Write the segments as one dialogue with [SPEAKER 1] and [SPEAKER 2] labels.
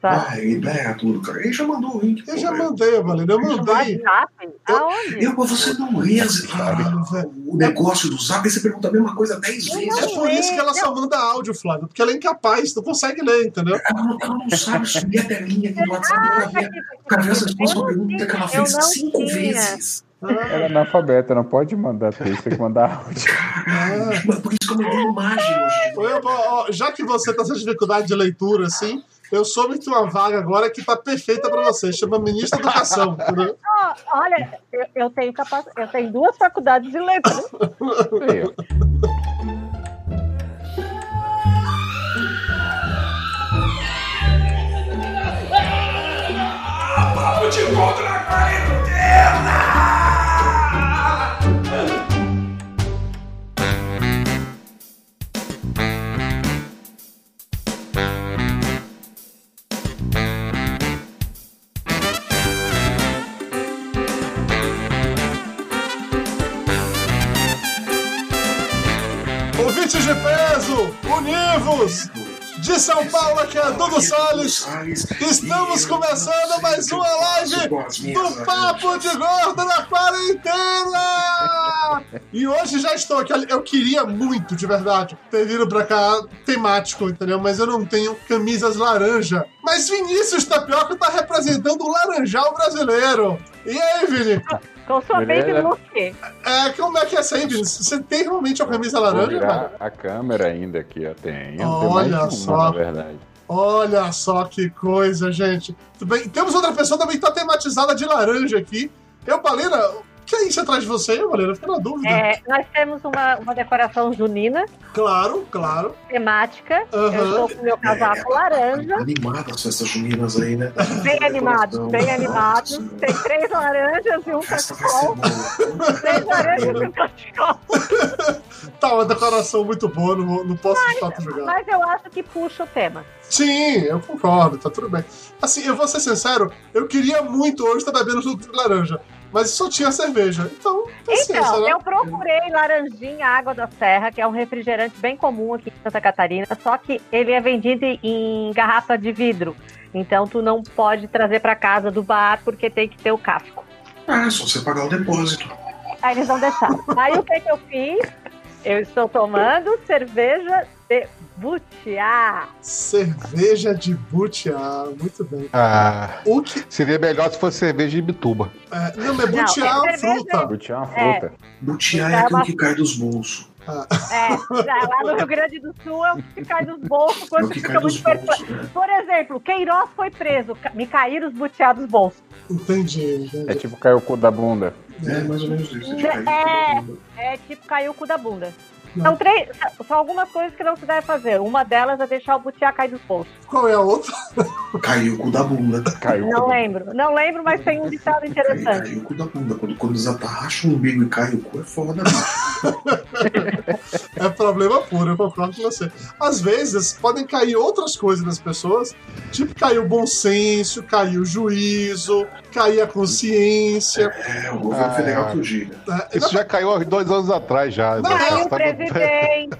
[SPEAKER 1] Tá.
[SPEAKER 2] Ah, ideia tudo, cara. Ele já mandou o link.
[SPEAKER 3] Eu já mandei, Valendo. Eu mandei.
[SPEAKER 1] WhatsApp? Aonde?
[SPEAKER 2] Eu, mas você não lê as-
[SPEAKER 3] Ah, velho.
[SPEAKER 2] o negócio do Zap e você pergunta a mesma coisa 10
[SPEAKER 1] Eu
[SPEAKER 2] vezes.
[SPEAKER 3] É
[SPEAKER 1] não
[SPEAKER 3] por
[SPEAKER 1] lê,
[SPEAKER 3] isso que ela só manda áudio, Flávio, porque ela é incapaz, não consegue ler, entendeu?
[SPEAKER 2] Ela não, ela não sabe subir a telinha do WhatsApp. Ela vê Cara, essa resposta é uma pergunta que ela
[SPEAKER 1] Eu
[SPEAKER 2] fez
[SPEAKER 1] não
[SPEAKER 2] cinco
[SPEAKER 1] tinha.
[SPEAKER 2] vezes.
[SPEAKER 4] Ela é analfabeta, não pode mandar texto, tem que mandar áudio.
[SPEAKER 3] Ah.
[SPEAKER 2] Mas por isso que eu mandei imagem hoje.
[SPEAKER 3] Eu vou- ó, já que você tá com essa dificuldade de leitura, assim, eu soube que tem uma vaga agora que tá perfeita pra você, chama Ministro da Educação. entendeu?
[SPEAKER 1] Ó, olha, eu, eu tenho capac... eu tenho duas faculdades de letras.
[SPEAKER 4] Aí, ó.
[SPEAKER 3] Ouvintes de peso, univos! De São Paulo, aqui é Dudu Salles. Estamos começando mais uma live do Papo de Gordo na Quarentena! E hoje já estou aqui. Eu queria muito, de verdade, ter vindo pra cá temático, entendeu? Mas eu não tenho camisas laranja. Mas Vinícius Tapioca tá representando o laranjal brasileiro. E aí, Vini?
[SPEAKER 1] Com sua bem de
[SPEAKER 4] Beleza.
[SPEAKER 1] Luque.
[SPEAKER 3] É, como é que é essa aí, Vini? Você tem realmente uma camisa
[SPEAKER 4] Vou
[SPEAKER 3] laranja, cara?
[SPEAKER 4] virar a câmera ainda aqui, ó. Tem. Tem
[SPEAKER 3] Tá Olha
[SPEAKER 4] mais de
[SPEAKER 3] só.
[SPEAKER 4] uma, na verdade.
[SPEAKER 3] Olha só que coisa, gente. Tudo bem? Temos outra pessoa também que tá tematizada de laranja aqui. Eu, Balena, o que é isso atrás de você, Balena? Fica na dúvida.
[SPEAKER 1] É, nós temos uma, uma decoração junina,
[SPEAKER 3] Claro, claro.
[SPEAKER 1] temática. Eu
[SPEAKER 3] Aham.
[SPEAKER 1] estou com meu casaco laranja,
[SPEAKER 2] Animadas Tá essas festas juninas aí, né?
[SPEAKER 1] bem animado, bem animado. Tem três laranjas e um
[SPEAKER 2] Essa vai ser
[SPEAKER 1] cachecol.
[SPEAKER 2] boa.
[SPEAKER 1] Três laranjas e um cachecol.
[SPEAKER 3] Tá uma decoração muito boa, não, não posso de fato jogar.
[SPEAKER 1] Mas eu acho que puxa o tema.
[SPEAKER 3] Sim, eu concordo, tá tudo bem. Assim, eu vou ser sincero, eu queria muito hoje estar bebendo suco de laranja, mas só tinha cerveja. Então, paciência,
[SPEAKER 1] Então,
[SPEAKER 2] é
[SPEAKER 3] né?
[SPEAKER 1] eu procurei laranjinha água da serra, que é um refrigerante bem comum aqui em Santa Catarina, só que ele é vendido em garrafa de vidro. Então tu não pode trazer pra casa do bar porque tem que ter o casco.
[SPEAKER 2] Ah, só você pagar o depósito.
[SPEAKER 1] Aí eles não deixaram. Aí o que que eu fiz? Eu estou tomando cerveja de butiá.
[SPEAKER 3] Cerveja de butiá, muito bem.
[SPEAKER 5] Ah,
[SPEAKER 3] O que.
[SPEAKER 5] seria melhor se fosse cerveja de bituba.
[SPEAKER 3] É, não, mas butiá
[SPEAKER 1] Não,
[SPEAKER 3] é
[SPEAKER 1] é
[SPEAKER 3] uma fruta.
[SPEAKER 4] Butiá é uma
[SPEAKER 1] É.
[SPEAKER 4] fruta.
[SPEAKER 2] Butiá é
[SPEAKER 1] Tá
[SPEAKER 2] aquilo que cai dos bolsos.
[SPEAKER 1] É, lá no Rio Grande do Sul é o que cai dos bolsos
[SPEAKER 2] É o
[SPEAKER 1] quando
[SPEAKER 2] que
[SPEAKER 1] fica
[SPEAKER 2] cai dos
[SPEAKER 1] muito perplexo.
[SPEAKER 2] bolsos, né?
[SPEAKER 1] Por exemplo, Queiroz foi preso. Ca- Me caíram os butiá dos bolsos.
[SPEAKER 3] Entendi,
[SPEAKER 4] É
[SPEAKER 3] entendi.
[SPEAKER 4] tipo cair o cu da bunda.
[SPEAKER 2] É mais ou menos isso. de cair.
[SPEAKER 1] É. É tipo caiu o cu da bunda.
[SPEAKER 3] Não.
[SPEAKER 1] São três. São algumas coisas que não se deve fazer. Uma delas é deixar o butiá cair dos bolsos.
[SPEAKER 3] Qual é a outra?
[SPEAKER 2] Caiu o cu da bunda.
[SPEAKER 4] Caiu o
[SPEAKER 1] Não é.
[SPEAKER 4] cu da-
[SPEAKER 1] lembro. Não lembro, mas tem um ditado
[SPEAKER 2] Caiu,
[SPEAKER 1] interessante.
[SPEAKER 2] caiu o cu da bunda. Quando, quando desatarracha o umbigo e cai o cu, é foda. bicho.
[SPEAKER 3] É problema puro, eu concordo com você. Às vezes, podem cair outras coisas nas pessoas, tipo cair o bom senso, cair o juízo, cair a consciência.
[SPEAKER 2] É, o governo
[SPEAKER 5] Ah,
[SPEAKER 2] federal
[SPEAKER 5] é.
[SPEAKER 2] que o diga.
[SPEAKER 3] né?
[SPEAKER 5] Isso
[SPEAKER 3] Na-
[SPEAKER 5] já caiu há dois anos atrás já.
[SPEAKER 3] Não,
[SPEAKER 5] Já
[SPEAKER 1] Caiu o
[SPEAKER 5] tá-
[SPEAKER 3] é,
[SPEAKER 1] presidente.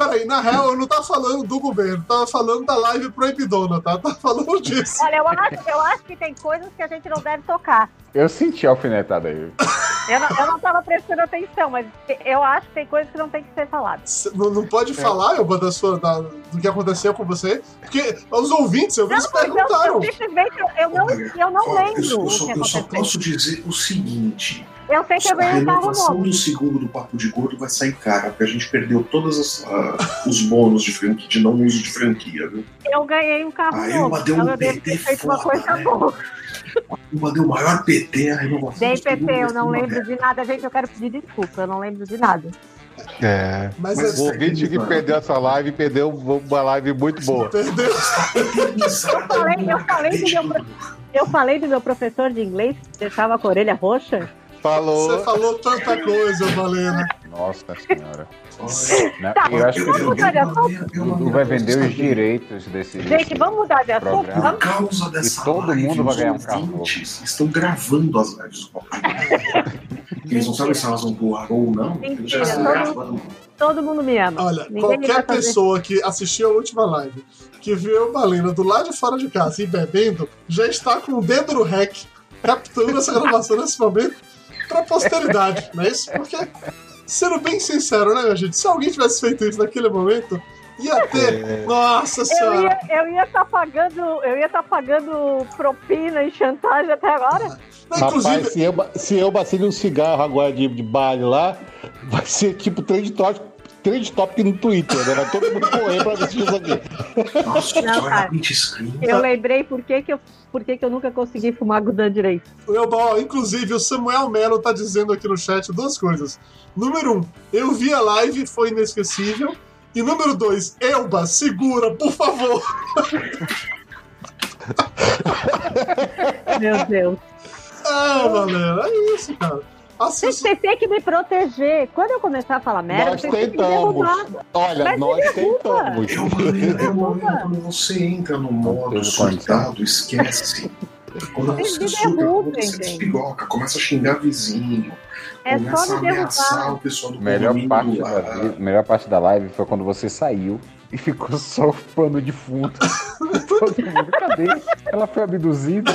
[SPEAKER 3] peraí, na real, eu não tava falando do governo, tava falando da live proibidona, tá? Tava falando disso.
[SPEAKER 1] Olha, eu acho, eu acho que tem coisas que a gente não deve tocar.
[SPEAKER 4] Eu senti a alfinetada aí.
[SPEAKER 1] Eu não, eu não tava prestando atenção, mas eu acho que tem coisas que não tem que ser faladas.
[SPEAKER 3] Cê Não, não pode falar, Elba, da sua, da- do que aconteceu com você, porque os ouvintes, eu vi,
[SPEAKER 1] Não,
[SPEAKER 3] se
[SPEAKER 1] mas eu, eu
[SPEAKER 3] perguntaram.
[SPEAKER 1] simplesmente eu, eu não, eu não
[SPEAKER 2] Olha,
[SPEAKER 1] lembro
[SPEAKER 2] eu, eu
[SPEAKER 1] o
[SPEAKER 2] só,
[SPEAKER 1] que
[SPEAKER 2] eu só
[SPEAKER 1] aconteceu.
[SPEAKER 2] posso dizer o seguinte:
[SPEAKER 1] Eu sei que eu
[SPEAKER 2] a
[SPEAKER 1] ganhei um carro
[SPEAKER 2] renovação
[SPEAKER 1] novo.
[SPEAKER 2] do seguro do Papo de Gordo vai sair cara, porque a gente perdeu todos os bônus de, franquia, de não uso de franquia. Viu?
[SPEAKER 1] Eu ganhei um carro
[SPEAKER 2] Aí
[SPEAKER 1] novo.
[SPEAKER 2] eu dei um
[SPEAKER 1] então eu devo ter
[SPEAKER 2] PT
[SPEAKER 1] feito uma
[SPEAKER 2] foda,
[SPEAKER 1] coisa
[SPEAKER 2] né?
[SPEAKER 1] boa.
[SPEAKER 2] Uma deu o maior PT, a renovação.
[SPEAKER 1] Dei
[SPEAKER 2] do seguro
[SPEAKER 1] PT, eu
[SPEAKER 2] vai
[SPEAKER 1] é não
[SPEAKER 2] ser uma
[SPEAKER 1] lembro de nada, gente. Eu quero pedir desculpa, eu não lembro de nada.
[SPEAKER 5] É.
[SPEAKER 3] Mas,
[SPEAKER 2] Mas
[SPEAKER 5] O
[SPEAKER 3] é,
[SPEAKER 2] vou-
[SPEAKER 5] ouvinte que perdeu essa live perdeu uma live muito boa.
[SPEAKER 3] perdeu.
[SPEAKER 2] eternizada
[SPEAKER 1] Eu falei- eu
[SPEAKER 2] numa
[SPEAKER 1] falei
[SPEAKER 2] cadeia
[SPEAKER 1] do
[SPEAKER 2] de
[SPEAKER 1] meu
[SPEAKER 2] tudo.
[SPEAKER 1] Eu falei do meu professor de inglês que deixava com a orelha roxa?
[SPEAKER 3] Você
[SPEAKER 5] Falou.
[SPEAKER 3] falou tanta coisa, né? Valena.
[SPEAKER 4] Nossa senhora.
[SPEAKER 2] Olha,
[SPEAKER 4] Né?
[SPEAKER 1] Tá,
[SPEAKER 4] Eu acho que
[SPEAKER 1] vamos um
[SPEAKER 4] o
[SPEAKER 1] mudar de assunto?
[SPEAKER 4] Dudu vai vender os direitos desse.
[SPEAKER 1] Gente, vamos mudar de assunto?
[SPEAKER 4] Programa.
[SPEAKER 2] Por
[SPEAKER 1] Vamos...
[SPEAKER 2] causa dessa
[SPEAKER 4] E todo
[SPEAKER 2] live,
[SPEAKER 4] mundo vai
[SPEAKER 2] os
[SPEAKER 4] ganhar um carro novo.
[SPEAKER 2] ouvintes estão gravando as lives do Papo de Gordo. Eles não sabem se elas vão pro ar ou não. Eles já
[SPEAKER 1] Mentira,
[SPEAKER 2] estão
[SPEAKER 1] todo
[SPEAKER 2] gravando.
[SPEAKER 1] Todo mundo me ama.
[SPEAKER 3] Olha,
[SPEAKER 1] Ninguém vai fazer-
[SPEAKER 3] qualquer pessoa que assistiu a última live que viu Malena do lado de fora de casa e bebendo, já está com o dedo no rec, captando essa gravação nesse momento pra posteridade, não é isso? Porque, sendo bem sincero, né, minha gente? Se alguém tivesse feito isso naquele momento, ia ter. Nossa
[SPEAKER 1] Eu
[SPEAKER 3] senhora!
[SPEAKER 1] ia, eu ia tá pagando, eu ia tá pagando propina e chantagem até agora.
[SPEAKER 3] Ah, Inclusive,
[SPEAKER 5] Rapaz, se eu, ba- se eu bacilho um cigarro agora de, de baile lá, vai ser tipo trend topic, trend topic no Twitter, né? Vai todo mundo correr pra assistir isso aqui.
[SPEAKER 1] Não,
[SPEAKER 2] Nossa, você vai na
[SPEAKER 1] cara.
[SPEAKER 2] print screen.
[SPEAKER 1] Eu lembrei por que, que eu, por que, que eu nunca consegui fumar Gudan direito.
[SPEAKER 3] Eu, ó, inclusive, o Samuel Melo tá dizendo aqui no chat duas coisas. Número um, eu vi a live, foi inesquecível. E número dois, Elba, segura, por favor.
[SPEAKER 1] Meu Deus.
[SPEAKER 3] Ah, galera, é isso, cara. Assista.
[SPEAKER 1] Vocês têm que me proteger. Quando eu começar a falar merda,
[SPEAKER 5] nós
[SPEAKER 1] vocês têm que me derrubar.
[SPEAKER 5] tentamos. Olha,
[SPEAKER 1] Mas me
[SPEAKER 5] nós
[SPEAKER 1] derruba.
[SPEAKER 5] tentamos.
[SPEAKER 2] Eu valendo, eu valendo quando você entra no modo
[SPEAKER 4] teve condição.
[SPEAKER 2] surtado, esquece. Quando
[SPEAKER 1] Vocês
[SPEAKER 2] você
[SPEAKER 1] me
[SPEAKER 2] surta,
[SPEAKER 1] derrubem,
[SPEAKER 2] você
[SPEAKER 1] gente.
[SPEAKER 2] despiroca, começa a xingar vizinho,
[SPEAKER 1] É
[SPEAKER 2] começa
[SPEAKER 1] só
[SPEAKER 2] a
[SPEAKER 1] me derrubar.
[SPEAKER 2] ameaçar o pessoal do
[SPEAKER 4] Melhor
[SPEAKER 2] condomínio
[SPEAKER 4] parte,
[SPEAKER 2] lá.
[SPEAKER 4] da, vi- melhor parte da live foi quando você saiu e ficou só o pano de fundo. Todo mundo, cadê? Ela foi abduzida.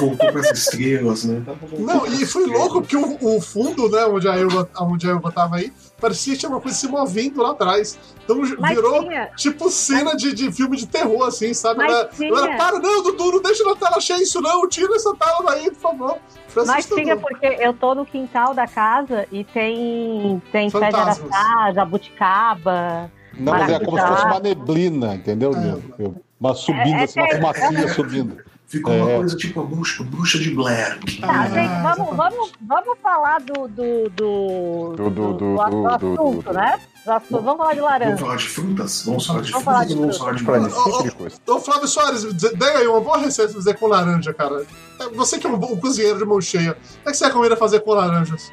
[SPEAKER 2] Voltou pras estrelas, né? Tava voltando
[SPEAKER 3] Não,
[SPEAKER 2] pras
[SPEAKER 3] e foi
[SPEAKER 2] estrelas.
[SPEAKER 3] louco que o, o fundo, né, onde a, Elba, onde a Elba tava aí, parecia que tinha uma coisa se movendo lá atrás. Então
[SPEAKER 1] Mas
[SPEAKER 3] virou
[SPEAKER 1] tinha,
[SPEAKER 3] tipo cena de, de filme de terror, assim, sabe?
[SPEAKER 1] mas
[SPEAKER 3] Ela- ela
[SPEAKER 1] tinha.
[SPEAKER 3] para, não, Dudu, não deixa na tela cheia isso, não. Tira essa tela daí, por favor. Foi
[SPEAKER 1] Mas
[SPEAKER 3] assustador.
[SPEAKER 1] tinha porque eu tô no quintal da casa e tem, tem pé de
[SPEAKER 3] Fantasmas.
[SPEAKER 1] araçá, jabuticaba.
[SPEAKER 5] Não, mas é como se fosse
[SPEAKER 1] Maravilhoso.
[SPEAKER 5] uma neblina, entendeu, Nilson? Uma subindo,
[SPEAKER 1] É, é
[SPEAKER 5] assim, uma
[SPEAKER 1] sério.
[SPEAKER 5] fumacinha subindo.
[SPEAKER 2] Ficou uma
[SPEAKER 5] É.
[SPEAKER 2] coisa tipo a bruxa, bruxa de Blair.
[SPEAKER 1] Tá,
[SPEAKER 3] Ah,
[SPEAKER 1] gente, vamos,
[SPEAKER 3] exatamente.
[SPEAKER 1] vamos, vamos falar do. do. do.
[SPEAKER 4] Do- do- do- do- do-
[SPEAKER 1] assunto,
[SPEAKER 4] do-
[SPEAKER 1] né? Do assunto. Vamos falar de laranja.
[SPEAKER 2] Vamos falar de frutas? Vamos falar de
[SPEAKER 1] Vamos falar
[SPEAKER 2] frutas
[SPEAKER 1] de
[SPEAKER 2] ou vamos falar de
[SPEAKER 4] Pra mim,
[SPEAKER 2] frutas?
[SPEAKER 4] sempre de coisa.
[SPEAKER 3] Ô, Então, Flávio Soares, dê dê aí uma boa receita pra fazer com laranja, cara. É, Você que é um bom cozinheiro de mão cheia, o que você recomenda fazer com laranjas?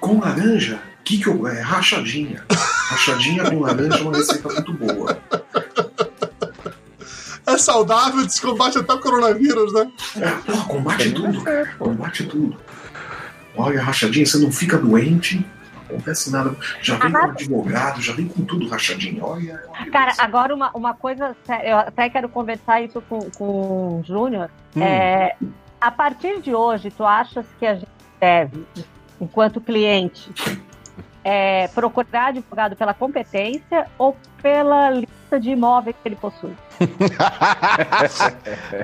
[SPEAKER 2] Com laranja, que que eu, é rachadinha. Rachadinha com laranja é uma receita muito boa.
[SPEAKER 3] É saudável, diz que combate até o coronavírus, né?
[SPEAKER 2] É, pô, combate
[SPEAKER 4] Pra mim,
[SPEAKER 2] tudo.
[SPEAKER 4] é, pô.
[SPEAKER 2] Combate tudo. Olha, rachadinha, você não fica doente, não acontece nada. Já vem com advogado, já vem com tudo rachadinha. Olha, olha
[SPEAKER 1] Cara, agora uma, uma coisa, séria, eu até quero conversar isso com, com o Júnior.
[SPEAKER 5] Hum.
[SPEAKER 1] É, a partir de hoje, tu achas que a gente deve, enquanto cliente, é, procurar advogado pela competência ou pela lista de imóveis que ele possui?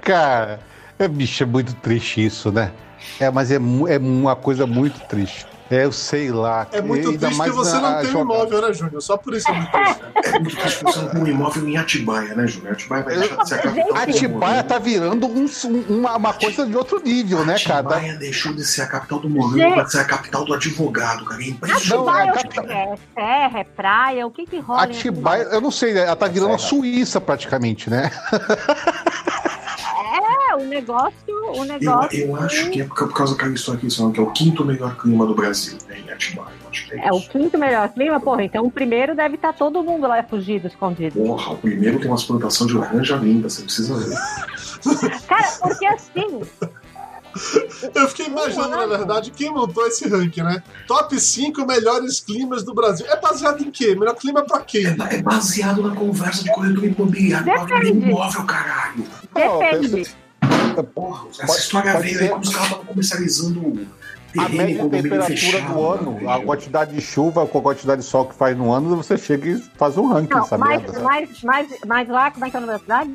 [SPEAKER 5] Cara, é, bicho, é muito triste isso, né? É, mas é, mu- é uma coisa muito triste. É, eu sei lá.
[SPEAKER 3] É muito
[SPEAKER 5] Ainda
[SPEAKER 3] triste que
[SPEAKER 5] mais
[SPEAKER 3] você
[SPEAKER 5] na-
[SPEAKER 3] não
[SPEAKER 5] a
[SPEAKER 3] tem um
[SPEAKER 5] jogada.
[SPEAKER 3] imóvel, né, Júnior? Só por isso é muito triste.
[SPEAKER 2] É muito difícil você com um imóvel em Atibaia, né, Júnior? Atibaia vai deixar de ser a capital. do
[SPEAKER 5] Atibaia
[SPEAKER 2] Morumbi.
[SPEAKER 5] tá virando um- uma, uma coisa de outro nível, né, cara? Tá-
[SPEAKER 2] Atibaia deixou de ser a capital do Morumbi
[SPEAKER 1] Gente.
[SPEAKER 2] pra ser a capital do advogado, cara. É impressionante.
[SPEAKER 5] Não, é
[SPEAKER 1] Vai,
[SPEAKER 5] a
[SPEAKER 1] o que que é? É Serra, é praia, o que que rola? em
[SPEAKER 5] Atibaia, eu não sei, né? ela tá virando a Suíça praticamente, né?
[SPEAKER 1] É, o negócio, o
[SPEAKER 2] Eu,
[SPEAKER 1] negócio...
[SPEAKER 2] eu acho que é por por causa daquela história que eles falam que é o quinto melhor clima do Brasil, né, em Atibaia. Eu Acho que é,
[SPEAKER 1] É o
[SPEAKER 2] isso.
[SPEAKER 1] quinto melhor clima, porra. Então o primeiro deve estar todo mundo lá fugido, escondido.
[SPEAKER 2] Porra, o primeiro tem umas plantações de laranja linda, você precisa ver.
[SPEAKER 1] Cara, porque assim,
[SPEAKER 3] Eu fiquei imaginando, na verdade, quem montou esse ranking, né? Top 5 melhores climas do Brasil. É baseado em quê? Melhor clima pra quê?
[SPEAKER 2] É, é baseado na conversa de corretor imobiliário. pra vender
[SPEAKER 1] Depende.
[SPEAKER 2] imóvel, caralho.
[SPEAKER 1] depende.
[SPEAKER 2] Porra, essa
[SPEAKER 5] Pode-
[SPEAKER 2] história
[SPEAKER 5] pode
[SPEAKER 2] veio
[SPEAKER 5] ser.
[SPEAKER 2] aí como os caras estavam comercializando
[SPEAKER 5] A
[SPEAKER 2] terreno em
[SPEAKER 5] média
[SPEAKER 2] condomínio
[SPEAKER 5] temperatura
[SPEAKER 2] fechado.
[SPEAKER 5] do ano,
[SPEAKER 2] né?
[SPEAKER 5] a quantidade de chuva, a quantidade de sol que faz no ano, você chega e faz um ranking,
[SPEAKER 1] Não,
[SPEAKER 5] essa merda.
[SPEAKER 1] mas,
[SPEAKER 5] sabe?
[SPEAKER 1] mas, mas, mas lá, como é que é o nome da cidade?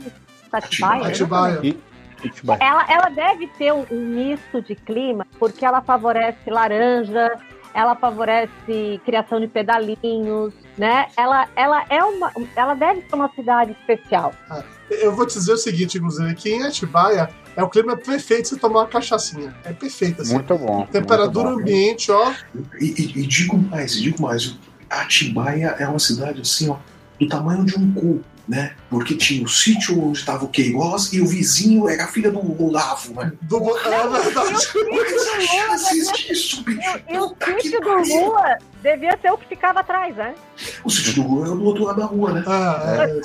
[SPEAKER 1] Tatibaia? né?
[SPEAKER 3] Atibaia.
[SPEAKER 5] Atibaia.
[SPEAKER 1] Ela, ela deve ter um, um misto de clima, porque ela favorece laranja, ela favorece criação de pedalinhos, né? Ela, ela, é uma, ela deve ser uma cidade especial.
[SPEAKER 3] Eu vou te dizer o seguinte, inclusive, que em Atibaia é o clima perfeito você tomar uma cachaçinha. É perfeito, assim.
[SPEAKER 4] Muito bom.
[SPEAKER 3] Temperatura
[SPEAKER 4] muito bom.
[SPEAKER 3] ambiente, ó.
[SPEAKER 2] E, e- e digo mais, e digo mais, Atibaia é uma cidade assim, ó, do tamanho de um cu, né? Porque tinha o sítio onde estava o Queiroz e o vizinho era a filha do Olavo, né?
[SPEAKER 3] Do... É verdade.
[SPEAKER 2] As chances disso, bicho.
[SPEAKER 1] E né? o
[SPEAKER 2] Puta que
[SPEAKER 1] sítio do
[SPEAKER 2] pariu.
[SPEAKER 1] Lula devia ser o que ficava atrás, né?
[SPEAKER 2] O sítio do Lula é do outro lado da rua, né?
[SPEAKER 3] Ah,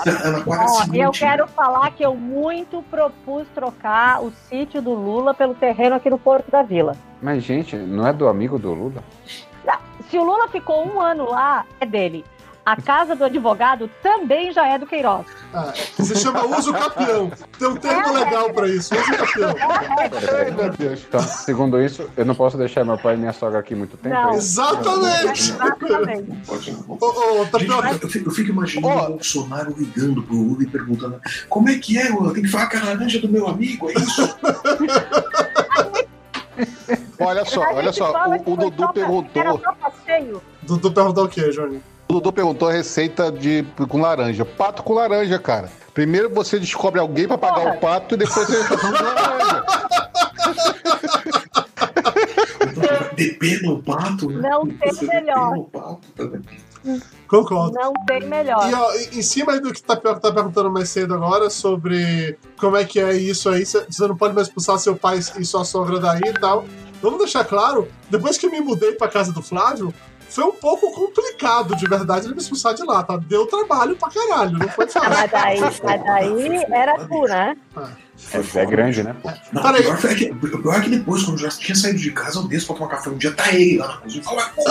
[SPEAKER 3] é.
[SPEAKER 2] Na, na quadra
[SPEAKER 1] Ó,
[SPEAKER 2] seguinte,
[SPEAKER 1] eu
[SPEAKER 2] né?
[SPEAKER 1] quero falar que eu muito propus trocar o sítio do Lula pelo terreno aqui no Porto da Vila.
[SPEAKER 4] Mas, gente, não é do amigo do Lula?
[SPEAKER 1] Se o Lula ficou um ano lá, é dele. A casa do advogado também já é do Queiroz.
[SPEAKER 3] Ah, se chama uso capião. Tem um termo legal pra isso, uso capião.
[SPEAKER 5] Ai, meu Deus.
[SPEAKER 4] Então, segundo isso, eu não posso deixar meu pai e minha sogra aqui muito tempo.
[SPEAKER 1] Não.
[SPEAKER 4] é isso?
[SPEAKER 3] Exatamente.
[SPEAKER 1] Exatamente.
[SPEAKER 2] Pode não.
[SPEAKER 3] Ô, ô, tá Tapioca,
[SPEAKER 2] Gente, eu fico- eu fico imaginando
[SPEAKER 5] Ó.
[SPEAKER 2] o Bolsonaro ligando pro Lula e perguntando como é que é, Lula? Tem que falar com a laranja do meu amigo, é isso?
[SPEAKER 5] Olha só,
[SPEAKER 1] A
[SPEAKER 5] olha
[SPEAKER 1] gente
[SPEAKER 5] só,
[SPEAKER 1] fala que
[SPEAKER 5] o, o
[SPEAKER 1] foi só
[SPEAKER 5] Dudu
[SPEAKER 1] pra- Era
[SPEAKER 5] perguntou,
[SPEAKER 1] só passeio.
[SPEAKER 3] Dudu perguntou o quê, Johnny?
[SPEAKER 5] o Dudu perguntou a receita de com laranja. Pato com laranja, cara. Primeiro você descobre alguém pra pagar
[SPEAKER 1] Porra.
[SPEAKER 5] o pato e depois você tá falando de laranja.
[SPEAKER 2] Depena o pato, né?
[SPEAKER 1] Não tem
[SPEAKER 2] Você
[SPEAKER 1] melhor.
[SPEAKER 2] depena o pato, tá vendo?
[SPEAKER 3] Concordo.
[SPEAKER 1] Não tem melhor.
[SPEAKER 3] E ó, em- em cima do que o Tapioca tá perguntando mais cedo agora sobre como é que é isso aí, cê- você não pode mais expulsar seu pai e sua sogra daí e tal. Vamos deixar claro, depois que eu me mudei pra casa do Flávio, foi um pouco complicado, de verdade, ele me expulsar de lá, tá? Deu trabalho pra caralho, não foi fácil.
[SPEAKER 1] Mas daí, mas daí era tu, né?
[SPEAKER 4] Você é grande, né? pô?
[SPEAKER 2] Não,
[SPEAKER 3] Peraí.
[SPEAKER 2] o pior, foi que, o pior é que depois, quando eu já tinha saído de casa, eu desço pra tomar café um dia, tá ele lá na cozinha. Fala, pô,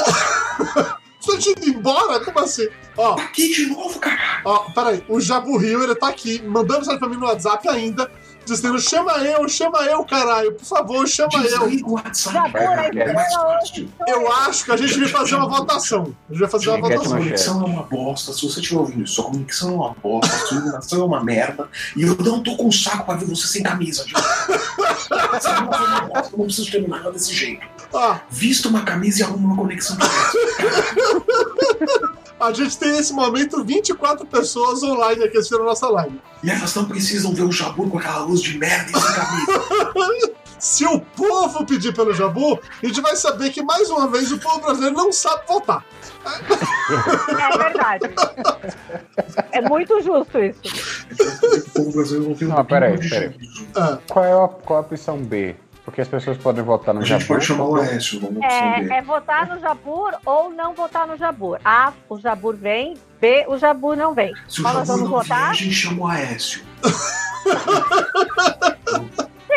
[SPEAKER 3] Você tinha ido embora? Como assim? Ó,
[SPEAKER 2] tá aqui de novo, cara.
[SPEAKER 3] Ó, peraí, o Jabu Rio, ele tá aqui, mandando mensagem pra mim no WhatsApp ainda, dizendo: chama eu, chama eu, caralho, por favor, chama eu.
[SPEAKER 2] Desliga o
[SPEAKER 1] Já
[SPEAKER 2] WhatsApp.
[SPEAKER 1] dura,
[SPEAKER 2] cara, é mais
[SPEAKER 1] espera
[SPEAKER 2] fácil.
[SPEAKER 3] Eu acho que a gente vai fazer uma votação. A gente vai fazer uma
[SPEAKER 4] Enquete
[SPEAKER 2] Sua
[SPEAKER 3] votação.
[SPEAKER 4] manchete.
[SPEAKER 2] conexão é uma bosta, se você estiver ouvindo isso, sua conexão é uma bosta, sua iluminação é uma merda, e eu não tô com o saco pra ver você sem camisa. gente. Você não é uma bosta, eu não preciso terminar nada desse jeito.
[SPEAKER 3] Ó,
[SPEAKER 2] Vista uma camisa e arruma uma conexão direta.
[SPEAKER 3] a gente tem nesse momento 24 pessoas online aqui assistindo a nossa live.
[SPEAKER 2] E elas não precisam ver o Jabur com aquela luz de merda e sem camisa.
[SPEAKER 3] Se o povo pedir pelo Jabu, a gente vai saber que mais uma vez o povo brasileiro não sabe votar.
[SPEAKER 1] É verdade. É muito justo isso.
[SPEAKER 2] Então, O povo brasileiro não tem um
[SPEAKER 4] Não, peraí,
[SPEAKER 2] pingo de
[SPEAKER 4] peraí.
[SPEAKER 2] juízo.
[SPEAKER 3] Ah,
[SPEAKER 4] Qual é a, qual a opção B? Porque as pessoas podem votar no
[SPEAKER 2] A gente
[SPEAKER 4] Japão.
[SPEAKER 2] pode chamar o Aécio, vamos saber.
[SPEAKER 1] É, é votar no Jabur ou não votar no Jabur. A, o Jabur vem. B, o Jabur não vem.
[SPEAKER 2] Se o
[SPEAKER 1] Mas nós
[SPEAKER 2] Jabur
[SPEAKER 1] vamos
[SPEAKER 2] não vier,
[SPEAKER 1] votar?
[SPEAKER 2] a gente chama o Aécio.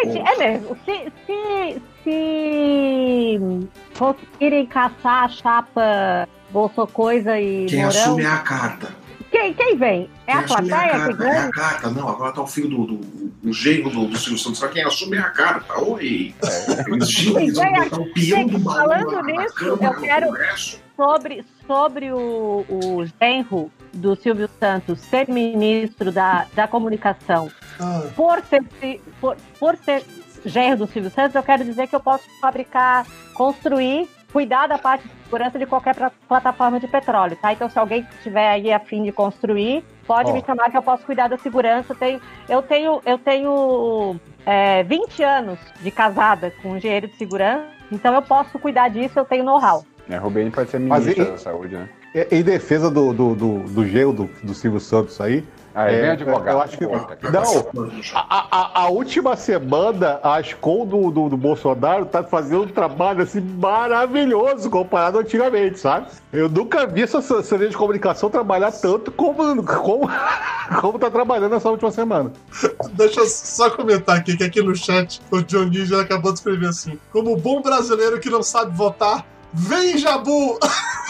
[SPEAKER 1] Gente, é mesmo. Se, se, se conseguirem caçar a chapa Bolso Coisa e
[SPEAKER 2] Quem
[SPEAKER 1] Mourão,
[SPEAKER 2] assume é a carta.
[SPEAKER 1] quem, quem vem? É
[SPEAKER 2] Quem
[SPEAKER 1] a
[SPEAKER 2] assume é
[SPEAKER 1] plateia que
[SPEAKER 2] carta. É
[SPEAKER 1] ganha?
[SPEAKER 2] a carta, não. Agora tá o filho do, do, do genro do, do Silvio Santos. Pra quem assume é a carta. Oi!
[SPEAKER 4] É.
[SPEAKER 2] Eles giram, eles vão
[SPEAKER 1] Gente,
[SPEAKER 2] botar o peão do baú
[SPEAKER 1] falando
[SPEAKER 2] na- na
[SPEAKER 1] nisso,
[SPEAKER 2] Câmara,
[SPEAKER 1] eu
[SPEAKER 2] no
[SPEAKER 1] quero-
[SPEAKER 2] Congresso.
[SPEAKER 1] sobre, sobre o, o genro do Silvio Santos ser ministro da, da comunicação
[SPEAKER 3] ah.
[SPEAKER 1] por ser, fi- por, por ser genro do Silvio Santos, eu quero dizer que eu posso fabricar, construir, cuidar da parte de segurança de qualquer pra- plataforma de petróleo, tá? Então, se alguém tiver aí a fim de construir, pode
[SPEAKER 5] Ó.
[SPEAKER 1] me chamar que eu posso cuidar da segurança. Eu tenho, eu tenho, eu tenho é, 20 anos de casada com um engenheiro de segurança, então eu posso cuidar disso, eu tenho know-how.
[SPEAKER 4] É, Rubem pode ser
[SPEAKER 5] Mas
[SPEAKER 4] ministro
[SPEAKER 5] e-
[SPEAKER 4] da saúde, né?
[SPEAKER 5] Em defesa do, do, do, do gelo do, do Silvio Santos aí,
[SPEAKER 4] Ah, ele
[SPEAKER 5] É,
[SPEAKER 4] é, advogado.
[SPEAKER 5] eu acho que-
[SPEAKER 4] Puta que-
[SPEAKER 5] Não.
[SPEAKER 2] Mano, já-
[SPEAKER 5] A, a- a última semana, a Ascom do, do, do Bolsonaro tá fazendo um trabalho assim maravilhoso comparado antigamente, sabe? Eu nunca vi essa essa área de comunicação trabalhar tanto como, como, como tá trabalhando essa última semana.
[SPEAKER 3] Deixa eu só comentar aqui que aqui no chat o Johnny já acabou de escrever assim: como bom brasileiro que não sabe votar, vem Jabu!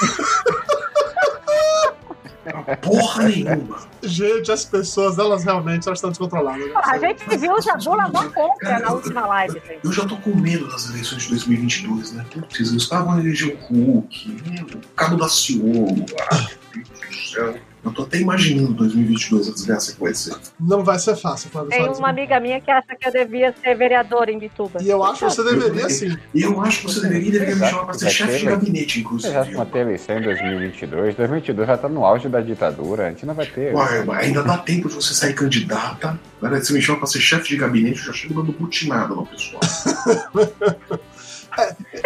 [SPEAKER 2] Porra nenhuma.
[SPEAKER 3] Gente, as pessoas, elas realmente elas estão descontroladas. né?
[SPEAKER 1] Porra, a gente viu o Jabu lavar contra na última live, gente.
[SPEAKER 2] Eu já tô com medo das eleições de 2022, né? Não precisa. Eles estavam elegendo o Hulk, né? o Cabo da Ciolo. Ah, meu Deus do céu. Eu tô até imaginando 2022 a desgraça que vai ser.
[SPEAKER 3] Não vai ser fácil, Flávio.
[SPEAKER 1] Tem
[SPEAKER 3] Soares.
[SPEAKER 1] É uma amiga minha que acha que eu devia ser vereadora em Bituba.
[SPEAKER 3] E eu acho que você deveria sim.
[SPEAKER 2] E eu acho que você deveria, deveria me chamar pra ser
[SPEAKER 4] Vai
[SPEAKER 2] chefe de
[SPEAKER 4] ter, né?
[SPEAKER 2] gabinete,
[SPEAKER 4] Você
[SPEAKER 2] inclusive.
[SPEAKER 4] já vai ter eleição em 2022. 2022 já tá no auge da ditadura. A gente não vai ter.
[SPEAKER 2] Uai, mas ainda dá tempo de você sair candidata. Na verdade, você me chama pra ser chefe de gabinete, eu já chego dando butinada no pessoal.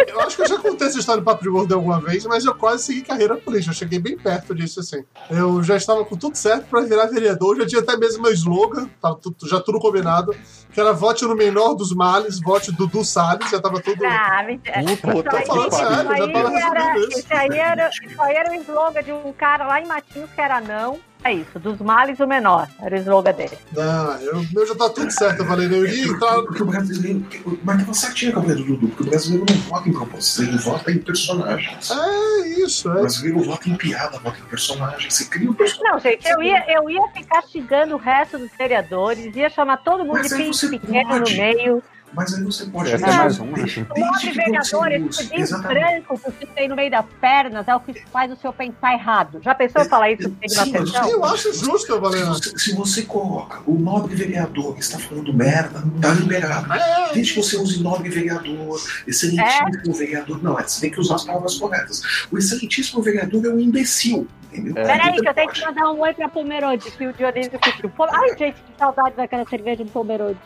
[SPEAKER 3] Eu acho que eu já contei essa história pra Primordo alguma vez, mas eu quase segui carreira política. Eu cheguei bem perto disso, assim. Eu já estava com tudo certo pra virar vereador, já tinha até mesmo meu slogan, tava tudo- já tudo combinado, que era vote no menor dos males, vote Dudu Salles, já tava tudo. né?
[SPEAKER 1] Ah, mentira.
[SPEAKER 5] Puta
[SPEAKER 3] tô falando
[SPEAKER 5] pariu.
[SPEAKER 3] sério, já tava
[SPEAKER 1] Isso aí
[SPEAKER 3] resolvendo
[SPEAKER 1] era-
[SPEAKER 3] isso.
[SPEAKER 1] isso aí era- isso aí era o slogan de um cara lá em Matinhos que era não. É isso, dos males o menor, era o slogan dele.
[SPEAKER 3] Não, eu, meu já tá tudo certo, eu falei, eu ia entrar.
[SPEAKER 2] Porque o brasileiro. Mas tava certinho a cabeça do Dudu, porque o brasileiro não vota em propostas, ele vota em personagens.
[SPEAKER 4] Ah,
[SPEAKER 3] É isso,
[SPEAKER 2] O
[SPEAKER 3] é.
[SPEAKER 2] brasileiro vota em piada, vota em personagem. Você cria um personagem.
[SPEAKER 1] Não, gente, eu ia, eu ia ficar xingando o resto dos vereadores, ia chamar todo mundo
[SPEAKER 2] Mas
[SPEAKER 1] de
[SPEAKER 2] aí você
[SPEAKER 1] pinto pequeno no
[SPEAKER 2] pode.
[SPEAKER 1] meio.
[SPEAKER 2] Mas aí você pode.
[SPEAKER 4] Essa
[SPEAKER 1] é
[SPEAKER 4] mais uma,
[SPEAKER 2] Desde-
[SPEAKER 4] né?
[SPEAKER 2] desde
[SPEAKER 1] Nove
[SPEAKER 2] que você
[SPEAKER 1] vereadores,
[SPEAKER 2] use-
[SPEAKER 1] esse bem
[SPEAKER 2] Exatamente.
[SPEAKER 1] branco que você tem no meio das pernas é o que faz o senhor pensar errado. Já pensou em falar isso no meio de uma
[SPEAKER 2] Sim, mas
[SPEAKER 1] sessão?
[SPEAKER 3] Eu né? acho justo,
[SPEAKER 2] Se
[SPEAKER 3] Valena.
[SPEAKER 2] você, se você coloca o nobre vereador que está falando merda, tá liberado.
[SPEAKER 3] É,
[SPEAKER 2] Desde que você use nobre vereador,
[SPEAKER 1] É.
[SPEAKER 2] excelentíssimo vereador. Não, você tem que usar as palavras corretas. O excelentíssimo vereador é um imbecil. Entendeu?
[SPEAKER 4] É.
[SPEAKER 1] Peraí,
[SPEAKER 2] Então,
[SPEAKER 1] que eu tenho
[SPEAKER 2] pode.
[SPEAKER 1] que mandar um oi pra Pomerode, que o Dionísio pediu. Pô, Ai, gente, que saudade daquela cerveja de Pomerode.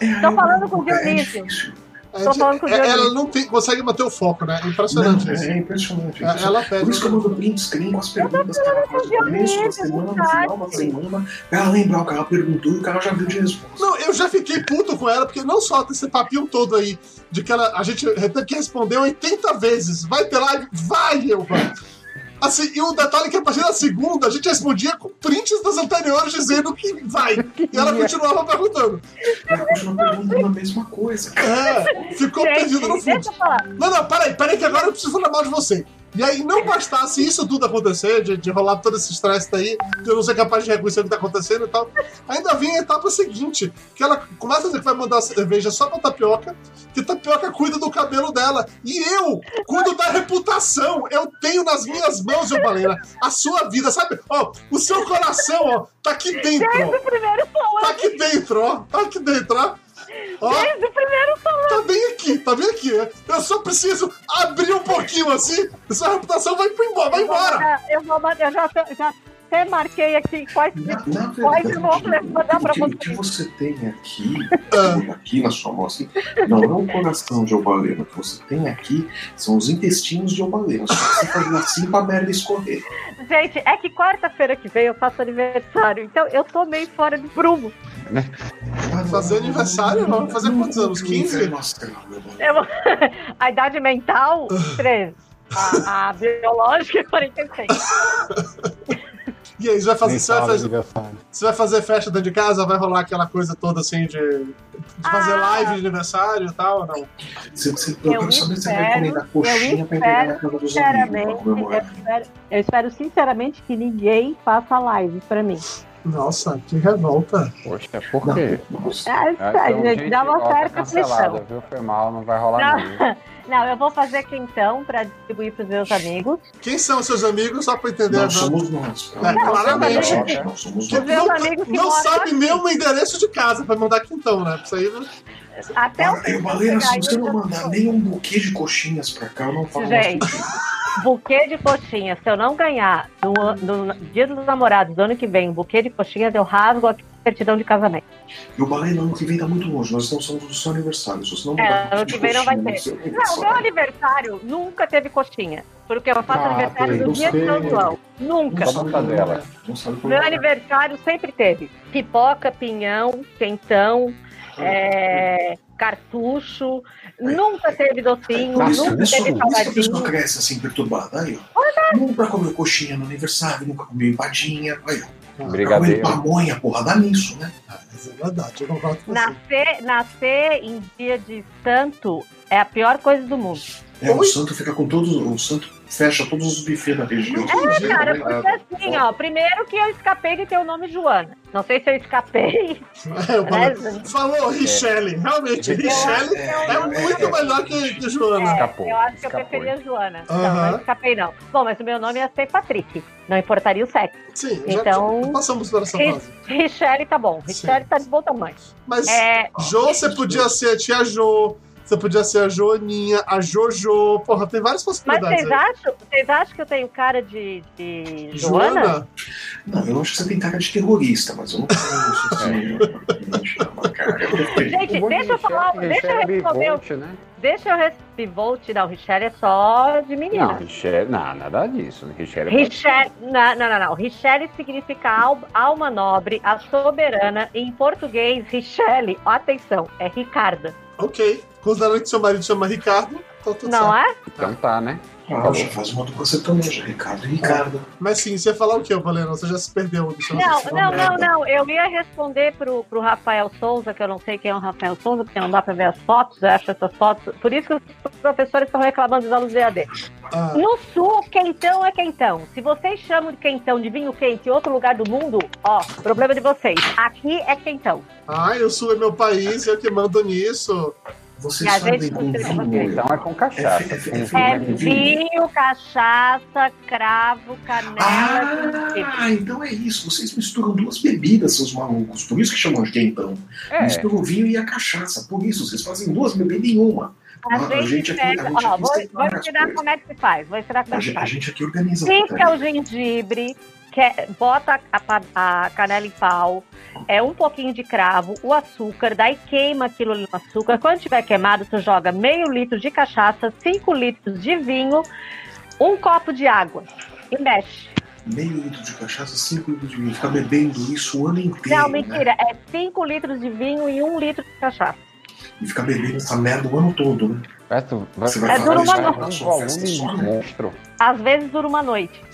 [SPEAKER 2] É,
[SPEAKER 1] Tô
[SPEAKER 2] aí,
[SPEAKER 1] falando com o
[SPEAKER 2] é
[SPEAKER 1] Dionísio.
[SPEAKER 2] difícil.
[SPEAKER 3] a
[SPEAKER 1] Tô
[SPEAKER 3] gente-
[SPEAKER 1] falando com o
[SPEAKER 3] é- ela
[SPEAKER 1] Dionísio.
[SPEAKER 3] não tem- consegue manter o foco, né? Impressionante
[SPEAKER 2] Não,
[SPEAKER 3] isso.
[SPEAKER 2] é impressionante.
[SPEAKER 3] É, Ela
[SPEAKER 2] Por
[SPEAKER 3] pede.
[SPEAKER 2] isso que eu mando print screen com as perguntas que ela faz no
[SPEAKER 1] com o
[SPEAKER 2] começo da
[SPEAKER 1] Dionísio,
[SPEAKER 2] semana, no
[SPEAKER 1] verdade.
[SPEAKER 2] final da semana, pra ela lembrar o que ela perguntou e o cara já viu de resposta.
[SPEAKER 3] Não, eu já fiquei puto com ela, porque não só desse papinho todo aí, de que ela, a gente tem que responder 80 vezes. Vai ter live? Vai, eu vai. Assim, e o detalhe é que a partir da segunda a gente respondia com prints das anteriores dizendo que vai. E ela continuava perguntando.
[SPEAKER 2] Ela continua perguntando a tá mesma coisa.
[SPEAKER 3] É, ficou perdido no
[SPEAKER 1] Gente,
[SPEAKER 3] fundo.
[SPEAKER 1] deixa eu falar.
[SPEAKER 3] Não, não, peraí, peraí, que agora eu preciso falar mal de você. E aí, não bastasse isso tudo acontecer, de, de rolar todo esse estresse daí, de eu não ser capaz de reconhecer o que tá acontecendo e tal, ainda vem a etapa seguinte, que ela começa a dizer que vai mandar a cerveja só pra tapioca, que tapioca cuida do cabelo dela. E eu cuido da reputação. Eu tenho nas minhas mãos, João Baleira, a sua vida, sabe? Ó, o seu coração, ó, tá aqui dentro.
[SPEAKER 1] Desde
[SPEAKER 3] ó.
[SPEAKER 1] o primeiro
[SPEAKER 3] Tá
[SPEAKER 1] falando,
[SPEAKER 3] aqui dentro, ó. Tá aqui dentro, ó. Ó,
[SPEAKER 1] desde o primeiro falando.
[SPEAKER 3] Tá bem aqui, tá bem aqui. Eu só preciso abrir um pouquinho assim, e sua reputação vai pro embora, vai embora.
[SPEAKER 1] Eu, vou mandar- eu já, já até marquei aqui quais
[SPEAKER 2] Na, na
[SPEAKER 1] Pode, eu né? vou
[SPEAKER 2] verdade,
[SPEAKER 1] mandar pra
[SPEAKER 2] o que, o
[SPEAKER 1] você.
[SPEAKER 2] que você tem aqui,
[SPEAKER 3] Ah.
[SPEAKER 2] aqui na sua mão, assim, não é o coração de Obalena. O que você tem aqui são os intestinos de Obalena. Só que você faz assim pra merda escorrer.
[SPEAKER 1] Gente, é que quarta-feira que vem eu faço aniversário, então eu tô meio fora de prumo.
[SPEAKER 2] Ah, não.
[SPEAKER 3] Fazer aniversário, não. Fazer quantos anos? 15?
[SPEAKER 2] Nossa, meu
[SPEAKER 1] Eu- a idade mental, 13. A, a biológica, 46.
[SPEAKER 3] E aí, você vai fazer,
[SPEAKER 5] Nem
[SPEAKER 3] você vai
[SPEAKER 5] fala, né?
[SPEAKER 3] fazer,
[SPEAKER 5] aniversário.
[SPEAKER 3] você vai fazer festa dentro de casa? Vai rolar aquela coisa toda assim de, de fazer
[SPEAKER 1] Ah.
[SPEAKER 3] live de aniversário e tal? Não.
[SPEAKER 2] Você, você, eu
[SPEAKER 1] Eu
[SPEAKER 2] quero saber se você vai
[SPEAKER 1] espero,
[SPEAKER 2] comer da coxinha pra entregar na casa dos amigos pra
[SPEAKER 1] Sinceramente, eu
[SPEAKER 2] comemorar.
[SPEAKER 1] espero, eu espero sinceramente que ninguém faça live pra mim.
[SPEAKER 3] Nossa, que revolta.
[SPEAKER 4] Poxa, por quê?
[SPEAKER 2] Nossa,
[SPEAKER 1] É,
[SPEAKER 4] Ah,
[SPEAKER 1] sério,
[SPEAKER 4] então,
[SPEAKER 1] gente, dá
[SPEAKER 4] ó,
[SPEAKER 1] uma
[SPEAKER 4] tá
[SPEAKER 1] certa
[SPEAKER 4] cancelado,
[SPEAKER 1] pressão.
[SPEAKER 4] viu? Foi mal, não vai rolar não.
[SPEAKER 1] Não, não, eu vou fazer quentão pra distribuir pros meus amigos.
[SPEAKER 3] Quem são seus amigos? Só pra entender.
[SPEAKER 2] Nós
[SPEAKER 3] né?
[SPEAKER 2] somos nós.
[SPEAKER 3] É, claramente.
[SPEAKER 2] Nós somos
[SPEAKER 3] Que
[SPEAKER 2] nós.
[SPEAKER 1] Meus
[SPEAKER 3] não
[SPEAKER 1] amigos que
[SPEAKER 3] não
[SPEAKER 1] moram
[SPEAKER 3] sabe
[SPEAKER 1] aqui.
[SPEAKER 3] mesmo o endereço de casa pra mandar quintão, né? Isso aí não-
[SPEAKER 1] Até o
[SPEAKER 2] Olha, eu, Balena, se
[SPEAKER 1] chegar,
[SPEAKER 2] você
[SPEAKER 1] eu
[SPEAKER 2] não
[SPEAKER 1] já-
[SPEAKER 2] mandar nem um buquê de coxinhas pra cá, eu não falo mais
[SPEAKER 1] Gente, buquê de coxinhas. Se eu não ganhar no, an- no dia dos namorados do ano que vem um buquê de coxinhas, eu rasgo a certidão de casamento.
[SPEAKER 2] E o balé ano que vem tá muito longe, nós não somos do seu aniversário. Se você não
[SPEAKER 1] É,
[SPEAKER 2] mudar
[SPEAKER 1] ano
[SPEAKER 2] de
[SPEAKER 1] que vem não vai
[SPEAKER 2] coxinha,
[SPEAKER 1] ter.
[SPEAKER 2] seu
[SPEAKER 1] Não,
[SPEAKER 2] aniversário.
[SPEAKER 1] meu aniversário nunca teve coxinha. Porque eu faço
[SPEAKER 5] Ah,
[SPEAKER 1] aniversário
[SPEAKER 5] tem,
[SPEAKER 1] no dia de São
[SPEAKER 5] tem.
[SPEAKER 1] João. Nunca.
[SPEAKER 2] Não
[SPEAKER 4] Só
[SPEAKER 2] sabe
[SPEAKER 4] pra
[SPEAKER 2] como é.
[SPEAKER 4] dela.
[SPEAKER 2] Não sabe como
[SPEAKER 1] Meu
[SPEAKER 2] é.
[SPEAKER 1] aniversário sempre teve pipoca, pinhão, quentão, é, cartucho. Nunca teve docinho,
[SPEAKER 2] Por isso,
[SPEAKER 1] nunca
[SPEAKER 2] por isso,
[SPEAKER 1] teve
[SPEAKER 2] por isso que a pessoa
[SPEAKER 1] salgadinho.
[SPEAKER 2] cresce assim, perturbada. Aí, ó. Nunca comeu coxinha no aniversário, nunca comeu empadinha. Aí, ó. Nunca comeu
[SPEAKER 4] Brigadeiro.
[SPEAKER 2] pamonha, porra, dá nisso, né?
[SPEAKER 3] Ah, mas é verdade, eu concordo com você.
[SPEAKER 1] Nascer, nascer em dia de santo é a pior coisa do mundo.
[SPEAKER 2] É, o
[SPEAKER 3] Oi?
[SPEAKER 2] santo fica com todos, o santo fecha todos os buffets da região.
[SPEAKER 3] É,
[SPEAKER 1] Cara, porque assim, ó, primeiro que eu escapei de ter o nome Joana. Não sei se eu escapei. né,
[SPEAKER 3] É, eu falei-
[SPEAKER 1] Mas-
[SPEAKER 3] Falou Richelle, realmente,
[SPEAKER 4] É.
[SPEAKER 3] Richelle é
[SPEAKER 1] um
[SPEAKER 3] muito melhor que, que Joana.
[SPEAKER 4] Escapou.
[SPEAKER 1] Eu acho que eu
[SPEAKER 4] escapou.
[SPEAKER 1] preferia Joana.
[SPEAKER 3] Aham.
[SPEAKER 1] Não, não escapei, não. Bom, mas o meu nome ia ser Patrick. Não importaria o sexo.
[SPEAKER 3] Sim,
[SPEAKER 1] Então- é
[SPEAKER 3] já, já passamos por essa
[SPEAKER 1] Sim.
[SPEAKER 3] fase.
[SPEAKER 1] Richelle tá bom. Richelle tá de bom tamanho.
[SPEAKER 3] Mas
[SPEAKER 1] É,
[SPEAKER 3] Jo, você podia ser a tia Jo, você podia ser a Joaninha, a Jojo, porra, tem várias
[SPEAKER 1] mas
[SPEAKER 3] possibilidades.
[SPEAKER 1] vocês
[SPEAKER 3] né?
[SPEAKER 1] acham, vocês acham que eu tenho cara de, de Joana?
[SPEAKER 3] Joana?
[SPEAKER 2] Não, eu acho que você tem cara de terrorista, mas eu não falo isso assim. não chama, cara.
[SPEAKER 1] Gente, deixa eu falar, deixa eu responder, o-
[SPEAKER 4] Bolt, né?
[SPEAKER 1] deixa eu responder, Volt, não, Richelle é só de
[SPEAKER 4] Não,
[SPEAKER 1] menina.
[SPEAKER 4] Richelle, não, nada disso. Richelle é
[SPEAKER 1] Richelle, não, não, não, não. Richelle significa al- alma nobre, a soberana. Em português, Richelle, atenção, é Ricarda.
[SPEAKER 3] Ok. Considerando que seu marido chama Ricardo, tá tudo
[SPEAKER 1] não
[SPEAKER 3] certo.
[SPEAKER 1] é?
[SPEAKER 4] Então tá, né?
[SPEAKER 2] Ah, já faz uma dupla sertaneja, Ricardo e Ricardo.
[SPEAKER 3] Mas sim, você ia falar o que, Valena? Você já se perdeu. Você
[SPEAKER 1] Não,
[SPEAKER 3] você
[SPEAKER 1] não, não,
[SPEAKER 3] merda.
[SPEAKER 1] não. Eu ia responder pro, pro Rafael Souza, que eu não sei quem é o Rafael Souza, porque não dá pra ver as fotos, eu acho essas fotos. Por isso que os professores estão reclamando dos alunos do EAD.
[SPEAKER 3] Ah,
[SPEAKER 1] No sul, quentão é quentão. Se vocês chamam de quentão de vinho quente em outro lugar do mundo, ó, problema de vocês. Aqui é quentão.
[SPEAKER 3] ai, o Sul é meu país, eu que mando nisso.
[SPEAKER 2] Vocês
[SPEAKER 1] E às
[SPEAKER 2] sabem
[SPEAKER 1] vezes
[SPEAKER 2] com
[SPEAKER 1] você-
[SPEAKER 2] vinho.
[SPEAKER 4] Então é com cachaça.
[SPEAKER 2] É, é, é,
[SPEAKER 4] Sim,
[SPEAKER 1] É
[SPEAKER 4] mas
[SPEAKER 2] vinho.
[SPEAKER 1] vinho, cachaça, cravo, canela. tudo.
[SPEAKER 2] Ah, então é isso. Vocês misturam duas bebidas, seus malucos. Por isso que chamam de então.
[SPEAKER 4] é.
[SPEAKER 2] Misturam o vinho e a cachaça. Por isso, vocês fazem duas bebidas em uma.
[SPEAKER 1] A
[SPEAKER 2] Ah, a gente
[SPEAKER 1] gente
[SPEAKER 2] aqui-
[SPEAKER 1] pega.
[SPEAKER 2] a gente
[SPEAKER 1] Ó,
[SPEAKER 2] aqui
[SPEAKER 1] vou,
[SPEAKER 2] tem
[SPEAKER 1] vou
[SPEAKER 2] várias
[SPEAKER 1] ensinar
[SPEAKER 2] coisas.
[SPEAKER 1] como é que se faz. Vou ensinar como
[SPEAKER 2] A
[SPEAKER 1] é que se
[SPEAKER 2] gente, a
[SPEAKER 1] faz.
[SPEAKER 2] gente aqui organiza. né?
[SPEAKER 1] Pica é o gengibre, que- é, bota a, pa- a canela em pau, é um pouquinho de cravo, o açúcar, daí queima aquilo ali no açúcar. Quando tiver queimado, você joga meio litro de cachaça, 5 litros de vinho, um copo de água e mexe.
[SPEAKER 2] Meio litro de cachaça, cinco litros de vinho. Ficar bebendo isso o ano inteiro.
[SPEAKER 1] Não,
[SPEAKER 2] Né?
[SPEAKER 1] mentira, é 5 litros de vinho e 1 litro de cachaça.
[SPEAKER 2] E ficar bebendo essa merda o ano todo, né?
[SPEAKER 4] Mas tu vai
[SPEAKER 2] Você vai
[SPEAKER 4] vai-
[SPEAKER 1] falar isso
[SPEAKER 4] vai-
[SPEAKER 1] na
[SPEAKER 4] vai-
[SPEAKER 2] nossa
[SPEAKER 4] um
[SPEAKER 2] festa
[SPEAKER 4] volume
[SPEAKER 2] só, né?
[SPEAKER 4] monstro.
[SPEAKER 1] Às vezes dura uma noite.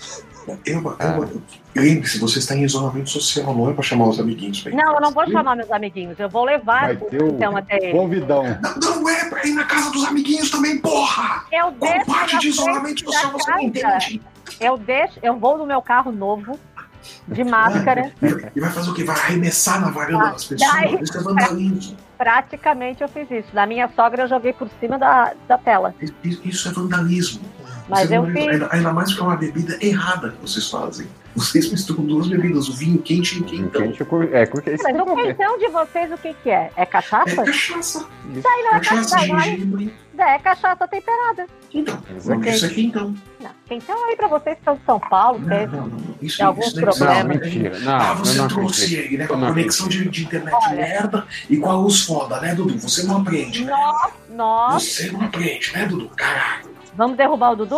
[SPEAKER 2] Eu, eu, lembre-se, você está em isolamento social, não é pra chamar os amiguinhos. pra ir
[SPEAKER 1] Não, eu não vou
[SPEAKER 2] Sim.
[SPEAKER 1] chamar meus amiguinhos, eu vou levar
[SPEAKER 5] Vai
[SPEAKER 1] o
[SPEAKER 5] ter o-
[SPEAKER 1] então até ele.
[SPEAKER 5] Convidão.
[SPEAKER 2] Não, não é pra ir na casa dos amiguinhos também, porra!
[SPEAKER 1] Eu
[SPEAKER 2] Qual
[SPEAKER 1] desço
[SPEAKER 2] parte
[SPEAKER 1] na
[SPEAKER 2] de isolamento
[SPEAKER 1] frente da
[SPEAKER 2] social você não
[SPEAKER 1] casa.
[SPEAKER 2] entende?
[SPEAKER 1] Eu deixo, eu vou no meu carro novo, de máscara,
[SPEAKER 2] E vai fazer o quê? Vai arremessar na varanda
[SPEAKER 1] Ah,
[SPEAKER 2] das pessoas?
[SPEAKER 1] daí-
[SPEAKER 2] Isso é vandalismo.
[SPEAKER 1] praticamente eu fiz isso. Da minha sogra eu joguei por cima da, da tela.
[SPEAKER 2] Isso- Isso é vandalismo.
[SPEAKER 1] Mas
[SPEAKER 2] Isso é
[SPEAKER 1] eu
[SPEAKER 2] vandalismo.
[SPEAKER 1] fiz.
[SPEAKER 2] Ainda- Ainda mais que é uma bebida errada que vocês fazem. Vocês misturam duas bebidas, o vinho quente e o quentão.
[SPEAKER 4] Gente, cu- é, porque isso
[SPEAKER 1] Mas
[SPEAKER 4] que eu
[SPEAKER 1] o
[SPEAKER 4] vou ver.
[SPEAKER 1] quentão então, de vocês, o que que é? É
[SPEAKER 2] É
[SPEAKER 1] cachaça?
[SPEAKER 2] cachaça.
[SPEAKER 4] Isso-
[SPEAKER 2] Cachaça,
[SPEAKER 1] é cachaça, vai.
[SPEAKER 2] gengibre.
[SPEAKER 1] É, cachaça temperada.
[SPEAKER 2] Então,
[SPEAKER 4] Isso é
[SPEAKER 2] não, isso é quentão.
[SPEAKER 1] Não, quentão aí pra vocês que são de São Paulo,
[SPEAKER 2] Não,
[SPEAKER 1] vocês-
[SPEAKER 2] não, não. Isso,
[SPEAKER 1] Tem alguns
[SPEAKER 2] isso é deve ser-
[SPEAKER 4] Não,
[SPEAKER 1] problemas.
[SPEAKER 4] mentira. Não,
[SPEAKER 2] Ah,
[SPEAKER 4] eu
[SPEAKER 2] você
[SPEAKER 4] não
[SPEAKER 2] trouxe
[SPEAKER 4] acredito.
[SPEAKER 2] aí, né?
[SPEAKER 4] Eu
[SPEAKER 2] Com a
[SPEAKER 4] não
[SPEAKER 2] conexão de,
[SPEAKER 4] acredito.
[SPEAKER 2] de internet
[SPEAKER 1] Olha.
[SPEAKER 2] merda e com a luz foda, né, Dudu? Você não aprende, né?
[SPEAKER 1] Nossa, nossa,
[SPEAKER 2] Você não aprende, né, Dudu? Caralho.
[SPEAKER 1] vamos derrubar o Dudu?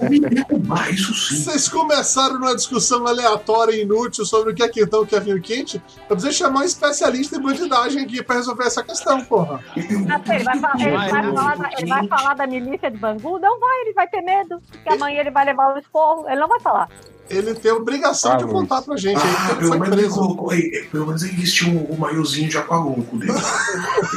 [SPEAKER 2] Não me derrubar, isso sim.
[SPEAKER 3] Vocês começaram numa discussão aleatória e inútil sobre o que é quentão, o que é vinho quente. Eu preciso chamar um especialista em bandidagem aqui pra resolver essa questão, porra.
[SPEAKER 2] um
[SPEAKER 1] Ah, Ele vai, falar, ele, vai
[SPEAKER 2] Mas,
[SPEAKER 1] falar da, ele vai falar da milícia de Bangu? Não vai, ele vai ter medo, porque amanhã ele vai levar o esporro. Ele não vai falar.
[SPEAKER 3] Ele tem a obrigação
[SPEAKER 4] Ah,
[SPEAKER 3] de
[SPEAKER 4] Luiz.
[SPEAKER 3] contar pra gente aí,
[SPEAKER 2] Ah,
[SPEAKER 3] porque ele
[SPEAKER 2] pelo
[SPEAKER 3] foi
[SPEAKER 2] menos ele
[SPEAKER 3] preso.
[SPEAKER 2] colocou aí, pelo menos ele vestiu o maiozinho de aqualonco dele. Ele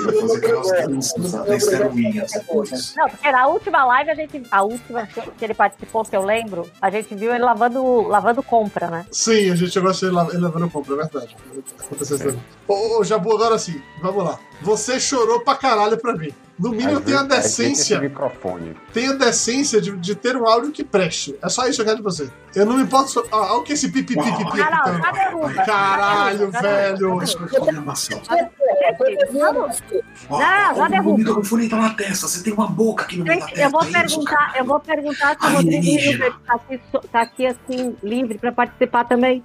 [SPEAKER 2] vai fazer aquelas
[SPEAKER 3] É.
[SPEAKER 2] danças da- da Esther Williams depois.
[SPEAKER 1] Não, porque na última live, a gente. A última que que ele participou, que eu lembro, a gente viu ele lavando, lavando compra, né?
[SPEAKER 3] Sim, a gente chegou a ser ele levando compra, é verdade. Aconteceu
[SPEAKER 4] É.
[SPEAKER 3] isso também. Ô, ô, Jabu, agora sim, vamos lá. Você chorou pra caralho pra mim. No mínimo
[SPEAKER 4] Às
[SPEAKER 3] tem a
[SPEAKER 4] vezes- às vezes
[SPEAKER 3] decência.
[SPEAKER 4] Esse microfone.
[SPEAKER 3] tem a decência de, de ter um áudio que preste. É só isso que eu quero de você. Eu não me importo. Olha o que esse pipi pipi pipi.
[SPEAKER 1] Ah, não,
[SPEAKER 3] tem.
[SPEAKER 1] já derruba. já
[SPEAKER 3] Caralho,
[SPEAKER 1] derruba, já
[SPEAKER 3] velho.
[SPEAKER 1] derruba.
[SPEAKER 2] Mas foi programação.
[SPEAKER 1] Gente, vamos-
[SPEAKER 2] Ó,
[SPEAKER 1] Ah,
[SPEAKER 2] ó,
[SPEAKER 1] já
[SPEAKER 2] o
[SPEAKER 1] derruba.
[SPEAKER 2] microfone tá na testa, você tem uma boca aqui no meio da
[SPEAKER 1] Gente,
[SPEAKER 2] testa.
[SPEAKER 1] eu vou
[SPEAKER 2] é isso,
[SPEAKER 1] perguntar,
[SPEAKER 2] cara?
[SPEAKER 1] eu vou perguntar se o
[SPEAKER 2] Ai,
[SPEAKER 1] Rodrigo
[SPEAKER 2] Lígia.
[SPEAKER 1] Hilbert tá aqui, so- tá aqui assim, livre pra participar também.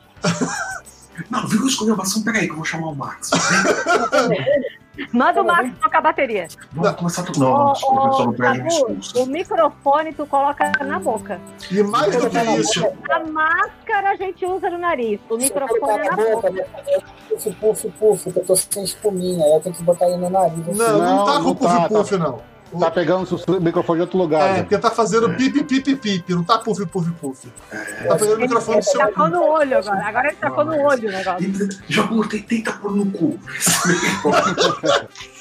[SPEAKER 2] Não, viu a escolhamação? Peraí que eu vou chamar o Max. Vem,
[SPEAKER 1] Manda o Max tocar a bateria.
[SPEAKER 2] Vamos começar tudo. Não, não,
[SPEAKER 1] Ô,
[SPEAKER 2] desculpa,
[SPEAKER 1] ô,
[SPEAKER 2] pessoal, não perde me
[SPEAKER 1] Sabu,
[SPEAKER 2] expulsa.
[SPEAKER 1] o microfone tu coloca na boca.
[SPEAKER 3] E mais do que isso,
[SPEAKER 1] A máscara a gente usa no nariz. O microfone é na boca.
[SPEAKER 3] né?
[SPEAKER 6] né? Puf, puf, puf, que eu tô sem espuminha, eu tenho que botar ele no nariz.
[SPEAKER 3] não, não,
[SPEAKER 5] Não,
[SPEAKER 3] tá com
[SPEAKER 5] não
[SPEAKER 3] puff
[SPEAKER 5] tá,
[SPEAKER 3] puff, não.
[SPEAKER 5] Tá pegando o su- microfone de outro lugar.
[SPEAKER 3] É,
[SPEAKER 5] né?
[SPEAKER 3] porque tá fazendo pipi pipi pipi, não tá puff puff puff.
[SPEAKER 4] É.
[SPEAKER 3] Tá pegando o microfone
[SPEAKER 1] Ele
[SPEAKER 3] do seu
[SPEAKER 1] tacou no olho agora. Agora ele tacou no olho o negócio.
[SPEAKER 2] Tenta- Já cortei, tenta pôr no cu.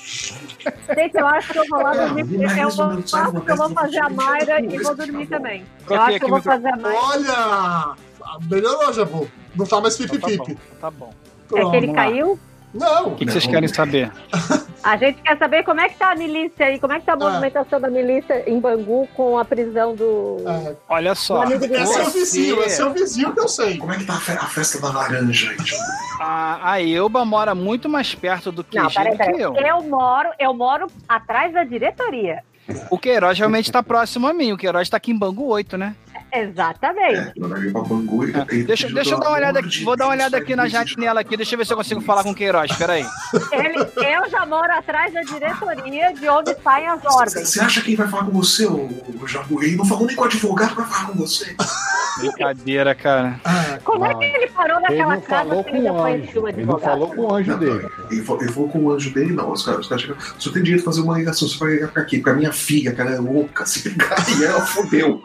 [SPEAKER 1] Gente, eu acho que eu vou lá dormir.
[SPEAKER 2] Mas
[SPEAKER 1] Eu
[SPEAKER 2] isso
[SPEAKER 1] vou,
[SPEAKER 2] não serve,
[SPEAKER 1] acho que eu vou fazer a Mayra e vou dormir também. Eu acho que eu vou fazer a Mayra.
[SPEAKER 3] Olha! Melhorou, Jabu. Não tá mais pipi
[SPEAKER 7] Então tá
[SPEAKER 3] pipi.
[SPEAKER 7] bom, tá bom.
[SPEAKER 1] É que ele
[SPEAKER 7] Vamos lá.
[SPEAKER 1] caiu.
[SPEAKER 3] Não,
[SPEAKER 7] O que, que vocês querem saber?
[SPEAKER 1] A gente quer saber como é que tá a milícia aí, como é que tá a movimentação da milícia em Bangu com a prisão do.
[SPEAKER 3] é,
[SPEAKER 7] Olha só.
[SPEAKER 1] Amigo
[SPEAKER 3] é seu vizinho, é
[SPEAKER 7] você-
[SPEAKER 3] seu vizinho que eu sei.
[SPEAKER 2] Como é que tá a fe- a festa da laranja aí? Tipo,
[SPEAKER 7] A, a Elba mora muito mais perto do QG
[SPEAKER 1] Não, peraí,
[SPEAKER 7] do que
[SPEAKER 1] peraí.
[SPEAKER 7] eu.
[SPEAKER 1] Eu moro, eu moro atrás da diretoria.
[SPEAKER 7] O Queiroz realmente tá próximo a mim. O Queiroz tá aqui em Bangu 8, né?
[SPEAKER 1] Exatamente.
[SPEAKER 2] É, do navio pra Bangu. ele- ele
[SPEAKER 7] Ah, Deixa,
[SPEAKER 2] pediu,
[SPEAKER 7] deixa eu
[SPEAKER 2] pelo
[SPEAKER 7] dar uma
[SPEAKER 2] amor
[SPEAKER 7] olhada
[SPEAKER 2] de
[SPEAKER 7] aqui. Vou dar uma
[SPEAKER 2] Deus,
[SPEAKER 7] olhada
[SPEAKER 2] sai
[SPEAKER 7] aqui na
[SPEAKER 2] do sítio.
[SPEAKER 7] janela aqui. Deixa eu ver se eu consigo falar com o Queiroz. Peraí.
[SPEAKER 1] Ele, eu já moro atrás da diretoria de onde saem as ordens.
[SPEAKER 2] Você acha que ele vai falar com você, ô, ô Jabu? Ele não falou nem com o advogado pra falar com você.
[SPEAKER 7] Brincadeira, cara.
[SPEAKER 3] Ah,
[SPEAKER 1] Como
[SPEAKER 5] Não,
[SPEAKER 1] é que ele parou
[SPEAKER 5] Ele
[SPEAKER 1] naquela
[SPEAKER 5] não
[SPEAKER 1] casa
[SPEAKER 5] falou
[SPEAKER 1] se
[SPEAKER 5] com
[SPEAKER 1] ele não
[SPEAKER 5] o
[SPEAKER 1] conhecia o
[SPEAKER 5] anjo. Ele não
[SPEAKER 1] advogado?
[SPEAKER 5] falou com o anjo
[SPEAKER 2] Não,
[SPEAKER 5] dele.
[SPEAKER 2] Ele falou, ele falou com o anjo dele, não. Os caras, os caras chegam. Você tem direito de fazer uma ligação, você vai ligar pra quê? Pra minha filha, que ela é louca, se pegar e ela fodeu.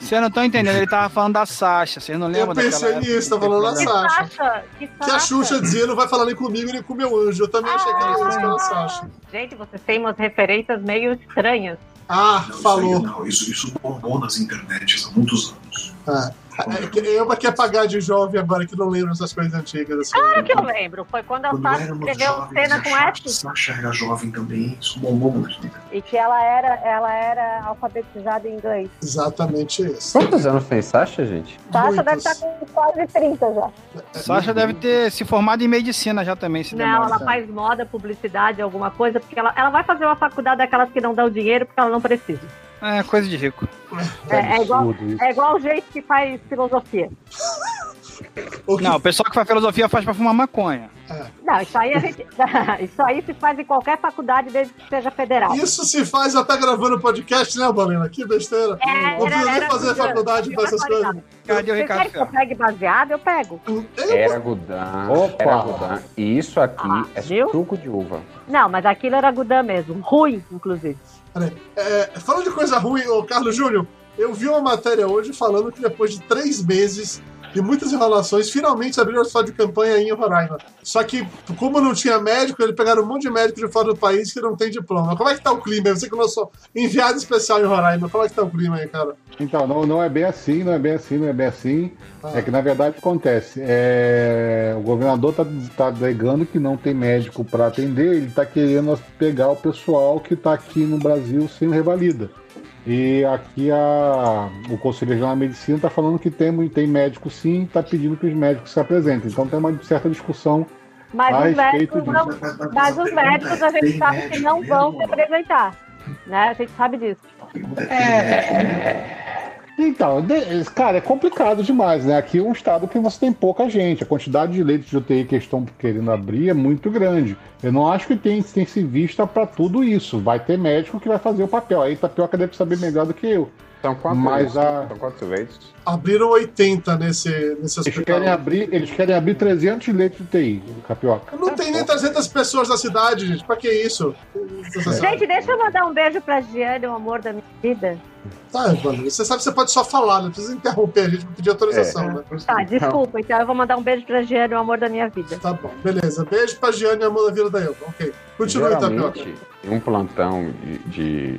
[SPEAKER 7] Vocês não estão entendendo. Ele tava falando da Sasha. Vocês não lembram
[SPEAKER 3] Eu pensei
[SPEAKER 7] daquela época
[SPEAKER 3] nisso, tá
[SPEAKER 7] que teve
[SPEAKER 3] falando da
[SPEAKER 7] problema?
[SPEAKER 1] Que
[SPEAKER 3] Sasha.
[SPEAKER 1] Sasha, que
[SPEAKER 3] Que a
[SPEAKER 1] Sasha.
[SPEAKER 3] Xuxa dizia não vai falar nem comigo nem com o meu anjo. Eu também achei que era isso que era a Sasha.
[SPEAKER 1] Gente, vocês têm umas referências meio estranhas.
[SPEAKER 2] Não,
[SPEAKER 3] Ah,
[SPEAKER 2] Isso, aí
[SPEAKER 3] falou.
[SPEAKER 2] não, isso, isso bombou nas internets há muitos anos.
[SPEAKER 3] Ah, é que- eu que é pagar de jovem agora que não lembro essas coisas antigas. Assim.
[SPEAKER 1] Claro que eu lembro. Foi quando a
[SPEAKER 2] Quando
[SPEAKER 1] Sasha
[SPEAKER 2] éramos
[SPEAKER 1] escreveu
[SPEAKER 2] jovens,
[SPEAKER 1] cena com
[SPEAKER 2] a Sasha-
[SPEAKER 1] Epstein
[SPEAKER 2] Sasha era jovem também, isso bombou muito.
[SPEAKER 1] e que ela era, ela era alfabetizada em inglês.
[SPEAKER 3] Exatamente isso.
[SPEAKER 4] Quantos anos tem Sasha, gente?
[SPEAKER 1] Sasha deve tá
[SPEAKER 3] Muitos.
[SPEAKER 1] estar com quase 30 já.
[SPEAKER 7] Sasha deve ter se formado em medicina já também, se
[SPEAKER 1] Não,
[SPEAKER 7] demora,
[SPEAKER 1] ela
[SPEAKER 7] tá?
[SPEAKER 1] faz moda, publicidade, alguma coisa, porque ela, ela vai fazer uma faculdade daquelas que não dão dinheiro porque ela não precisa.
[SPEAKER 7] É coisa de rico.
[SPEAKER 4] Que
[SPEAKER 1] É, é igual,
[SPEAKER 4] absurdo isso.
[SPEAKER 1] é igual o jeito que faz filosofia.
[SPEAKER 3] O que
[SPEAKER 7] Não, o pessoal que faz filosofia faz pra fumar maconha.
[SPEAKER 1] Não, isso aí, a gente, isso aí se faz em qualquer faculdade, desde que seja federal.
[SPEAKER 3] Isso se faz até gravando podcast, né, Balena? Que besteira.
[SPEAKER 1] É,
[SPEAKER 3] Ouviu
[SPEAKER 1] era-
[SPEAKER 3] nem
[SPEAKER 1] era-
[SPEAKER 3] fazer
[SPEAKER 1] era-
[SPEAKER 3] faculdade
[SPEAKER 1] era-
[SPEAKER 3] dessas
[SPEAKER 1] era-
[SPEAKER 3] coisas?
[SPEAKER 7] Cadê o
[SPEAKER 1] Vocês querem
[SPEAKER 7] Ricardo
[SPEAKER 1] que eu
[SPEAKER 7] Ferro?
[SPEAKER 1] pegue baseado? Eu pego.
[SPEAKER 4] Era Gudan.
[SPEAKER 5] Opa.
[SPEAKER 4] Era Gudan. E isso aqui
[SPEAKER 1] Ah,
[SPEAKER 4] é
[SPEAKER 1] viu?
[SPEAKER 4] suco de uva.
[SPEAKER 1] Não, mas aquilo era Gudan mesmo. Ruim, inclusive.
[SPEAKER 3] É, falando de coisa ruim, ô Carlos Júnior, eu vi uma matéria hoje falando que depois de três meses e muitas enrolações, finalmente abriram o hospital de campanha aí em Roraima. Só que, como não tinha médico, eles pegaram um monte de médico de fora do país que não tem diploma. Como é que tá o clima? aí? Você que lançou enviado especial em Roraima, como é que tá o clima aí, cara?
[SPEAKER 5] Então, não, não é bem assim, não é bem assim, não é bem assim.
[SPEAKER 3] Ah.
[SPEAKER 5] É que na verdade acontece. é, O governador tá, tá alegando que não tem médico para atender, ele tá querendo pegar o pessoal que tá aqui no Brasil sem revalida. E aqui a- o Conselho Regional de Medicina está falando que tem, mu- tem médico sim, está pedindo que os médicos se apresentem. Então tem uma certa discussão.
[SPEAKER 1] Mas
[SPEAKER 5] A
[SPEAKER 1] os
[SPEAKER 5] Ah, respeito
[SPEAKER 1] médicos,
[SPEAKER 5] disso.
[SPEAKER 1] não, mas os médicos a gente sabe que não vão se
[SPEAKER 2] se
[SPEAKER 1] apresentar. Né? A gente sabe disso.
[SPEAKER 5] Então, de- cara, é complicado demais, né? Aqui é um estado que você tem pouca gente. A quantidade de leitos de UTI que eles estão querendo abrir é muito grande. Eu não acho que tem, tem se vista para tudo isso. Vai ter médico que vai fazer o papel. Aí Tapioca deve saber melhor do que eu.
[SPEAKER 4] São quantos?
[SPEAKER 5] Mas a-
[SPEAKER 4] São quantos leitos?
[SPEAKER 3] Abriram 80 nesse, nesse
[SPEAKER 5] Eles
[SPEAKER 3] hospital.
[SPEAKER 5] querem abrir, eles querem abrir 300 leitos de UTI, Tapioca.
[SPEAKER 3] Não tem nem 300 pessoas na cidade, gente. Pra que isso?
[SPEAKER 1] Gente, deixa eu mandar um beijo pra Giane, o amor da minha vida.
[SPEAKER 3] Tá, Valena, você sabe que você pode só falar, não precisa interromper a gente pra pedir autorização, né?
[SPEAKER 1] Tá, desculpa. Então eu vou mandar um beijo pra Giane, o amor da minha vida.
[SPEAKER 3] Tá bom, beleza. Beijo pra Giane e a Amanda Vila da Elba. Ok. Continue, Tapioca.
[SPEAKER 4] Geralmente, em um plantão de, de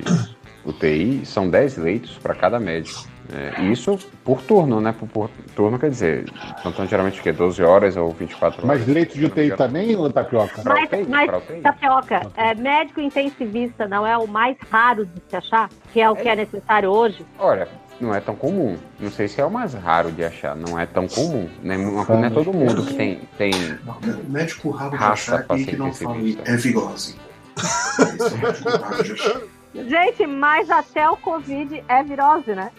[SPEAKER 4] UTI são 10 leitos para cada médico. É, e isso por turno, né? Por, por turno quer dizer, plantão geralmente o quê? 12 horas ou 24 horas? é
[SPEAKER 5] Mas leitos de UTI também, ô Tapioca?
[SPEAKER 4] Pra
[SPEAKER 1] Mas-
[SPEAKER 4] UTI,
[SPEAKER 1] mas-
[SPEAKER 4] pra UTI.
[SPEAKER 1] Tapioca, é, médico intensivista não é o mais raro de se achar, que é o que é necessário hoje.
[SPEAKER 4] Olha, não é tão comum. Não sei se é o mais raro de achar. Não é tão comum. Né? Não não é todo mundo que tem, tem
[SPEAKER 2] Não, o médico rabo de
[SPEAKER 4] Raça
[SPEAKER 2] achar
[SPEAKER 4] pra
[SPEAKER 2] aqui que
[SPEAKER 4] ser
[SPEAKER 2] não fala
[SPEAKER 4] pessimista.
[SPEAKER 2] é virose. Esse é o médico rabo de achar.
[SPEAKER 1] Gente, mas até o Covid é virose, né?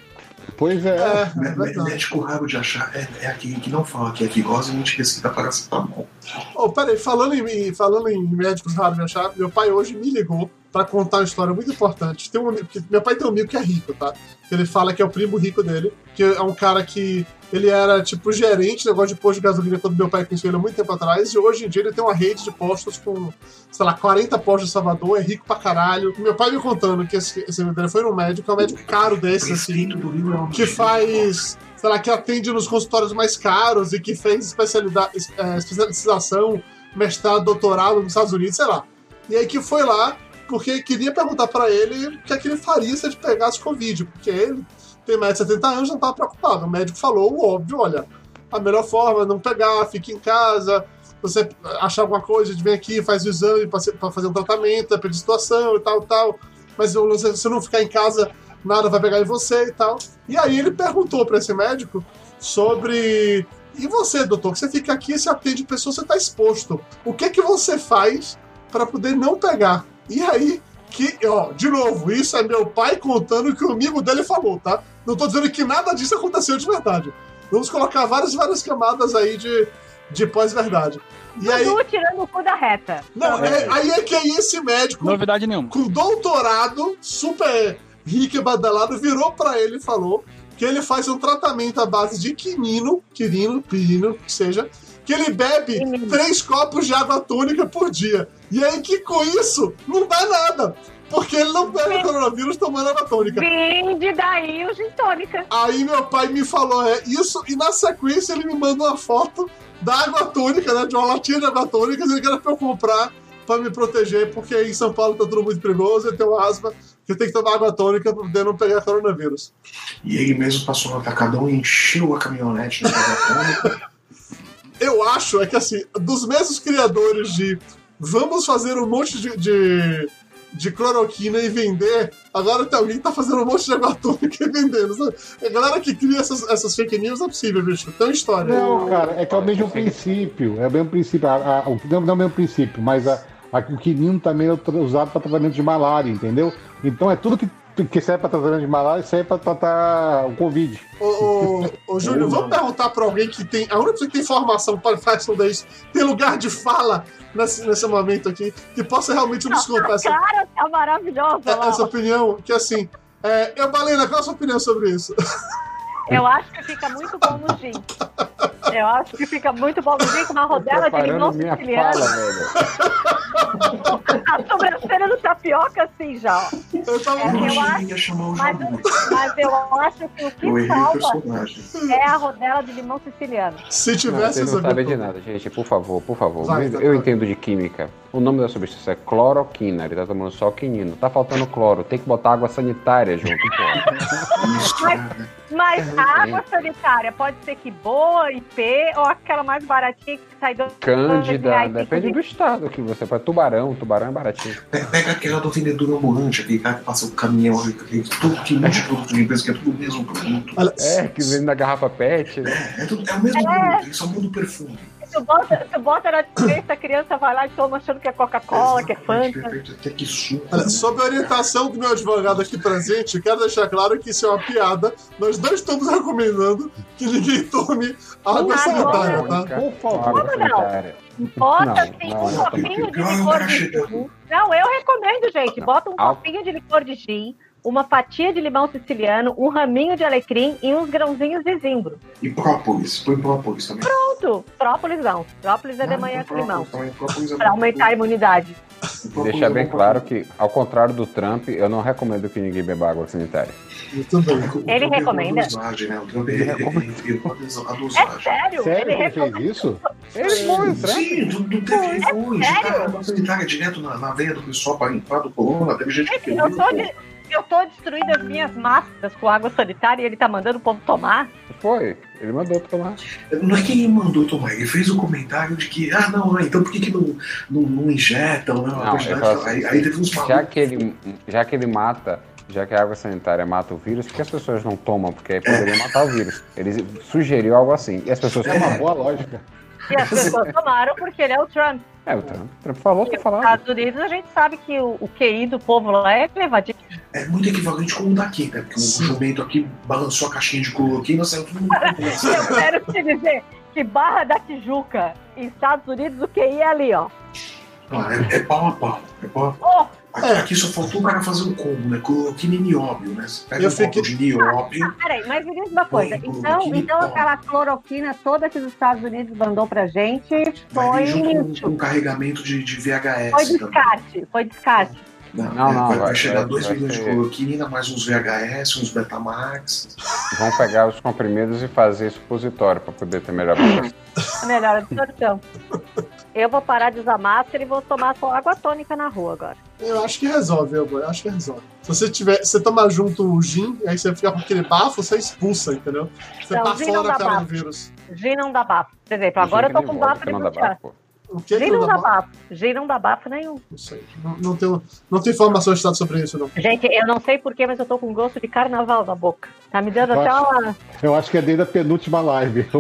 [SPEAKER 5] Pois
[SPEAKER 3] É,
[SPEAKER 5] é.
[SPEAKER 2] Mé-
[SPEAKER 3] é
[SPEAKER 2] mé-
[SPEAKER 3] verdade.
[SPEAKER 2] Médico rabo de achar é, é aquele que não fala que é virose e a gente receita paracetamol.
[SPEAKER 3] Oh, peraí, falando em, falando em médicos raros de achar, meu pai hoje me ligou pra contar uma história muito importante. Tem um amigo, que- meu pai tem um amigo que é rico, tá? Que ele fala que é o primo rico dele, que é um cara que. Ele era, tipo, gerente de negócio de posto de gasolina quando meu pai conheceu ele há muito tempo atrás, e hoje em dia ele tem uma rede de postos com, sei lá, 40 postos em Salvador, é rico pra caralho. Meu pai me contando que esse, esse amigo dele foi um médico, é um médico caro desse, assim
[SPEAKER 2] Prefeito do Rio é um
[SPEAKER 3] que faz, sei lá, que atende nos consultórios mais caros e que fez especialida- es- eh, especialização, mestrado, doutorado nos Estados Unidos, sei lá. E aí que foi lá porque queria perguntar pra ele o que é que ele faria se ele pegasse Covid, porque ele tem mais de 70 anos, não tava preocupado. O médico falou o óbvio, olha, a melhor forma é não pegar, fique em casa, você achar alguma coisa, vem aqui, faz o exame pra se- pra fazer um tratamento, depende de situação e tal, tal. Mas eu não sei, se você não ficar em casa, nada vai pegar em você e tal. E aí ele perguntou pra esse médico sobre. E você, doutor, que você fica aqui e você atende pessoas, você tá exposto. O que que você faz pra poder não pegar? E aí, que, ó, de novo, isso é meu pai contando o que o amigo dele falou, tá? Não tô dizendo que nada disso aconteceu de verdade. Vamos colocar várias e várias camadas aí de, de pós-verdade. E aí.
[SPEAKER 1] Continua tirando o cu da reta.
[SPEAKER 3] Não, é- aí é que aí esse médico
[SPEAKER 7] Novidade nenhuma.
[SPEAKER 3] com doutorado, super rico e badalado, virou pra ele e falou que ele faz um tratamento à base de quinino, quinino, pirino, que seja, que ele bebe
[SPEAKER 1] Quinino.
[SPEAKER 3] três copos de água tônica por dia. E aí que com isso não dá nada, porque ele não pega coronavírus tomando água tônica.
[SPEAKER 1] Vinde daí o gin tônica.
[SPEAKER 3] Aí meu pai me falou é isso, e na sequência ele me manda uma foto da água tônica, né? De uma latinha de água tônica, ele que era pra eu comprar pra me proteger, porque em São Paulo tá tudo muito perigoso, eu tenho asma, que eu tenho que tomar água tônica pra poder não pegar coronavírus.
[SPEAKER 2] E ele mesmo passou no atacadão e encheu a caminhonete de água
[SPEAKER 3] Eu acho é que assim, dos mesmos criadores de vamos fazer um monte de. de... de cloroquina e vender, agora tem alguém que tá fazendo um monte de água tônica e vendendo. sabe? A galera que cria essas, essas fake news não é possível, bicho. Tem uma história.
[SPEAKER 5] Não, cara, é que é o mesmo
[SPEAKER 4] Sim.
[SPEAKER 5] princípio. É o mesmo princípio. A- a- o- não, não é o mesmo princípio, mas a- a- o quinino também é tra- usado para tratamento de malária, entendeu? Então é tudo que, que serve para tratamento de malária serve para tratar o Covid.
[SPEAKER 3] Ô, ô, ô Júlio,
[SPEAKER 2] Ou
[SPEAKER 3] vamos
[SPEAKER 2] não.
[SPEAKER 3] perguntar pra alguém que tem. A única pessoa que tem formação para faz tudo isso, tem lugar de fala nesse, nesse momento aqui, que possa realmente nos contar essa,
[SPEAKER 1] Cara, tá maravilhosa. Lau.
[SPEAKER 3] essa opinião, que assim. É, eu, Balena, qual a sua opinião sobre isso?
[SPEAKER 1] Eu acho que fica muito bom no gin. Eu acho que fica muito bom no gin com uma rodela de limão
[SPEAKER 4] Preparando minha fala,
[SPEAKER 1] siciliano. Tá
[SPEAKER 4] velho.
[SPEAKER 1] A sobrancelha do tapioca, assim, já. ó.
[SPEAKER 3] Eu tava.
[SPEAKER 1] É, eu
[SPEAKER 2] Eu
[SPEAKER 1] acho-
[SPEAKER 2] achei que ia chamar o
[SPEAKER 1] mas-
[SPEAKER 2] Jabu.
[SPEAKER 1] Mas eu acho que o
[SPEAKER 2] Eu
[SPEAKER 1] que
[SPEAKER 2] errei o
[SPEAKER 1] salva
[SPEAKER 2] personagem.
[SPEAKER 1] é a rodela de limão siciliano.
[SPEAKER 3] Se
[SPEAKER 4] Não,
[SPEAKER 3] tivesse
[SPEAKER 4] vocês não
[SPEAKER 3] essa
[SPEAKER 4] sabem de
[SPEAKER 3] opinião-
[SPEAKER 4] nada, gente. Por favor, por favor.
[SPEAKER 3] Vai,
[SPEAKER 4] eu
[SPEAKER 3] vai,
[SPEAKER 4] eu
[SPEAKER 3] vai.
[SPEAKER 4] entendo de química. O nome da substância é cloroquina. Ele tá tomando só quinino. Tá faltando cloro. Tem que botar água sanitária junto. pô.
[SPEAKER 2] Isso, cara.
[SPEAKER 4] É,
[SPEAKER 1] Mas a água sanitária pode ser que boa, IP, ou aquela mais baratinha que sai do.
[SPEAKER 4] Cândida.
[SPEAKER 1] Ai,
[SPEAKER 4] Depende
[SPEAKER 1] que-
[SPEAKER 4] do estado que você faz. Tubarão. Tubarão é baratinho.
[SPEAKER 2] Pe- Pega aquela do vendedor ambulante, aquele cara que passa o caminhão, aquele tudo que monte de produto de limpeza, que é tudo o mesmo produto.
[SPEAKER 3] Olha,
[SPEAKER 4] É, que vem na garrafa pet. né?
[SPEAKER 2] É, é tudo- é o mesmo produto, ele só muda o perfume.
[SPEAKER 1] Tu bota, tu bota na dispensa, a criança vai lá e toma achando que é Coca-Cola, que é
[SPEAKER 2] Exatamente,
[SPEAKER 1] Fanta.
[SPEAKER 2] perfeito, Até que suco.
[SPEAKER 3] Olha, sob a orientação do meu advogado aqui presente, quero deixar claro que isso é uma piada. Nós não estamos recomendando que ninguém tome água
[SPEAKER 1] Não,
[SPEAKER 3] sanitária, tá?
[SPEAKER 4] Tônica,
[SPEAKER 5] Por favor.
[SPEAKER 4] água
[SPEAKER 1] Como não?
[SPEAKER 4] sanitária.
[SPEAKER 1] Bota
[SPEAKER 4] Não,
[SPEAKER 1] assim,
[SPEAKER 4] não,
[SPEAKER 1] um
[SPEAKER 4] não.
[SPEAKER 1] copinho de
[SPEAKER 2] Não, eu
[SPEAKER 1] licor
[SPEAKER 2] acho
[SPEAKER 1] de
[SPEAKER 2] que-
[SPEAKER 1] gin. Não, eu recomendo, gente. Bota um
[SPEAKER 4] Al-
[SPEAKER 1] copinho de licor de gin, uma fatia de limão siciliano, um raminho de alecrim e uns grãozinhos de zimbro.
[SPEAKER 2] E própolis, põe própolis também.
[SPEAKER 1] Pronto, própolis não. Própolis é de
[SPEAKER 2] Não,
[SPEAKER 1] manhã com
[SPEAKER 2] põe
[SPEAKER 1] limão.
[SPEAKER 2] própolis também, própolis é
[SPEAKER 1] Pra
[SPEAKER 2] bom.
[SPEAKER 1] aumentar a imunidade.
[SPEAKER 2] Própolis
[SPEAKER 4] Deixar
[SPEAKER 2] é
[SPEAKER 4] bem
[SPEAKER 2] bom
[SPEAKER 4] claro
[SPEAKER 2] pra-
[SPEAKER 4] que, ao contrário do Trump, eu não recomendo que ninguém beba água sanitária.
[SPEAKER 3] Muito bem.
[SPEAKER 2] É que o Trump
[SPEAKER 1] Ele
[SPEAKER 2] errou a
[SPEAKER 1] recomenda?
[SPEAKER 2] dosagem, né? O Trump ele- ele errou a dos- a
[SPEAKER 1] É
[SPEAKER 2] dosagem.
[SPEAKER 1] sério?
[SPEAKER 5] Sério
[SPEAKER 1] Ele
[SPEAKER 5] que ele
[SPEAKER 1] recomenda.
[SPEAKER 5] fez isso?
[SPEAKER 4] Ele foi o Trump.
[SPEAKER 2] Sim, do, do
[SPEAKER 1] é
[SPEAKER 2] TV hoje, tá? A água sanitária direto na, na veia do pessoal pra limpar do corona, teve gente que
[SPEAKER 1] Gente, É, eu tô, de- eu tô destruindo as minhas máscaras com água sanitária e ele tá mandando o povo tomar?
[SPEAKER 4] Foi. Ele mandou tomar.
[SPEAKER 2] Não é que ele mandou tomar, ele fez o comentário de que, ah, não, ah, então por que, que não, não, não injetam? Né, uma
[SPEAKER 4] Não,
[SPEAKER 2] quantidade
[SPEAKER 4] eu falo assim,
[SPEAKER 2] aí, aí teve uns
[SPEAKER 4] Já
[SPEAKER 2] malucos.
[SPEAKER 4] que ele, já que ele mata, já que a água sanitária mata o vírus, por que as pessoas não tomam? Porque aí poderia matar o vírus. Ele sugeriu algo assim. E as pessoas
[SPEAKER 5] É uma
[SPEAKER 4] tomaram.
[SPEAKER 5] boa lógica.
[SPEAKER 1] E as pessoas tomaram porque ele é o Trump.
[SPEAKER 4] É, o Trump, o Trump falou, tá
[SPEAKER 1] Nos
[SPEAKER 4] falando.
[SPEAKER 1] Estados Unidos a gente sabe que o, o QI do povo lá é elevadinho.
[SPEAKER 2] É muito equivalente com o daqui, né? Porque o jumento aqui balançou a caixinha de cloroquina, saiu tudo.
[SPEAKER 1] Eu quero te dizer que Barra da Tijuca, em Estados Unidos, o QI é ali, ó.
[SPEAKER 2] Ah, é, é pau a pau. É pau a pau.
[SPEAKER 1] Oh,
[SPEAKER 2] Aqui,
[SPEAKER 4] É.
[SPEAKER 2] aqui só faltou o cara fazer um combo, né? Cloroquina e nióbio, né? Você pega
[SPEAKER 3] Eu
[SPEAKER 2] um
[SPEAKER 3] fiquei-
[SPEAKER 2] copo de nióbio.
[SPEAKER 1] peraí, mas me diz uma coisa.
[SPEAKER 2] Oi, Bruno,
[SPEAKER 1] Então,
[SPEAKER 2] que
[SPEAKER 1] então
[SPEAKER 2] bom.
[SPEAKER 1] aquela cloroquina toda que os Estados Unidos mandou pra gente
[SPEAKER 2] Vai
[SPEAKER 1] foi
[SPEAKER 2] vir junto com, com
[SPEAKER 1] lixo.
[SPEAKER 2] um carregamento de, de VHS
[SPEAKER 1] Foi
[SPEAKER 2] também.
[SPEAKER 1] descarte, foi descarte.
[SPEAKER 2] Não,
[SPEAKER 4] Não,
[SPEAKER 2] é,
[SPEAKER 4] não,
[SPEAKER 2] vai, vai
[SPEAKER 4] vai-
[SPEAKER 2] chegar
[SPEAKER 4] vai-
[SPEAKER 2] 2
[SPEAKER 4] vai
[SPEAKER 2] milhões de
[SPEAKER 4] ser-
[SPEAKER 2] cloroquina, mais uns VHS, uns Betamax.
[SPEAKER 4] assim, Vão pegar os comprimidos e fazer supositório pra poder ter melhor proteção.
[SPEAKER 1] A melhor absorção. Eu vou parar de usar máscara e vou tomar só água tônica na rua agora.
[SPEAKER 3] Eu acho que resolve, eu acho que resolve. Se você tiver, você tomar junto o gin, aí você fica com aquele bafo, você expulsa, entendeu? Você
[SPEAKER 1] Não,
[SPEAKER 3] tá
[SPEAKER 1] gin não
[SPEAKER 3] fora
[SPEAKER 1] dá
[SPEAKER 3] o cara do
[SPEAKER 1] bafo.
[SPEAKER 3] vírus.
[SPEAKER 1] Gin não dá bafo. Por exemplo, agora eu tô com bafo de
[SPEAKER 4] não dá
[SPEAKER 1] butiá.
[SPEAKER 4] bafo.
[SPEAKER 3] O que
[SPEAKER 1] Gin
[SPEAKER 3] que
[SPEAKER 1] não dá
[SPEAKER 3] bafo?
[SPEAKER 1] bafo. Gin não dá bafo nenhum.
[SPEAKER 3] Não sei. Não, não tenho, não tenho informação de estado sobre isso, não.
[SPEAKER 1] Gente, eu não sei porquê, mas eu tô com gosto de carnaval na boca. Tá me dando até
[SPEAKER 5] Nossa.
[SPEAKER 1] uma.
[SPEAKER 5] Eu acho que é desde a penúltima live.
[SPEAKER 2] É,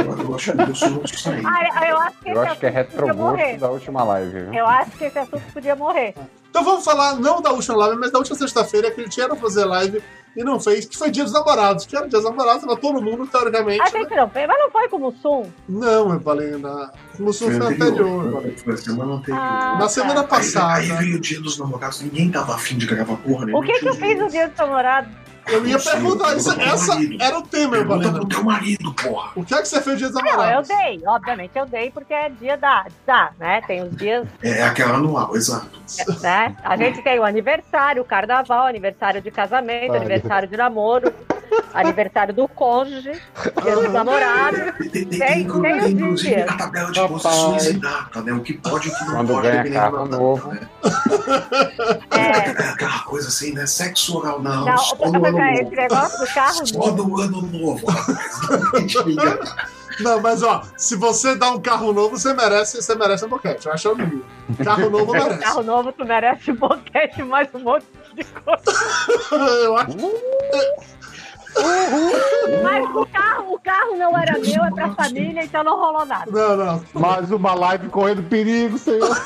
[SPEAKER 2] eu, eu acho que eu sou sair.
[SPEAKER 1] Ah, eu acho que
[SPEAKER 4] Eu acho que
[SPEAKER 1] assunto podia
[SPEAKER 4] é retrogosto
[SPEAKER 1] morrer.
[SPEAKER 4] da última live, viu?
[SPEAKER 1] Eu acho que esse assunto podia morrer.
[SPEAKER 3] Então vamos falar não da última live, mas da última sexta-feira que ele tinha era fazer live e não fez, que foi Dia dos Namorados, que era Dia dos Namorados, tava todo mundo, teoricamente.
[SPEAKER 1] Ah,
[SPEAKER 3] né?
[SPEAKER 1] gente, não, mas não foi com o Mussum?
[SPEAKER 3] Não, eu falei na. Como se
[SPEAKER 2] Foi
[SPEAKER 3] fosse anterior, eu falei.
[SPEAKER 2] anterior. Foi semana anterior.
[SPEAKER 1] Ah,
[SPEAKER 3] Na semana
[SPEAKER 2] Aí- Aí,
[SPEAKER 3] passada,
[SPEAKER 2] veio o dia dos namorados, ninguém tava afim de gravar porra nenhuma.
[SPEAKER 1] O que que eu fiz no dia dos namorados?
[SPEAKER 3] eu ia perguntar isso. Essa era o tema, eu falei.
[SPEAKER 2] Pergunta
[SPEAKER 3] né?
[SPEAKER 2] pro teu marido, porra.
[SPEAKER 3] O que é que você fez dia dos
[SPEAKER 1] Não, eu
[SPEAKER 3] namorados?
[SPEAKER 1] dei, obviamente eu dei, porque é dia da, da né? Tem os dias,
[SPEAKER 2] É aquela anual, exato.
[SPEAKER 1] né? A gente tem o aniversário, o carnaval, aniversário de
[SPEAKER 4] Ah.
[SPEAKER 1] casamento,
[SPEAKER 5] Olha.
[SPEAKER 1] aniversário de namoro, aniversário do cônjuge, dia
[SPEAKER 4] Ah.
[SPEAKER 1] dos namorados.
[SPEAKER 2] Tem, tem, tem,
[SPEAKER 1] Tem-
[SPEAKER 2] inclu-
[SPEAKER 1] tem os
[SPEAKER 2] inclusive
[SPEAKER 1] dias.
[SPEAKER 2] a tabela de
[SPEAKER 7] Rapaz.
[SPEAKER 2] posições e data, né? O que pode e o que não
[SPEAKER 4] Quando
[SPEAKER 2] pode.
[SPEAKER 4] ganha
[SPEAKER 2] dependendo
[SPEAKER 4] carro
[SPEAKER 2] da data,
[SPEAKER 4] novo.
[SPEAKER 2] né?
[SPEAKER 1] É,
[SPEAKER 2] É aquela coisa assim, né? Sexo oral não,
[SPEAKER 1] não,
[SPEAKER 2] só no ano
[SPEAKER 1] é esse
[SPEAKER 2] novo.
[SPEAKER 1] negócio do carro
[SPEAKER 2] Só
[SPEAKER 1] novo.
[SPEAKER 2] no ano novo, rapaz.
[SPEAKER 3] Não, mas ó, se você dá um carro novo, você merece, você merece um boquete. Eu acho o mínimo. Carro novo merece.
[SPEAKER 1] Carro novo, tu merece um boquete mais um monte de coisa.
[SPEAKER 3] Eu acho
[SPEAKER 1] Mas o carro, o carro não era meu, é pra família, então não rolou nada.
[SPEAKER 3] Não, não.
[SPEAKER 5] Mais uma live correndo perigo, senhor.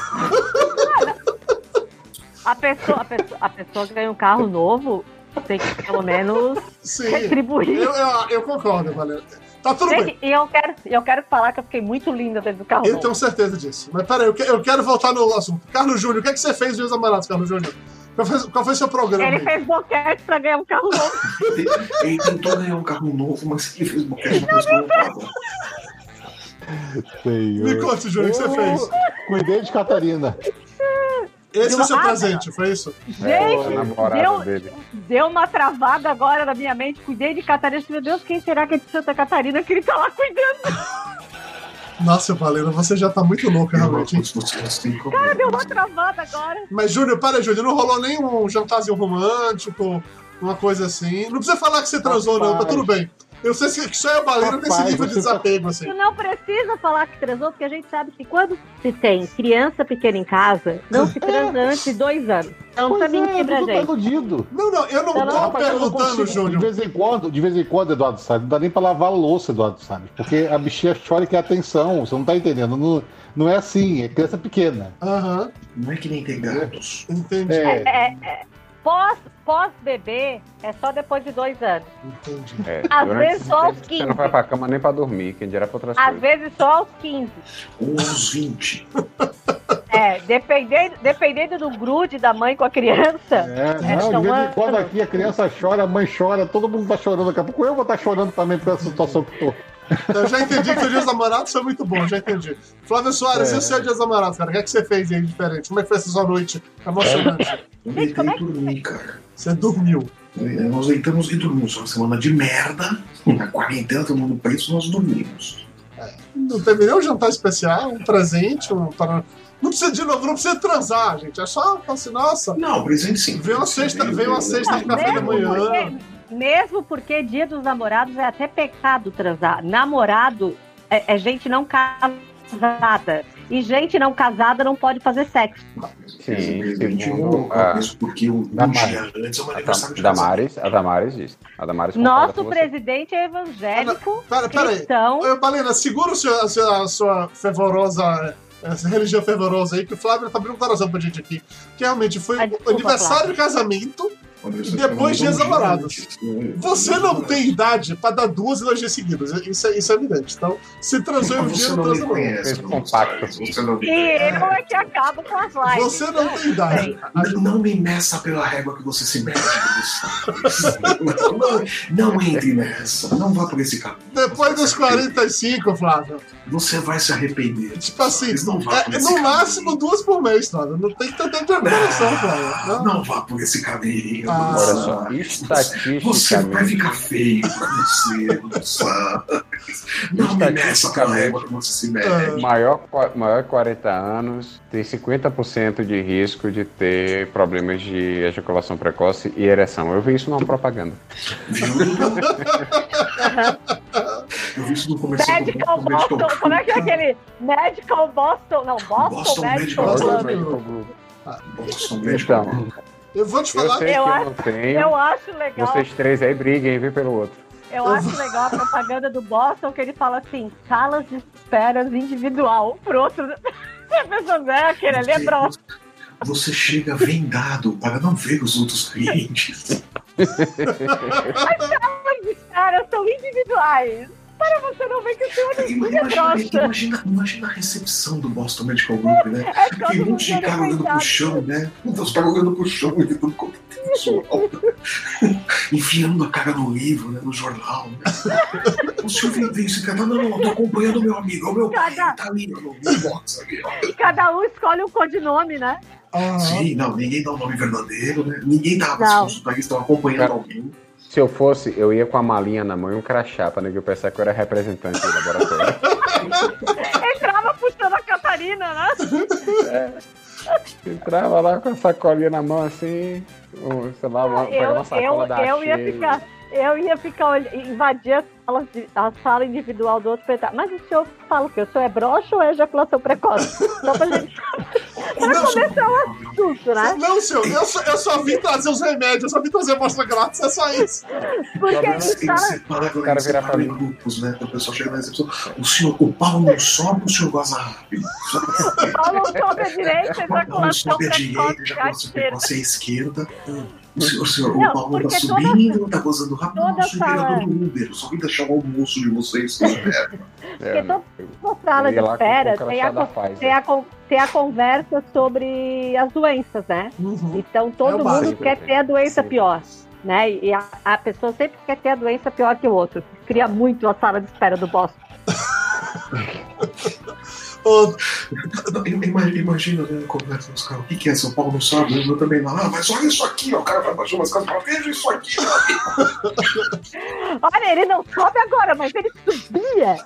[SPEAKER 1] A pessoa, a pessoa, a pessoa que ganha um carro novo tem que pelo menos É
[SPEAKER 3] Sim.
[SPEAKER 1] retribuir.
[SPEAKER 3] Eu, eu, eu concordo, Valéria. Tá tudo bem.
[SPEAKER 1] Gente, e eu quero, e eu quero falar que eu fiquei muito linda dentro do carro.
[SPEAKER 3] Eu
[SPEAKER 1] novo.
[SPEAKER 3] tenho certeza disso. Mas peraí, eu, que- eu quero voltar no assunto. Carlos Júnior, o que, é que você fez dia dos namorados, Carlos Júnior? Qual foi, qual foi seu programa?
[SPEAKER 1] Ele
[SPEAKER 3] aí?
[SPEAKER 1] fez boquete pra ganhar um carro novo.
[SPEAKER 2] Ele tentou ganhar um carro novo, mas ele fez boquete de coisa que não tava.
[SPEAKER 3] Me
[SPEAKER 5] senhor.
[SPEAKER 3] conte, Júnior, o que você fez?
[SPEAKER 5] Cuidei de Catarina.
[SPEAKER 3] Esse foi
[SPEAKER 1] Deu
[SPEAKER 3] seu
[SPEAKER 1] uma-
[SPEAKER 3] presente, foi isso?
[SPEAKER 4] É, a
[SPEAKER 1] Gente,
[SPEAKER 4] namorada
[SPEAKER 1] deu-
[SPEAKER 4] dele.
[SPEAKER 1] deu uma travada agora na minha mente. Cuidei de Catarina. Meu Deus, quem será que é de Santa Catarina que ele tá lá cuidando?
[SPEAKER 3] Nossa, Valena, você já tá muito louca, realmente. hein?
[SPEAKER 2] Você- você- você tem que-
[SPEAKER 1] Deu uma travada agora.
[SPEAKER 3] Mas, Júnior, para, Júnior, não rolou nenhum jantarzinho romântico, uma coisa assim. Não precisa falar que você transou, não, tá
[SPEAKER 5] Rapaz.
[SPEAKER 3] tudo bem. Eu sei se- que só é a Valena
[SPEAKER 5] Rapaz,
[SPEAKER 3] nesse nível de
[SPEAKER 5] você tá-
[SPEAKER 3] desapego, assim.
[SPEAKER 1] Tu não precisa falar que transou, porque a gente sabe que quando se tem criança pequena em casa, não se transa
[SPEAKER 3] É.
[SPEAKER 1] antes de dois anos. Então, não precisa mentir pra
[SPEAKER 5] tudo tá
[SPEAKER 1] gente.
[SPEAKER 5] iludido.
[SPEAKER 3] Não, não, eu não
[SPEAKER 1] Não, não,
[SPEAKER 3] tava
[SPEAKER 5] Rapaz, eu não
[SPEAKER 3] perguntando,
[SPEAKER 5] consigo. De
[SPEAKER 3] Júnior.
[SPEAKER 5] vez em quando, de vez em quando, Eduardo Salles, não dá nem pra lavar a louça, Eduardo Salles, porque a bichinha chora e quer atenção, você não tá entendendo. Não, não é assim, é criança pequena.
[SPEAKER 3] Aham,
[SPEAKER 2] Não é que nem tem gatos.
[SPEAKER 3] entendi,
[SPEAKER 5] É,
[SPEAKER 1] É, é, pós, pós bebê é só depois de dois anos.
[SPEAKER 3] entendi.
[SPEAKER 4] É,
[SPEAKER 1] Às
[SPEAKER 4] durante
[SPEAKER 1] vezes
[SPEAKER 4] esse
[SPEAKER 1] só
[SPEAKER 4] tempo
[SPEAKER 1] os
[SPEAKER 4] Você
[SPEAKER 1] 15.
[SPEAKER 4] não vai pra cama nem pra dormir, quem dirá pra outras
[SPEAKER 1] Às
[SPEAKER 4] coisas.
[SPEAKER 1] vezes só aos 15.
[SPEAKER 2] Ou uns 20.
[SPEAKER 1] É, dependendo, dependendo do grude da mãe com a criança.
[SPEAKER 5] é, não, de vez em quando aqui a criança chora, a mãe chora, todo mundo tá chorando. Daqui a pouco eu vou estar chorando também por essa situação que eu tô.
[SPEAKER 3] Eu Então, já entendi que o Dia dos Namorados foi muito bom, já entendi. Flávio Soares,
[SPEAKER 5] É.
[SPEAKER 3] e o seu Dia dos Namorados, cara? O que, é que você fez aí de diferente? Como é que foi essa sua noite emocionante?
[SPEAKER 5] É.
[SPEAKER 2] Eu
[SPEAKER 1] Gente,
[SPEAKER 2] deitei
[SPEAKER 1] como é
[SPEAKER 2] e dormi, cara. É,
[SPEAKER 3] Você dormiu.
[SPEAKER 2] Nós deitamos e dormimos. Uma semana de merda. Na quarentena, todo mundo preso, nós dormimos.
[SPEAKER 3] Não teve nem um jantar especial, um presente, um... para- Não precisa, de novo, não precisa transar, gente. É só, falar assim, nossa...
[SPEAKER 2] Não, presente sim.
[SPEAKER 3] Veio uma sexta- veio uma sexta
[SPEAKER 2] Veio-
[SPEAKER 3] pra É, café da
[SPEAKER 2] veio-
[SPEAKER 3] manhã.
[SPEAKER 1] porque, mesmo porque dia dos namorados é até pecado transar. Namorado é, é gente não casada. E gente não casada não pode fazer sexo.
[SPEAKER 4] Sim, Ah,
[SPEAKER 2] Infelizmente, eu não
[SPEAKER 4] segundo a,
[SPEAKER 2] isso um porque um um
[SPEAKER 4] Damares.
[SPEAKER 2] dia antes é um
[SPEAKER 4] a
[SPEAKER 2] aniversário de
[SPEAKER 4] Tam- Damares, a Damares disse. A Damares concorda
[SPEAKER 1] Nosso
[SPEAKER 4] com você.
[SPEAKER 1] presidente é evangélico,
[SPEAKER 3] Pera, pera aí.
[SPEAKER 1] cristão.
[SPEAKER 3] Ô, Balena, segura o seu- a sua, a sua fervorosa... é, Essa religião fervorosa aí, que o Flávio tá abrindo o coração pra gente aqui. Que realmente foi
[SPEAKER 1] Ah,
[SPEAKER 3] o
[SPEAKER 1] desculpa,
[SPEAKER 3] aniversário do casamento.
[SPEAKER 2] casamento. Um aniversário
[SPEAKER 3] E depois
[SPEAKER 2] de casamento,
[SPEAKER 3] dias namorados.
[SPEAKER 2] um dia antes.
[SPEAKER 3] Você não tem idade pra dar duas elogias seguidas. Isso é, isso é evidente. Então, se transou em um dia,
[SPEAKER 2] Você
[SPEAKER 3] não
[SPEAKER 2] não me
[SPEAKER 3] transou não.
[SPEAKER 2] conhece.
[SPEAKER 4] Fez
[SPEAKER 2] não
[SPEAKER 4] compacto.
[SPEAKER 2] sabe, Você não me
[SPEAKER 1] E
[SPEAKER 2] conhece.
[SPEAKER 1] ele é que acaba com as lives.
[SPEAKER 3] Você não tem idade.
[SPEAKER 2] Não- Não me meça pela régua que você se mete. Gustavo. não, não entre nessa. Não vá por esse caminho.
[SPEAKER 3] Depois dos 45, Flávio.
[SPEAKER 2] Você vai se arrepender.
[SPEAKER 3] Tipo assim,
[SPEAKER 2] Mas não vá por
[SPEAKER 3] é, é
[SPEAKER 2] esse
[SPEAKER 3] no
[SPEAKER 2] caminho.
[SPEAKER 3] máximo duas por mês, Flávio. Não tem que ter tempo de coração,
[SPEAKER 2] Não,
[SPEAKER 3] Flávio. Não.
[SPEAKER 2] não vá por esse caminho.
[SPEAKER 3] tá? Ah.
[SPEAKER 4] Olha
[SPEAKER 2] Gustavo.
[SPEAKER 4] só,
[SPEAKER 2] Você vai
[SPEAKER 4] estatisticamente,
[SPEAKER 2] ficar feio pra você, Gustavo. Não me meça pela régua que você se mete.
[SPEAKER 4] maior, qua- maior que 40 anos tem 50% de risco de ter problemas de ejaculação precoce e ereção. Eu vi isso numa propaganda.
[SPEAKER 2] Viu? Eu vi isso no comercial. do
[SPEAKER 1] Medical
[SPEAKER 2] Boston Medical
[SPEAKER 1] Boston, como é que é aquele? Medical Boston, não, Boston,
[SPEAKER 2] Boston
[SPEAKER 1] Medical
[SPEAKER 2] Medical
[SPEAKER 1] Club.
[SPEAKER 2] Boston Medical
[SPEAKER 4] Então,
[SPEAKER 3] Eu vou te
[SPEAKER 4] eu
[SPEAKER 3] falar.
[SPEAKER 4] sei que
[SPEAKER 1] Eu
[SPEAKER 4] eu
[SPEAKER 1] acho-
[SPEAKER 4] não tenho.
[SPEAKER 1] Eu acho legal,
[SPEAKER 4] Vocês três aí briguem, vem pelo outro.
[SPEAKER 1] eu acho legal a propaganda do Boston que ele fala assim, salas de esperas individual, pro outro. A pessoa, né, aquele ali é
[SPEAKER 2] Você-
[SPEAKER 1] próximo.
[SPEAKER 2] Você chega vendado para não ver os outros clientes.
[SPEAKER 1] Mas caras são individuais. Para você não ver que o é seu
[SPEAKER 2] Imagina,
[SPEAKER 1] grossa.
[SPEAKER 2] imagina- imagina a recepção do Boston Medical Group, né?
[SPEAKER 1] é
[SPEAKER 2] Tem
[SPEAKER 1] todo
[SPEAKER 2] um
[SPEAKER 1] mundo
[SPEAKER 2] monte de cara olhando pro
[SPEAKER 1] organizado.
[SPEAKER 2] chão, né? Então os caras olhando pro chão, evitando qualquer é pessoal. Enfiando a cara no livro, né? no jornal. Né? o senhor vem ver esse cara. Não, não, não, eu tô acompanhando o meu amigo. É o meu pai,
[SPEAKER 1] Cada-
[SPEAKER 2] ele tá ali, ó, no box ali, ó.
[SPEAKER 1] E cada um escolhe um codinome, né?
[SPEAKER 3] Ah,
[SPEAKER 2] Sim, não, ninguém dá o nome verdadeiro, né? Ninguém dava,
[SPEAKER 1] Não.
[SPEAKER 2] os consultores estavam acompanhando alguém.
[SPEAKER 4] Se eu fosse, eu ia com a malinha na mão e um crachá pra ninguém pensar que eu era representante do laboratório.
[SPEAKER 1] Entrava puxando a Catarina, né?
[SPEAKER 4] Entrava lá com a sacolinha na mão assim, um, sei lá, uma, pegava uma sacola
[SPEAKER 1] Ah, eu,
[SPEAKER 4] da
[SPEAKER 1] eu ia
[SPEAKER 4] Shein.
[SPEAKER 1] ficar, eu ia ficar olh- invadir as salas, de- a sala individual do outro pensar, mas o senhor fala o que? O senhor é broxa ou é ejaculação precoce? Só pra gente
[SPEAKER 3] não, senhor,
[SPEAKER 1] tudo, né?
[SPEAKER 3] não, senhor, eu só, eu só vim trazer os remédios, eu só vim trazer amostra grátis, é só isso.
[SPEAKER 1] Porque
[SPEAKER 4] um
[SPEAKER 1] a
[SPEAKER 2] Eles,
[SPEAKER 1] gente
[SPEAKER 2] eles
[SPEAKER 1] tá.
[SPEAKER 2] separam,
[SPEAKER 4] cara
[SPEAKER 2] eles
[SPEAKER 4] virar
[SPEAKER 2] separam
[SPEAKER 4] pra
[SPEAKER 2] em grupos, né? O pessoal chega na recepção. O senhor, o pau não sobe, o senhor goza rápido.
[SPEAKER 1] Paulo não sobe a
[SPEAKER 4] um
[SPEAKER 1] direita,
[SPEAKER 2] Paulo
[SPEAKER 1] ejaculação
[SPEAKER 2] sobe à direita,
[SPEAKER 1] precoce,
[SPEAKER 2] já começa o
[SPEAKER 1] gasteira.
[SPEAKER 2] precoce à esquerda. O senhor, o senhor,
[SPEAKER 1] Não,
[SPEAKER 2] o Paulo tá
[SPEAKER 1] porque toda-
[SPEAKER 2] subindo, tá gozando rápido.
[SPEAKER 1] toda
[SPEAKER 2] Nossa, o
[SPEAKER 1] sala-
[SPEAKER 2] imperador do Uber, eu só vim deixar o almoço de vocês. né?
[SPEAKER 4] É,
[SPEAKER 1] Porque toda
[SPEAKER 4] eu-
[SPEAKER 1] sala
[SPEAKER 4] eu ia lá com
[SPEAKER 1] de
[SPEAKER 4] o
[SPEAKER 1] férias
[SPEAKER 4] crachá
[SPEAKER 1] tem a,
[SPEAKER 4] da
[SPEAKER 1] con-
[SPEAKER 4] Pfizer.
[SPEAKER 1] tem, a, con- tem a conversa sobre as doenças, né? Então
[SPEAKER 3] É o
[SPEAKER 1] todo mundo
[SPEAKER 3] básico,
[SPEAKER 1] quer
[SPEAKER 4] né?
[SPEAKER 1] ter a doença
[SPEAKER 4] Sim.
[SPEAKER 1] pior, né? E a, a pessoa sempre quer ter a doença pior que o outro. Cria muito a sala de espera do boss.
[SPEAKER 3] Ô,
[SPEAKER 2] Não, ima- Imagina, né? Conversa com os caras. O que, que é? São Paulo não sabe? Eu também lá. Ah, mas olha isso aqui, ó. O cara vai baixar umas casas e fala, veja isso aqui.
[SPEAKER 1] Olha, ele não sobe agora, mas ele subia.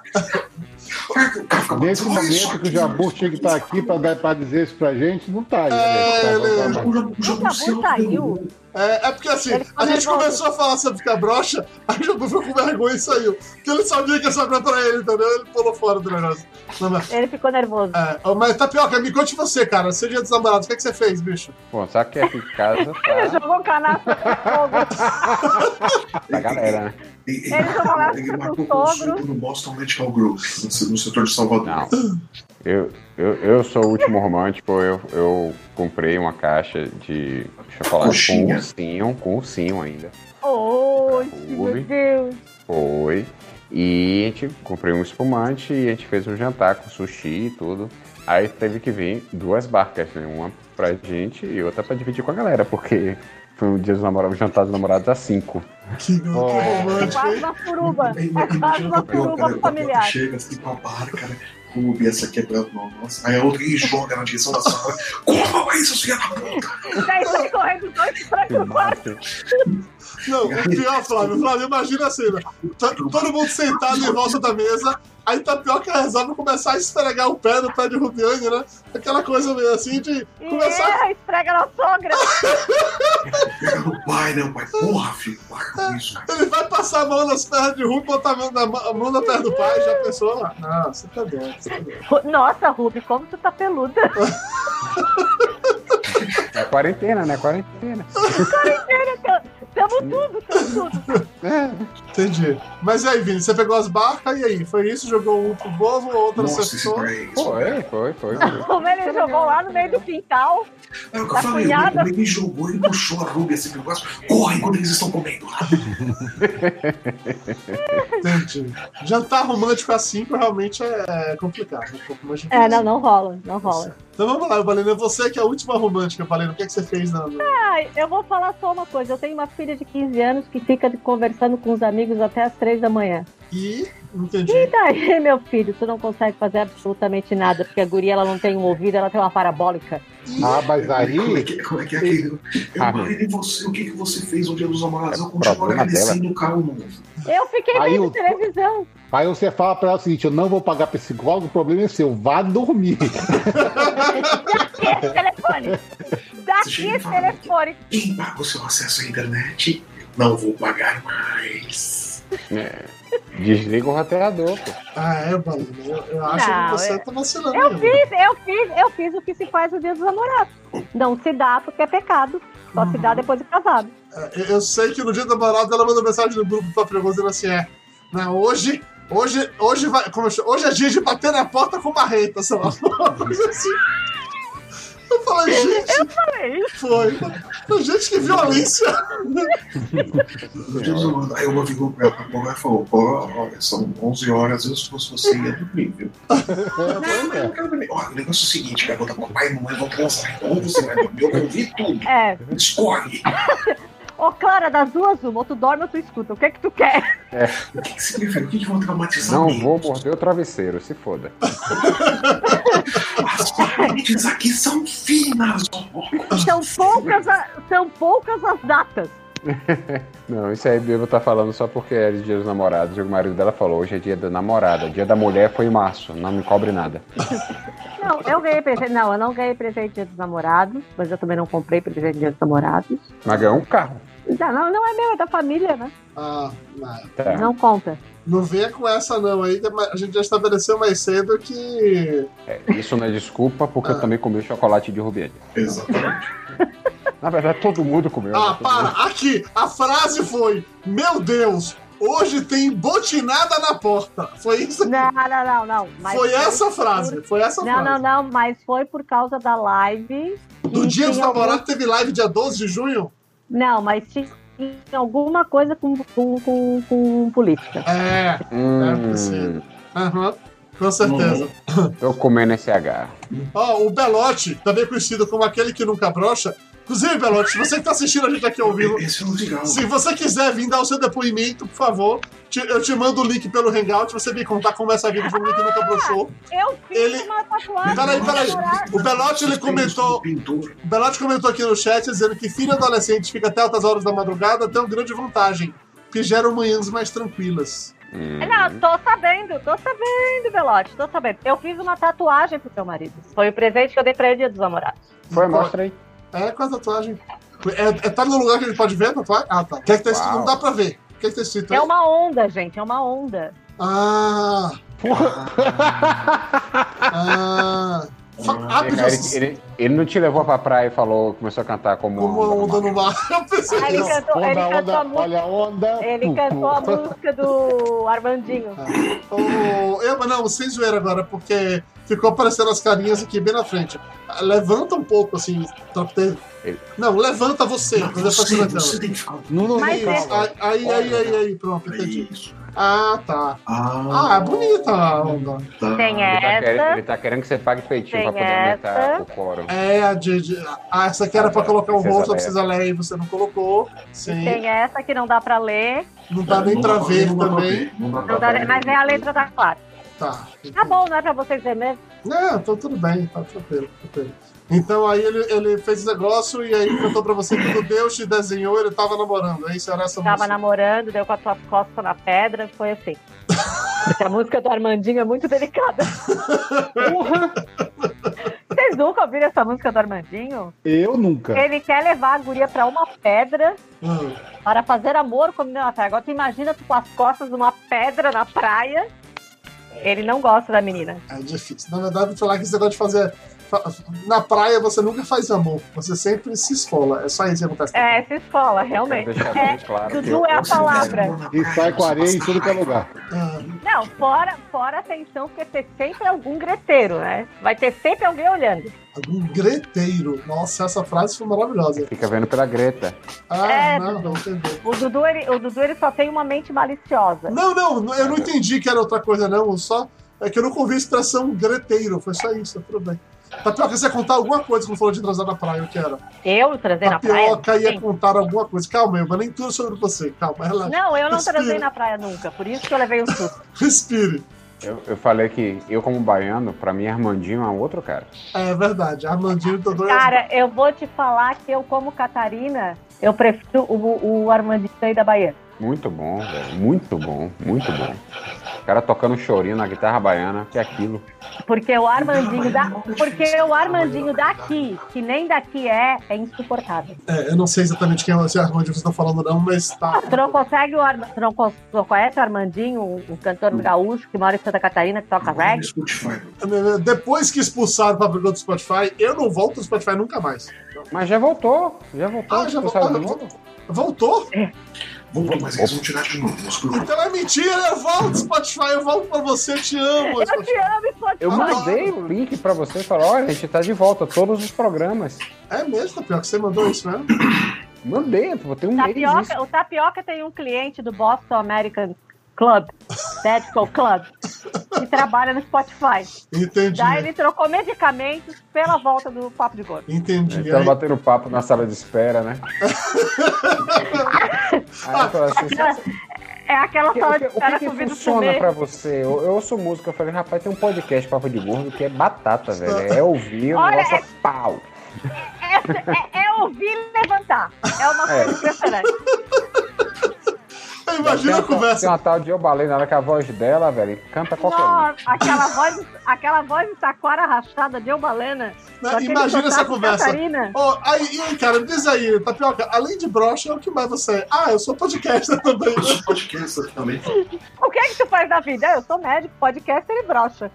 [SPEAKER 2] Olha, o cara fica
[SPEAKER 5] Nesse
[SPEAKER 2] balançando, olha isso
[SPEAKER 5] momento que o
[SPEAKER 2] aqui,
[SPEAKER 5] Jabu
[SPEAKER 2] ó.
[SPEAKER 5] tinha que estar aqui pra, dar- pra dizer isso pra gente, não tá aí. né?
[SPEAKER 3] É,
[SPEAKER 5] Tá, tá,
[SPEAKER 2] O
[SPEAKER 5] tá.
[SPEAKER 2] Jabu- o Jabu
[SPEAKER 1] Jabu
[SPEAKER 2] se
[SPEAKER 1] saiu.
[SPEAKER 2] autoderrubou.
[SPEAKER 3] É, é porque assim,
[SPEAKER 1] Ele
[SPEAKER 3] a
[SPEAKER 1] ficou
[SPEAKER 3] gente
[SPEAKER 1] nervoso.
[SPEAKER 3] começou a falar sobre ficar broxa, aí o Jabu ficou com vergonha e saiu. Porque ele sabia que ia sobrar pra ele, entendeu? Ele pulou fora do negócio. Não, mas,
[SPEAKER 1] Ele ficou nervoso.
[SPEAKER 4] Ah.
[SPEAKER 3] é, ô, mas Tapioca, me conte você, cara. Seu dia dos namorados, o que, é que você fez, bicho?
[SPEAKER 4] Bom, sabe que aqui em casa
[SPEAKER 1] Ele
[SPEAKER 4] tá
[SPEAKER 1] jogou canastra com fogo.
[SPEAKER 4] a galera, né?
[SPEAKER 2] Ele, ele,
[SPEAKER 1] Ele jogou lá
[SPEAKER 2] ele
[SPEAKER 1] com
[SPEAKER 2] marcou
[SPEAKER 1] o sogro.
[SPEAKER 2] consulta no Boston Medical Group, no, no setor de Salvador.
[SPEAKER 4] Não. Eu, eu, eu sou o último romântico, eu, eu comprei uma caixa de chocolate com
[SPEAKER 2] Coxinha.
[SPEAKER 4] ursinho, com ursinho ainda.
[SPEAKER 1] Oxe,
[SPEAKER 4] Ui.
[SPEAKER 1] meu Deus.
[SPEAKER 4] Foi. E a gente comprei um espumante e a gente fez um jantar com sushi e tudo. Aí teve que vir duas barcas, né? Uma pra gente e outra pra dividir com a galera, porque foi um dia dos namorados, jantar dos namorados a cinco.
[SPEAKER 3] Que, que
[SPEAKER 4] Oh.
[SPEAKER 1] É
[SPEAKER 3] romântico,
[SPEAKER 1] quase
[SPEAKER 3] hein?
[SPEAKER 1] uma
[SPEAKER 4] Tá
[SPEAKER 1] furuba. É quase
[SPEAKER 2] Imagina o
[SPEAKER 1] uma
[SPEAKER 2] papel, cara.
[SPEAKER 1] furuba
[SPEAKER 2] O papel
[SPEAKER 1] familiar.
[SPEAKER 2] chega assim com a barca, né? Clube, essa aqui é pra nós. Aí a outra que joga na direção da sala. Como é isso, filha da puta?
[SPEAKER 1] Daí sai correndo dois pra
[SPEAKER 4] Que
[SPEAKER 1] pro quarto.
[SPEAKER 4] massa.
[SPEAKER 3] Não, o pior, Flávio, Flávio, imagina a cena. Tá- todo mundo sentado em volta da mesa, aí Tapioca resolve começar a esfregar o pé no pé de Rubiane, né? Aquela coisa meio assim de
[SPEAKER 1] E
[SPEAKER 3] começar
[SPEAKER 1] erra, esfrega na sogra.
[SPEAKER 2] Pega no pai, né? O pai, porra, filho, para com isso, cara.
[SPEAKER 3] Ele vai passar a mão nas pernas de Rui, botar a mão na, ma- a mão na perna do pai, já pensou? Ah, não, você tá doido. você tá doido.
[SPEAKER 1] Ru- Nossa, Ruby, como tu tá peluda.
[SPEAKER 4] É quarentena, né? Quarentena.
[SPEAKER 1] Tamo tudo, tamo tudo.
[SPEAKER 3] Entendi. Mas e aí, Vini, você pegou as barcas e aí? Foi isso? Jogou um pro povo, outra
[SPEAKER 2] Nossa, esse
[SPEAKER 3] acertou?
[SPEAKER 2] cara é isso.
[SPEAKER 4] Foi, foi, foi. foi.
[SPEAKER 1] Como ele jogou lá no meio do quintal.
[SPEAKER 2] É o que
[SPEAKER 1] Da
[SPEAKER 2] eu falei,
[SPEAKER 1] cunhada.
[SPEAKER 2] o ele jogou, ele puxou a Ruby assim, negócio. Corre quando eles estão comendo. é-
[SPEAKER 3] Entendi. tá Jantar romântico a 5 tipo, realmente é complicado. É um pouco mais difícil.
[SPEAKER 1] É, não, não rola, não rola.
[SPEAKER 3] Então vamos lá, Balena. Você que é a última romântica, Balena. O que, é que você fez na. na-
[SPEAKER 1] Ai, eu vou falar só uma coisa. Eu tenho uma filha de 15 anos que fica conversando com os amigos até as 3 da manhã.
[SPEAKER 3] E. Não entendi.
[SPEAKER 1] E daí, meu filho, tu não consegue fazer absolutamente nada, porque a guria ela não tem um ouvido, ela tem uma parabólica.
[SPEAKER 5] Ah, mas
[SPEAKER 2] Como é
[SPEAKER 5] aí.
[SPEAKER 2] que, como é, que é aquele. Eu
[SPEAKER 4] Ah.
[SPEAKER 2] mandei você, o que, que você fez um dia dos namorados? Eu
[SPEAKER 4] É
[SPEAKER 2] continuo
[SPEAKER 4] problema dela.
[SPEAKER 2] agradecendo o carro novo.
[SPEAKER 1] Eu fiquei
[SPEAKER 5] Aí
[SPEAKER 1] vendo
[SPEAKER 5] o-
[SPEAKER 1] televisão.
[SPEAKER 5] Aí você fala pra ela o seguinte: eu não vou pagar psicólogo, o problema é seu, vá dormir.
[SPEAKER 1] Daqui esse telefone! Daqui esse telefone!
[SPEAKER 2] Quem paga o seu acesso à internet? Não vou pagar mais.
[SPEAKER 4] Desliga o roteador, pô.
[SPEAKER 3] Ah, é, Balena. Eu, eu acho
[SPEAKER 1] Não,
[SPEAKER 3] que você
[SPEAKER 1] é-
[SPEAKER 3] tá vacilando.
[SPEAKER 1] Eu
[SPEAKER 3] né?
[SPEAKER 1] fiz, eu fiz, eu fiz o que se faz no dia dos namorados. Não se dá porque é pecado. Só se
[SPEAKER 5] Uhum.
[SPEAKER 1] dá depois de casado.
[SPEAKER 3] Eu- Eu sei que no dia da balada ela mandou mensagem no grupo pra Fregoso dizendo assim: é, né, hoje, hoje, hoje vai. Como eu chamo? hoje é dia de bater na porta com marreta, sei lá. uma coisa assim. Eu falei, Mas, gente,
[SPEAKER 5] É
[SPEAKER 1] Falei.
[SPEAKER 3] foi. Mas, gente, que violência.
[SPEAKER 2] Aí uma virou pra pra Paula e falou: "Ó, olha, são 11 horas, eu se fosse você ia dormir, viu? Não, mas eu não quero dormir. Olha, o negócio é o seguinte, garota, papai e mamãe vão transar, então você vai dormir, eu ouvi tudo,
[SPEAKER 1] É.
[SPEAKER 2] escolhe.
[SPEAKER 1] Ô, Clara, das duas, uma, ou tu dorme ou tu escuta. O que é que tu quer?
[SPEAKER 2] O que, que você prefere? O que, que vão traumatizar
[SPEAKER 4] Não
[SPEAKER 2] menos?
[SPEAKER 4] vou morder o travesseiro, se foda.
[SPEAKER 2] As paredes aqui são finas, ó.
[SPEAKER 1] São poucas, a- são poucas as datas.
[SPEAKER 4] Não, isso aí a Bíblia tá falando só porque é dia dos namorados. E o marido dela falou, hoje é dia da namorada. Dia da mulher foi em março, não me cobre nada.
[SPEAKER 1] Não, eu ganhei presente. Não, eu não ganhei presente de dia dos namorados, mas eu também não comprei presente de dia dos namorados.
[SPEAKER 4] Mas ganhou um carro.
[SPEAKER 1] Não, não, não é meu, é da família, né?
[SPEAKER 3] Ah, não.
[SPEAKER 4] Tá.
[SPEAKER 1] Não conta.
[SPEAKER 3] Não venha com essa, não. Aí que a gente já estabeleceu mais cedo que.
[SPEAKER 4] Isso não é desculpa, porque eu também comi chocolate de rubi.
[SPEAKER 2] Exatamente.
[SPEAKER 4] Na verdade, todo mundo comeu.
[SPEAKER 3] Ah,
[SPEAKER 4] né? Todo mundo-
[SPEAKER 3] para! Aqui! A frase foi: Meu Deus, hoje tem botinada na porta. Foi isso?
[SPEAKER 1] Não, não, não, não. Mas é
[SPEAKER 3] foi essa frase. Foi essa
[SPEAKER 1] Não, não,
[SPEAKER 3] frase.
[SPEAKER 1] não, mas foi por causa da live.
[SPEAKER 3] Do
[SPEAKER 1] e
[SPEAKER 3] dia dos
[SPEAKER 1] tinha algum-
[SPEAKER 3] namorados teve live dia 12 de junho?
[SPEAKER 1] Não, mas tinha alguma coisa com, com, com, com política.
[SPEAKER 3] É. É possível.
[SPEAKER 4] Hum,
[SPEAKER 3] Aham. Com certeza.
[SPEAKER 4] tô comendo esse H.
[SPEAKER 3] Ó, o Belote, também conhecido como aquele que nunca brocha. Inclusive, Belote, você que tá assistindo a gente aqui ao vivo,
[SPEAKER 2] Esse é o legal.
[SPEAKER 3] Se você quiser vir dar o seu depoimento, por favor, te- eu te mando o link pelo Hangout, você me contar como é essa vida de um que nunca broxou.
[SPEAKER 1] Eu fiz
[SPEAKER 3] Ele-
[SPEAKER 1] uma tatuagem.
[SPEAKER 3] Peraí,
[SPEAKER 1] pra
[SPEAKER 3] peraí.
[SPEAKER 1] comemorar.
[SPEAKER 3] O Belote, ele comentou,
[SPEAKER 2] Pintor.
[SPEAKER 3] o Belote comentou aqui no chat, dizendo que filho adolescente fica até altas horas da madrugada, tem uma grande vantagem, que geram manhãs mais tranquilas.
[SPEAKER 4] Hum.
[SPEAKER 1] É, Não, tô sabendo, tô sabendo, Belote, tô sabendo. Eu fiz uma tatuagem pro seu marido. Foi o presente que eu dei pra ele dia dos namorados.
[SPEAKER 4] Foi, mostra aí.
[SPEAKER 3] É, com a tatuagem. É, é- tá no lugar que ele pode ver a tatuagem? Ah, tá. O que é que tá escrito?
[SPEAKER 4] Uau.
[SPEAKER 3] Não dá pra ver. O que é que tá escrito aí?
[SPEAKER 1] É uma onda, gente, é uma onda.
[SPEAKER 3] Ah, ah... Fa-
[SPEAKER 2] Ah,
[SPEAKER 3] Rápido,
[SPEAKER 4] É, Ele, ele- ele não te levou pra praia e falou, começou a cantar como
[SPEAKER 3] como a
[SPEAKER 4] no
[SPEAKER 3] onda
[SPEAKER 4] mar.
[SPEAKER 3] no mar. Eu pensei
[SPEAKER 1] Aí ele
[SPEAKER 3] nisso.
[SPEAKER 1] cantou, ele
[SPEAKER 5] Onda,
[SPEAKER 1] cantou a
[SPEAKER 5] onda,
[SPEAKER 1] música.
[SPEAKER 5] olha a onda.
[SPEAKER 1] Ele
[SPEAKER 5] Pum,
[SPEAKER 1] cantou a
[SPEAKER 5] pum.
[SPEAKER 1] música do Armandinho.
[SPEAKER 3] O- Eu, mas não, sem zoeira agora, porque ficou aparecendo as carinhas aqui bem na frente. Ah, Levanta um pouco, assim, pra ter...
[SPEAKER 4] Ele-
[SPEAKER 3] Não, levanta você.
[SPEAKER 2] Não,
[SPEAKER 3] fazer
[SPEAKER 2] você,
[SPEAKER 3] a
[SPEAKER 2] você
[SPEAKER 3] câmera.
[SPEAKER 2] tem que ficar.
[SPEAKER 5] Não, não,
[SPEAKER 1] Mas
[SPEAKER 3] Uhum.
[SPEAKER 5] não,
[SPEAKER 1] é-
[SPEAKER 5] calma.
[SPEAKER 3] Aí, aí, aí, aí, aí, pronto, entendi.
[SPEAKER 2] Isso.
[SPEAKER 3] Ah, tá.
[SPEAKER 2] Ah,
[SPEAKER 3] Ah, é bonita a onda.
[SPEAKER 2] tá.
[SPEAKER 1] Tem é.
[SPEAKER 4] Ele tá, querendo,
[SPEAKER 1] essa.
[SPEAKER 4] ele tá querendo que você pague peitinho
[SPEAKER 1] Tem
[SPEAKER 4] pra poder aumentar
[SPEAKER 1] essa.
[SPEAKER 4] o coro.
[SPEAKER 3] É, a de, de- Ah, essa aqui era pra colocar um rosto, a precisa ler e você não colocou. Sim.
[SPEAKER 1] Tem essa que não dá pra ler,
[SPEAKER 3] Não dá nem pra ver
[SPEAKER 2] não dá pra
[SPEAKER 3] também.
[SPEAKER 2] ver, Não dá
[SPEAKER 1] não
[SPEAKER 2] pra
[SPEAKER 1] dá,
[SPEAKER 2] ver.
[SPEAKER 1] mas é a letra da Clara.
[SPEAKER 3] Tá.
[SPEAKER 1] Tá bom, não é pra vocês ver mesmo?
[SPEAKER 3] Não, tô tudo bem, tá tranquilo, tranquilo. Então aí ele, ele fez esse negócio e aí contou pra você que quando Deus te desenhou, ele tava namorando. É isso, era essa
[SPEAKER 1] Tava
[SPEAKER 3] música.
[SPEAKER 1] namorando, deu com as suas costas na pedra, foi assim. Porque a música do Armandinho é muito delicada. Vocês nunca ouviram essa música do Armandinho?
[SPEAKER 5] Eu nunca.
[SPEAKER 1] Ele quer levar a guria pra uma pedra
[SPEAKER 3] Ah,
[SPEAKER 1] para fazer amor com a menina na praia. Agora tu imagina tu com as costas numa pedra na praia. Ele não gosta da menina.
[SPEAKER 3] é difícil. Na verdade, falar que esse negócio de fazer. fa- Na praia você nunca faz amor, você sempre se escola. É só isso que acontece.
[SPEAKER 1] É, se escola,
[SPEAKER 4] Quero
[SPEAKER 1] realmente.
[SPEAKER 4] deixar
[SPEAKER 1] É,
[SPEAKER 4] bem claro que
[SPEAKER 1] Dudu
[SPEAKER 4] eu-
[SPEAKER 1] é a
[SPEAKER 4] eu-
[SPEAKER 1] palavra.
[SPEAKER 5] E sai com areia em tudo que é lugar.
[SPEAKER 3] Ah,
[SPEAKER 1] Não, fora, fora atenção, porque tem sempre algum greteiro, né? Vai ter sempre alguém olhando.
[SPEAKER 3] algum um greteiro. Nossa, essa frase foi maravilhosa.
[SPEAKER 4] Fica vendo pela Greta.
[SPEAKER 3] Ah,
[SPEAKER 1] É,
[SPEAKER 3] não, não entendi.
[SPEAKER 1] O Dudu, ele, o Dudu, ele só tem uma mente maliciosa.
[SPEAKER 3] Não, não, eu não entendi que era outra coisa, não. eu Só é que eu nunca ouvi a expressão greteiro. Foi só isso, tudo bem. Tapioca, você ia contar alguma coisa quando falou de transar na praia, o que era?
[SPEAKER 1] Eu trazer na praia?
[SPEAKER 3] Tapioca é ia
[SPEAKER 1] Sim.
[SPEAKER 3] contar alguma coisa. Calma, eu nem tudo sobre você. Calma, relaxa.
[SPEAKER 1] Não, eu não
[SPEAKER 3] Respira.
[SPEAKER 1] transei na praia nunca, por isso que eu levei um susto.
[SPEAKER 3] Respire.
[SPEAKER 4] Eu, eu falei que eu, como baiano, pra mim, Armandinho é um outro cara.
[SPEAKER 3] É verdade, Armandinho tá doido.
[SPEAKER 1] Cara, eu vou te falar que eu, como Catarina, eu prefiro o, o Armandinho aí da Bahia.
[SPEAKER 4] Muito bom, velho. Muito bom, muito bom. O cara tocando chorinho na guitarra baiana, que é aquilo.
[SPEAKER 1] Porque o Armandinho da. Porque o Armandinho daqui, que nem daqui é, é insuportável.
[SPEAKER 3] É, eu não sei exatamente quem é esse Armandinho que você tá falando, não, mas tá.
[SPEAKER 1] Tu não consegue o Arma- tu não cons- tu não conhece o Armandinho, o o cantor gaúcho que mora em Santa Catarina, que toca
[SPEAKER 2] Agora no
[SPEAKER 1] reggae?
[SPEAKER 2] Spotify.
[SPEAKER 3] Depois que expulsaram o Fabrício do Spotify, eu não volto no Spotify nunca mais.
[SPEAKER 4] Mas já voltou, já voltou.
[SPEAKER 3] Ah, já
[SPEAKER 4] tu saiu
[SPEAKER 3] voltou.
[SPEAKER 4] do mundo?
[SPEAKER 3] Voltou?
[SPEAKER 2] Vamos, mas eles vão tirar de novo. mas por favor.
[SPEAKER 3] Então é mentira, eu volto, Spotify, eu volto pra você, eu te amo.
[SPEAKER 1] Eu te amo,
[SPEAKER 4] Eu
[SPEAKER 3] Ah,
[SPEAKER 4] mandei o link pra você e falei, olha, a gente tá de volta, todos os programas.
[SPEAKER 3] É mesmo, Tapioca? Você mandou isso né? mesmo?
[SPEAKER 4] Mandei, eu botei um mês isso.
[SPEAKER 1] Tapioca, o Tapioca tem um cliente do Boston American Club, Medical Club, que trabalha no Spotify.
[SPEAKER 3] Entendi.
[SPEAKER 1] Daí ele trocou medicamentos pela volta do Papo de Gordo.
[SPEAKER 3] Entendi.
[SPEAKER 4] Então
[SPEAKER 3] Aí-
[SPEAKER 4] bateram papo na sala de espera, né? Aí eu falei assim,
[SPEAKER 1] É aquela
[SPEAKER 4] o que,
[SPEAKER 1] sala de
[SPEAKER 4] o que,
[SPEAKER 1] espera
[SPEAKER 4] que
[SPEAKER 1] subindo
[SPEAKER 4] funciona
[SPEAKER 1] comer.
[SPEAKER 4] pra você? Eu, eu ouço música, eu falei, rapaz, tem um podcast Papo de Gordo que é batata, velho. É ouvir, o
[SPEAKER 1] Olha,
[SPEAKER 4] negócio é pau.
[SPEAKER 1] É, é ouvir e levantar. É uma
[SPEAKER 4] É.
[SPEAKER 1] coisa impressionante.
[SPEAKER 3] Imagina
[SPEAKER 4] tem
[SPEAKER 3] a
[SPEAKER 4] uma-
[SPEAKER 3] conversa.
[SPEAKER 4] Tem uma tal de Eu Balei, na hora que a voz dela, velho, canta qualquer um.
[SPEAKER 1] Nossa, aquela voz, aquela voz de taquara arrastada de uma lena.
[SPEAKER 3] né?
[SPEAKER 1] com aquele
[SPEAKER 3] Imagina essa
[SPEAKER 1] sotaque
[SPEAKER 3] conversa.
[SPEAKER 1] Catarina.
[SPEAKER 3] Ó, aí, e aí, cara, me diz aí, Tapioca, além de brocha, o que mais você é? Ah, eu sou podcaster também.
[SPEAKER 2] Eu sou podcaster também.
[SPEAKER 1] O que é que tu faz da vida? Eu sou médico, podcaster e brocha.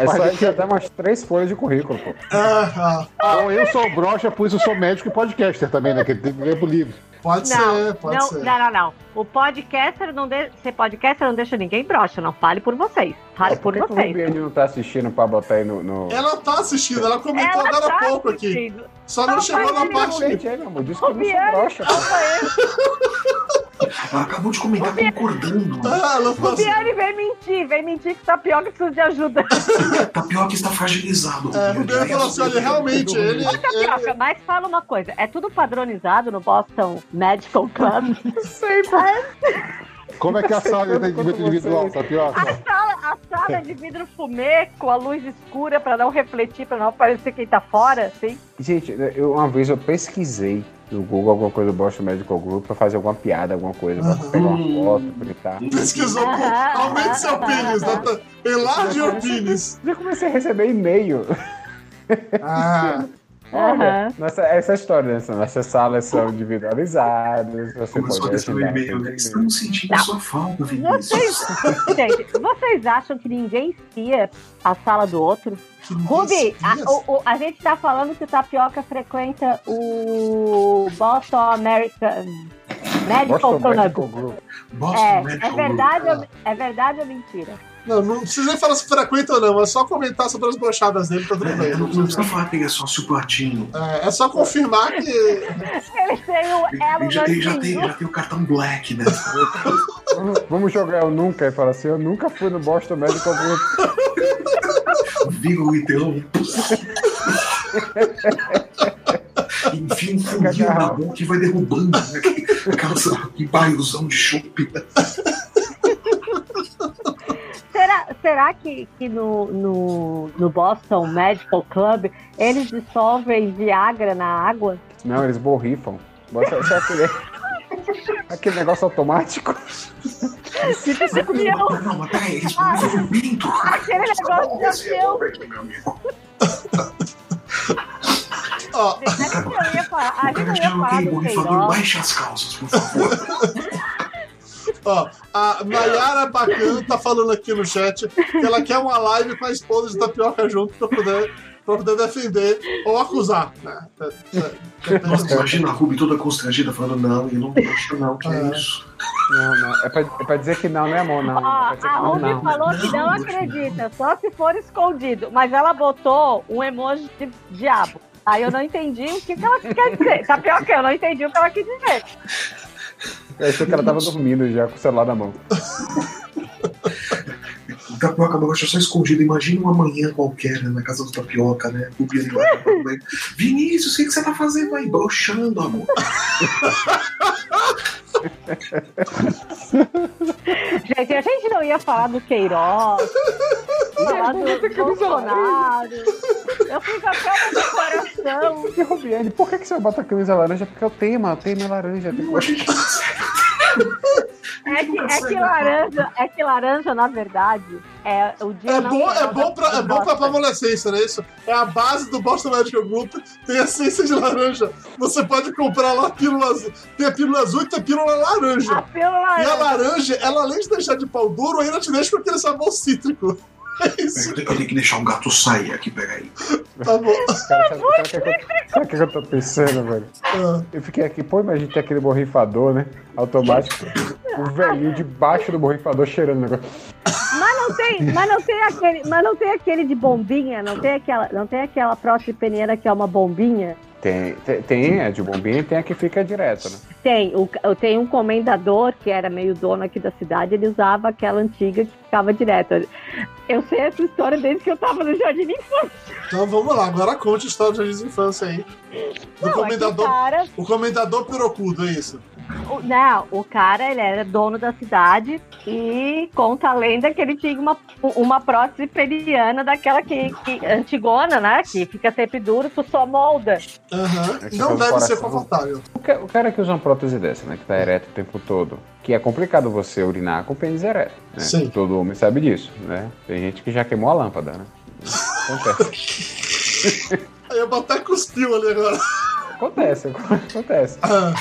[SPEAKER 4] É só a gente dar umas três folhas de currículo, pô.
[SPEAKER 3] Ah, ah,
[SPEAKER 5] Então eu sou brocha, por isso eu sou médico e podcaster também, né? Que tem tempo livre.
[SPEAKER 3] pode ser, pode
[SPEAKER 1] não,
[SPEAKER 3] ser.
[SPEAKER 1] não, não, não. O podcaster não de... ser podcaster não deixa ninguém broxa, não. Fale por vocês. Fale
[SPEAKER 4] Por
[SPEAKER 1] por
[SPEAKER 4] que, que o
[SPEAKER 1] vocês.
[SPEAKER 4] Rubiane não tá assistindo pra botar aí no. no...
[SPEAKER 2] É
[SPEAKER 3] Ela tá assistindo, ela comentou
[SPEAKER 1] Ela
[SPEAKER 3] agora há
[SPEAKER 1] tá
[SPEAKER 3] pouco aqui.
[SPEAKER 1] assistindo.
[SPEAKER 3] Só não
[SPEAKER 1] Ela tá
[SPEAKER 3] chegou na parte.
[SPEAKER 4] Gente, aí, meu amor, disse que eu não sou
[SPEAKER 1] Rubiane.
[SPEAKER 4] broxa.
[SPEAKER 2] Ela acabou de comentar concordando. né?
[SPEAKER 3] Ah, ela falou assim,
[SPEAKER 1] Biane vem mentir, vem mentir que tapioca precisa de ajuda.
[SPEAKER 2] Tapioca Tá está fragilizado.
[SPEAKER 3] é,
[SPEAKER 1] tá
[SPEAKER 3] Rubiane falou assim, olha, realmente, ele...
[SPEAKER 1] Ô, tapioca, mas fala uma coisa: é tudo padronizado no Boston Medical Club?
[SPEAKER 5] Como é que é a sala de
[SPEAKER 4] Quanto
[SPEAKER 5] atendimento individual, Tá
[SPEAKER 4] vocês-
[SPEAKER 1] A
[SPEAKER 5] Tapioca?
[SPEAKER 1] sala, a sala é de vidro fumê com a luz escura pra não refletir, pra não aparecer quem tá fora, assim.
[SPEAKER 4] Gente, né, eu, uma vez eu pesquisei no Google alguma coisa do Boston Medical Group pra fazer alguma piada, alguma coisa, pra
[SPEAKER 3] Aham.
[SPEAKER 4] pegar uma foto, gritar.
[SPEAKER 3] Pesquisou, pô,
[SPEAKER 1] Aham,
[SPEAKER 3] aumente seu
[SPEAKER 1] aham,
[SPEAKER 3] pênis, né?
[SPEAKER 1] aham.
[SPEAKER 3] Natan. Enlarge o pênis.
[SPEAKER 4] Eu comecei a receber e-mail.
[SPEAKER 3] Ah,
[SPEAKER 4] Olha,
[SPEAKER 1] Aham.
[SPEAKER 4] nossa, essa é a história, né? Nossas salas são individualizadas, você
[SPEAKER 2] Começou a
[SPEAKER 4] pode
[SPEAKER 2] receber
[SPEAKER 4] agendar
[SPEAKER 2] e-mail,
[SPEAKER 4] seus
[SPEAKER 2] né?
[SPEAKER 4] e-mails.
[SPEAKER 2] Estamos sentindo a sua falta, Vinícius.
[SPEAKER 1] Gente, vocês acham que ninguém espia a sala do outro?
[SPEAKER 3] que lindo.
[SPEAKER 1] Rubi, a, o- o- a gente tá falando que o Tapioca frequenta o Boston American Medical
[SPEAKER 4] Boston Medical
[SPEAKER 1] Club.
[SPEAKER 4] Group.
[SPEAKER 2] Boston
[SPEAKER 1] É, é
[SPEAKER 2] Medical
[SPEAKER 1] verdade,
[SPEAKER 2] Group.
[SPEAKER 1] ou- é verdade ou mentira?
[SPEAKER 3] Não, não precisa nem falar se frequenta ou não, é só comentar sobre as brochadas dele, tá tudo
[SPEAKER 2] É,
[SPEAKER 3] bem.
[SPEAKER 2] eu
[SPEAKER 3] não
[SPEAKER 2] não não
[SPEAKER 3] precisa-
[SPEAKER 2] precisa falar que ele é sócio platino.
[SPEAKER 3] É, é só confirmar que.
[SPEAKER 1] Ele tem o elo
[SPEAKER 2] Ele já tem, já, tem,
[SPEAKER 1] mansinho.
[SPEAKER 2] já tem o cartão black, né?
[SPEAKER 4] Vamos- Vamos jogar eu nunca e falar assim, eu nunca fui no Boston Medical Group.
[SPEAKER 2] Vigo Guitelão. Enfia um fundinho na boca e vai derrubando né? aquela que bairrozão de chope. né?
[SPEAKER 1] Será, será que, que no, no, no Boston Medical Club eles dissolvem Viagra na água?
[SPEAKER 4] Não, eles borrifam. Bota só aquele, aquele negócio automático.
[SPEAKER 1] Fica campeão!
[SPEAKER 2] Não, mas peraí, eles vão fazer um pinto.
[SPEAKER 1] Tipo,
[SPEAKER 2] é
[SPEAKER 1] Aquele negócio de campeão!
[SPEAKER 3] Ó,
[SPEAKER 1] A gente não ia falar, a
[SPEAKER 2] O
[SPEAKER 1] gente
[SPEAKER 2] cara
[SPEAKER 1] não ia
[SPEAKER 2] já não
[SPEAKER 1] falar
[SPEAKER 2] tem
[SPEAKER 1] do
[SPEAKER 2] borrifador,
[SPEAKER 1] Queiroz.
[SPEAKER 2] baixa as calças, por favor.
[SPEAKER 3] ó, a Nayara Bacan tá falando aqui no chat que ela quer uma live com a esposa de tapioca junto pra poder, pra poder defender ou acusar. né? É, é, é,
[SPEAKER 2] Nossa,
[SPEAKER 3] é,
[SPEAKER 2] imagina a Ruby toda constrangida falando, não, eu não acho não, que é isso.
[SPEAKER 4] Não, não. É pra, é pra dizer que não, né, amor? Não.
[SPEAKER 1] Ó,
[SPEAKER 4] É pra dizer
[SPEAKER 1] a
[SPEAKER 4] que não,
[SPEAKER 1] Ruby
[SPEAKER 4] não.
[SPEAKER 1] falou que não acredita, só se for escondido. Mas ela botou um emoji de diabo. Aí eu não entendi o que, que ela quer dizer. Tá pior que eu, não entendi o que ela quis dizer.
[SPEAKER 4] Eu achei que ela tava dormindo já com o celular na mão.
[SPEAKER 2] O tapioca baixo só escondido. Imagina uma manhã qualquer né, na casa do tapioca, né? Ruby ali lá. né? Vinícius, o que, que você tá fazendo aí? Broxando, amor.
[SPEAKER 1] Gente, a gente não ia falar do Queiroz, falar do Bolsonaro. Eu fui com a calma do coração.
[SPEAKER 4] E Rubiane, é? por que, que você bota a camisa laranja? Porque o tema, o tema é laranja. Tem
[SPEAKER 2] Não, a gente tá
[SPEAKER 1] É que, é que laranja, é que laranja, na verdade, é o dia.
[SPEAKER 3] é bom, é
[SPEAKER 1] nacional
[SPEAKER 3] bom
[SPEAKER 1] da-
[SPEAKER 3] pra, é bom pra adolescência, não é isso? É a base do Boston Medical Group, tem a essência de laranja. Você pode comprar lá pílulas. Tem a pílula azul e tem a pílula laranja.
[SPEAKER 1] A pílula
[SPEAKER 3] E a
[SPEAKER 1] Ah, laranja.
[SPEAKER 3] laranja, ela além de deixar de pau duro, ainda te deixa com aquele sabor cítrico. É isso.
[SPEAKER 2] Eu tenho que deixar o gato sair aqui, peraí.
[SPEAKER 3] Tá bom.
[SPEAKER 4] Cara, sabe, sabe o que, é que eu- sabe o que é que eu tô pensando, velho?
[SPEAKER 3] Ah,
[SPEAKER 4] Eu fiquei aqui, pô, imagina tem aquele borrifador, né? Automático. O velhinho debaixo do borrifador cheirando o negócio.
[SPEAKER 1] Mas não tem, mas não tem aquele, mas não tem aquele de bombinha, não tem aquela, não tem aquela prótese peneira que é uma bombinha.
[SPEAKER 4] Tem, tem, tem a de bombinha e tem a que fica direto, né?
[SPEAKER 1] Tem, o, eu tenho um comendador que era meio dono aqui da cidade, ele usava aquela antiga que ficava direto. Eu sei essa história desde que eu tava no jardim de infância.
[SPEAKER 3] Então vamos lá, agora conte a história do jardim de infância aí. Do
[SPEAKER 1] Não, é que o
[SPEAKER 3] comendador.
[SPEAKER 1] cara,
[SPEAKER 3] O comendador pirocudo, é isso?
[SPEAKER 1] o- não, o cara ele era dono da cidade e conta a lenda que ele tinha uma, uma prótese peniana daquela que, que antigona, né? Que fica sempre duro, tu só molda.
[SPEAKER 3] Aham.
[SPEAKER 4] É que
[SPEAKER 3] Não
[SPEAKER 4] pelo
[SPEAKER 3] deve ser
[SPEAKER 4] coração-
[SPEAKER 3] confortável.
[SPEAKER 4] O, ca- o cara que usa uma prótese dessa, né? Que tá ereto o tempo todo. Que é complicado você urinar com o pênis ereto, né?
[SPEAKER 3] Sim.
[SPEAKER 4] Todo homem sabe disso, né? Tem gente que já queimou a lâmpada, né? Acontece.
[SPEAKER 3] Aí eu até cuspiu ali agora.
[SPEAKER 4] Acontece, acontece.
[SPEAKER 3] Ah,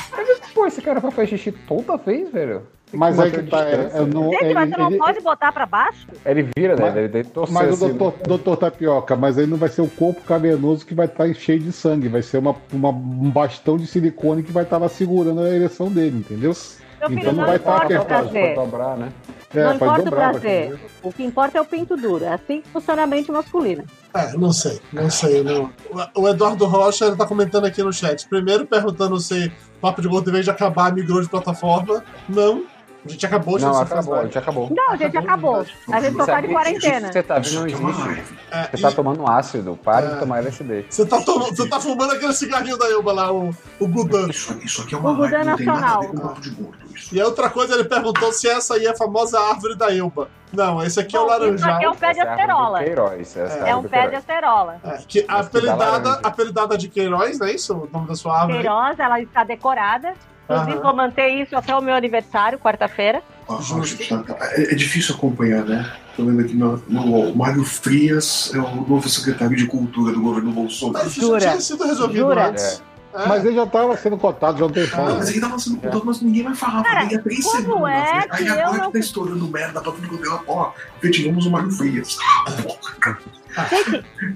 [SPEAKER 4] Pô, esse cara vai fazer xixi toda vez, velho. Tem
[SPEAKER 5] Mas aí
[SPEAKER 4] manter
[SPEAKER 5] que
[SPEAKER 4] a
[SPEAKER 5] tá. é,
[SPEAKER 4] distância.
[SPEAKER 5] eu não-
[SPEAKER 1] Gente, mas
[SPEAKER 5] ele-
[SPEAKER 1] você não
[SPEAKER 5] ele-
[SPEAKER 1] pode botar pra baixo?
[SPEAKER 4] Ele vira, né?
[SPEAKER 5] Mas-
[SPEAKER 4] Ele, ele torce
[SPEAKER 5] Mas
[SPEAKER 4] assim,
[SPEAKER 5] o doutor, doutor Tapioca, mas aí não vai ser o corpo cavernoso que vai estar cheio de sangue, vai ser uma, uma- um bastão de silicone que vai estar lá segurando a ereção dele, entendeu?
[SPEAKER 1] Meu filho,
[SPEAKER 5] Então não
[SPEAKER 1] não,
[SPEAKER 5] vai estar
[SPEAKER 4] pra-
[SPEAKER 1] importa o
[SPEAKER 4] pra- pra-
[SPEAKER 5] apertado.
[SPEAKER 1] prazer.
[SPEAKER 4] pra dobrar, né?
[SPEAKER 5] tá- É,
[SPEAKER 1] não importa o
[SPEAKER 5] vai
[SPEAKER 1] prazer. O que importa é o pinto duro. É assim que funciona a mente masculina.
[SPEAKER 3] é, não sei, não sei. eu Não. O- O Eduardo Rocha ele tá comentando aqui no chat. Primeiro perguntando se o Papo de Gordo, em vez de acabar, migrou de plataforma. Não. A gente acabou de
[SPEAKER 4] Não,
[SPEAKER 3] se
[SPEAKER 4] acabou,
[SPEAKER 3] casar.
[SPEAKER 4] já acabou.
[SPEAKER 1] Não, gente, acabou. A gente só tá de
[SPEAKER 4] Sabe-
[SPEAKER 1] quarentena.
[SPEAKER 4] isso que Você tá vendo,
[SPEAKER 2] Isso
[SPEAKER 4] não
[SPEAKER 2] que é uma
[SPEAKER 4] existe.
[SPEAKER 2] raiva.
[SPEAKER 3] É,
[SPEAKER 4] Você
[SPEAKER 3] e-
[SPEAKER 4] tá tomando ácido, pare
[SPEAKER 3] É.
[SPEAKER 4] de tomar LSD.
[SPEAKER 3] Você tá, tomando- você tá fumando aquele cigarrinho da Elba lá, o, o Gudan.
[SPEAKER 2] Isso, isso aqui é uma
[SPEAKER 1] Google
[SPEAKER 2] raiva. Não tem nada a ver
[SPEAKER 1] Nacional.
[SPEAKER 2] com papo de gordo. Isso.
[SPEAKER 3] E a outra coisa, ele perguntou se essa aí é a famosa árvore da Elba. Não, esse aqui é o
[SPEAKER 1] Bom, isso
[SPEAKER 3] laranjal.
[SPEAKER 1] aqui é um pé de
[SPEAKER 4] Essa é a árvore do
[SPEAKER 1] acerola.
[SPEAKER 4] Queiroz, essa
[SPEAKER 3] É
[SPEAKER 4] a
[SPEAKER 1] É
[SPEAKER 4] árvore
[SPEAKER 1] um
[SPEAKER 4] do
[SPEAKER 1] pé de
[SPEAKER 4] Queiroz.
[SPEAKER 1] acerola.
[SPEAKER 3] É, que
[SPEAKER 4] Mas que dá
[SPEAKER 3] apelidada,
[SPEAKER 4] laranja.
[SPEAKER 3] apelidada de Queiroz, não é isso? O nome da sua árvore?
[SPEAKER 1] Cheirosa, ela está decorada. Inclusive,
[SPEAKER 3] Aham.
[SPEAKER 1] vou manter isso até o meu aniversário, quarta-feira.
[SPEAKER 2] Ah,
[SPEAKER 3] Justo.
[SPEAKER 2] gente, tá- tá- é, é difícil acompanhar, né? Tô vendo aqui meu, meu Mário Frias é o novo secretário de Cultura do governo Bolsonaro.
[SPEAKER 3] Mas isso já
[SPEAKER 1] Jura?
[SPEAKER 3] tinha sido resolvido
[SPEAKER 1] Jura?
[SPEAKER 3] antes. É.
[SPEAKER 5] Mas ele já estava sendo cotado já há um tempão.
[SPEAKER 2] Ah, mas ele tava sendo contado, mas ninguém vai falar.
[SPEAKER 1] Cara,
[SPEAKER 2] Cara, três
[SPEAKER 1] como
[SPEAKER 2] semanas.
[SPEAKER 1] é
[SPEAKER 2] né? Aí
[SPEAKER 1] que eu
[SPEAKER 2] agora
[SPEAKER 1] não-
[SPEAKER 2] que tá estourando merda pra tudo que eu deu, ó, efetivamos o Mário Frias.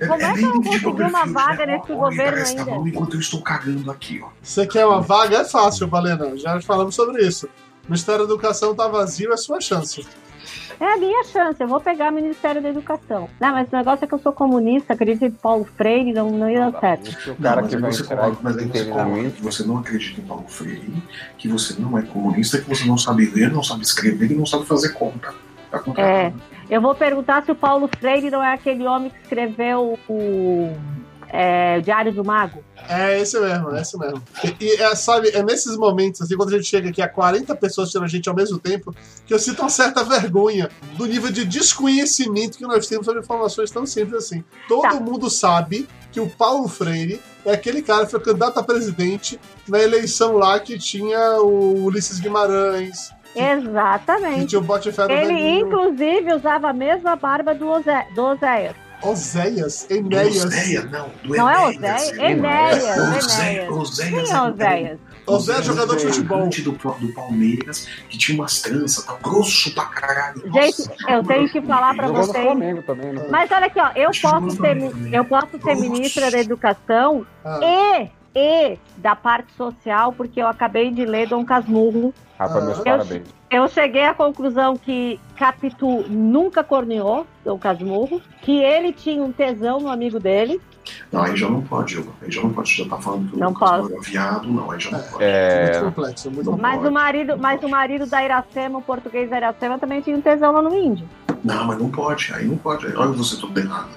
[SPEAKER 1] Como é que eu não consegui uma vaga nesse governo
[SPEAKER 2] Tá
[SPEAKER 1] ainda?
[SPEAKER 2] bom, enquanto eu estou cagando aqui, ó.
[SPEAKER 3] Você quer uma vaga? É fácil, Valena. Já falamos sobre isso. O Ministério da Educação tá vazio, é sua chance.
[SPEAKER 1] É a minha chance, eu vou pegar o Ministério da Educação. Não, mas o negócio é que eu sou comunista, acredito em Paulo Freire, não, Ah, não ia dar certo.
[SPEAKER 4] Existe O
[SPEAKER 2] Não,
[SPEAKER 4] cara
[SPEAKER 2] mas
[SPEAKER 4] que
[SPEAKER 2] aí
[SPEAKER 4] vai
[SPEAKER 2] você
[SPEAKER 4] entrar
[SPEAKER 2] coloca, mas aí você coloca que
[SPEAKER 4] interinamente.
[SPEAKER 2] você não acredita em Paulo Freire, que você não é comunista, que você não sabe ler, não sabe escrever e não sabe fazer conta. Tá
[SPEAKER 1] É.
[SPEAKER 2] contratado.
[SPEAKER 1] Eu vou perguntar se o Paulo Freire não é aquele homem que escreveu o, é, o Diário do Mago.
[SPEAKER 3] É esse mesmo, é esse mesmo. E, e é, sabe, é nesses momentos, assim, quando a gente chega aqui a 40 pessoas tirando a gente ao mesmo tempo, que eu sinto uma certa vergonha do nível de desconhecimento que nós temos sobre informações tão simples assim. Todo
[SPEAKER 1] Tá.
[SPEAKER 3] mundo sabe que o Paulo Freire é aquele cara que foi candidato a presidente na eleição lá que tinha o Ulisses Guimarães, que
[SPEAKER 1] Exatamente.
[SPEAKER 3] tinha o Botafogo
[SPEAKER 1] Ele,
[SPEAKER 3] Velhinho,
[SPEAKER 1] inclusive, usava a mesma barba do Ozé- do Oséias.
[SPEAKER 3] Oséias,
[SPEAKER 2] Do
[SPEAKER 3] Enéas.
[SPEAKER 2] Oséia, não. Do
[SPEAKER 1] Não é
[SPEAKER 2] Enéas,
[SPEAKER 1] Oséias? Enéas. Enéas. Quem é Oséias?
[SPEAKER 3] Oséias é jogador de
[SPEAKER 2] Oséias,
[SPEAKER 3] futebol.
[SPEAKER 2] atacante Do, pró- do Palmeiras, que tinha umas tranças, tá grosso pra caralho. tá
[SPEAKER 1] Gente, eu tenho que falar pra
[SPEAKER 4] Jogou no
[SPEAKER 1] vocês.
[SPEAKER 4] Flamengo também, né?
[SPEAKER 1] Mas olha aqui, ó, eu posso ser, mi- eu posso ser ministra da educação
[SPEAKER 3] Ah.
[SPEAKER 1] e, e da parte social, porque eu acabei de ler Dom Casmurro.
[SPEAKER 4] Rapaz, meus
[SPEAKER 3] Eu-
[SPEAKER 4] parabéns.
[SPEAKER 1] Eu cheguei à conclusão que Capitu nunca corneou Dom Casmurro, que ele tinha um tesão no amigo dele.
[SPEAKER 2] Não, aí já não pode, Hugo. Aí já não pode. Já tá falando que o
[SPEAKER 1] Não
[SPEAKER 2] Lucas
[SPEAKER 1] pode.
[SPEAKER 2] Moura é viado, não. Aí já não pode.
[SPEAKER 3] Muito
[SPEAKER 4] É,
[SPEAKER 3] complexo, muito
[SPEAKER 2] Não.
[SPEAKER 3] complexo.
[SPEAKER 1] Mas o marido, mas o marido da Iracema, o português da Iracema, também tinha um tesão lá no índio.
[SPEAKER 2] Não, mas não pode. Aí não pode. Aí, olha você todo errado.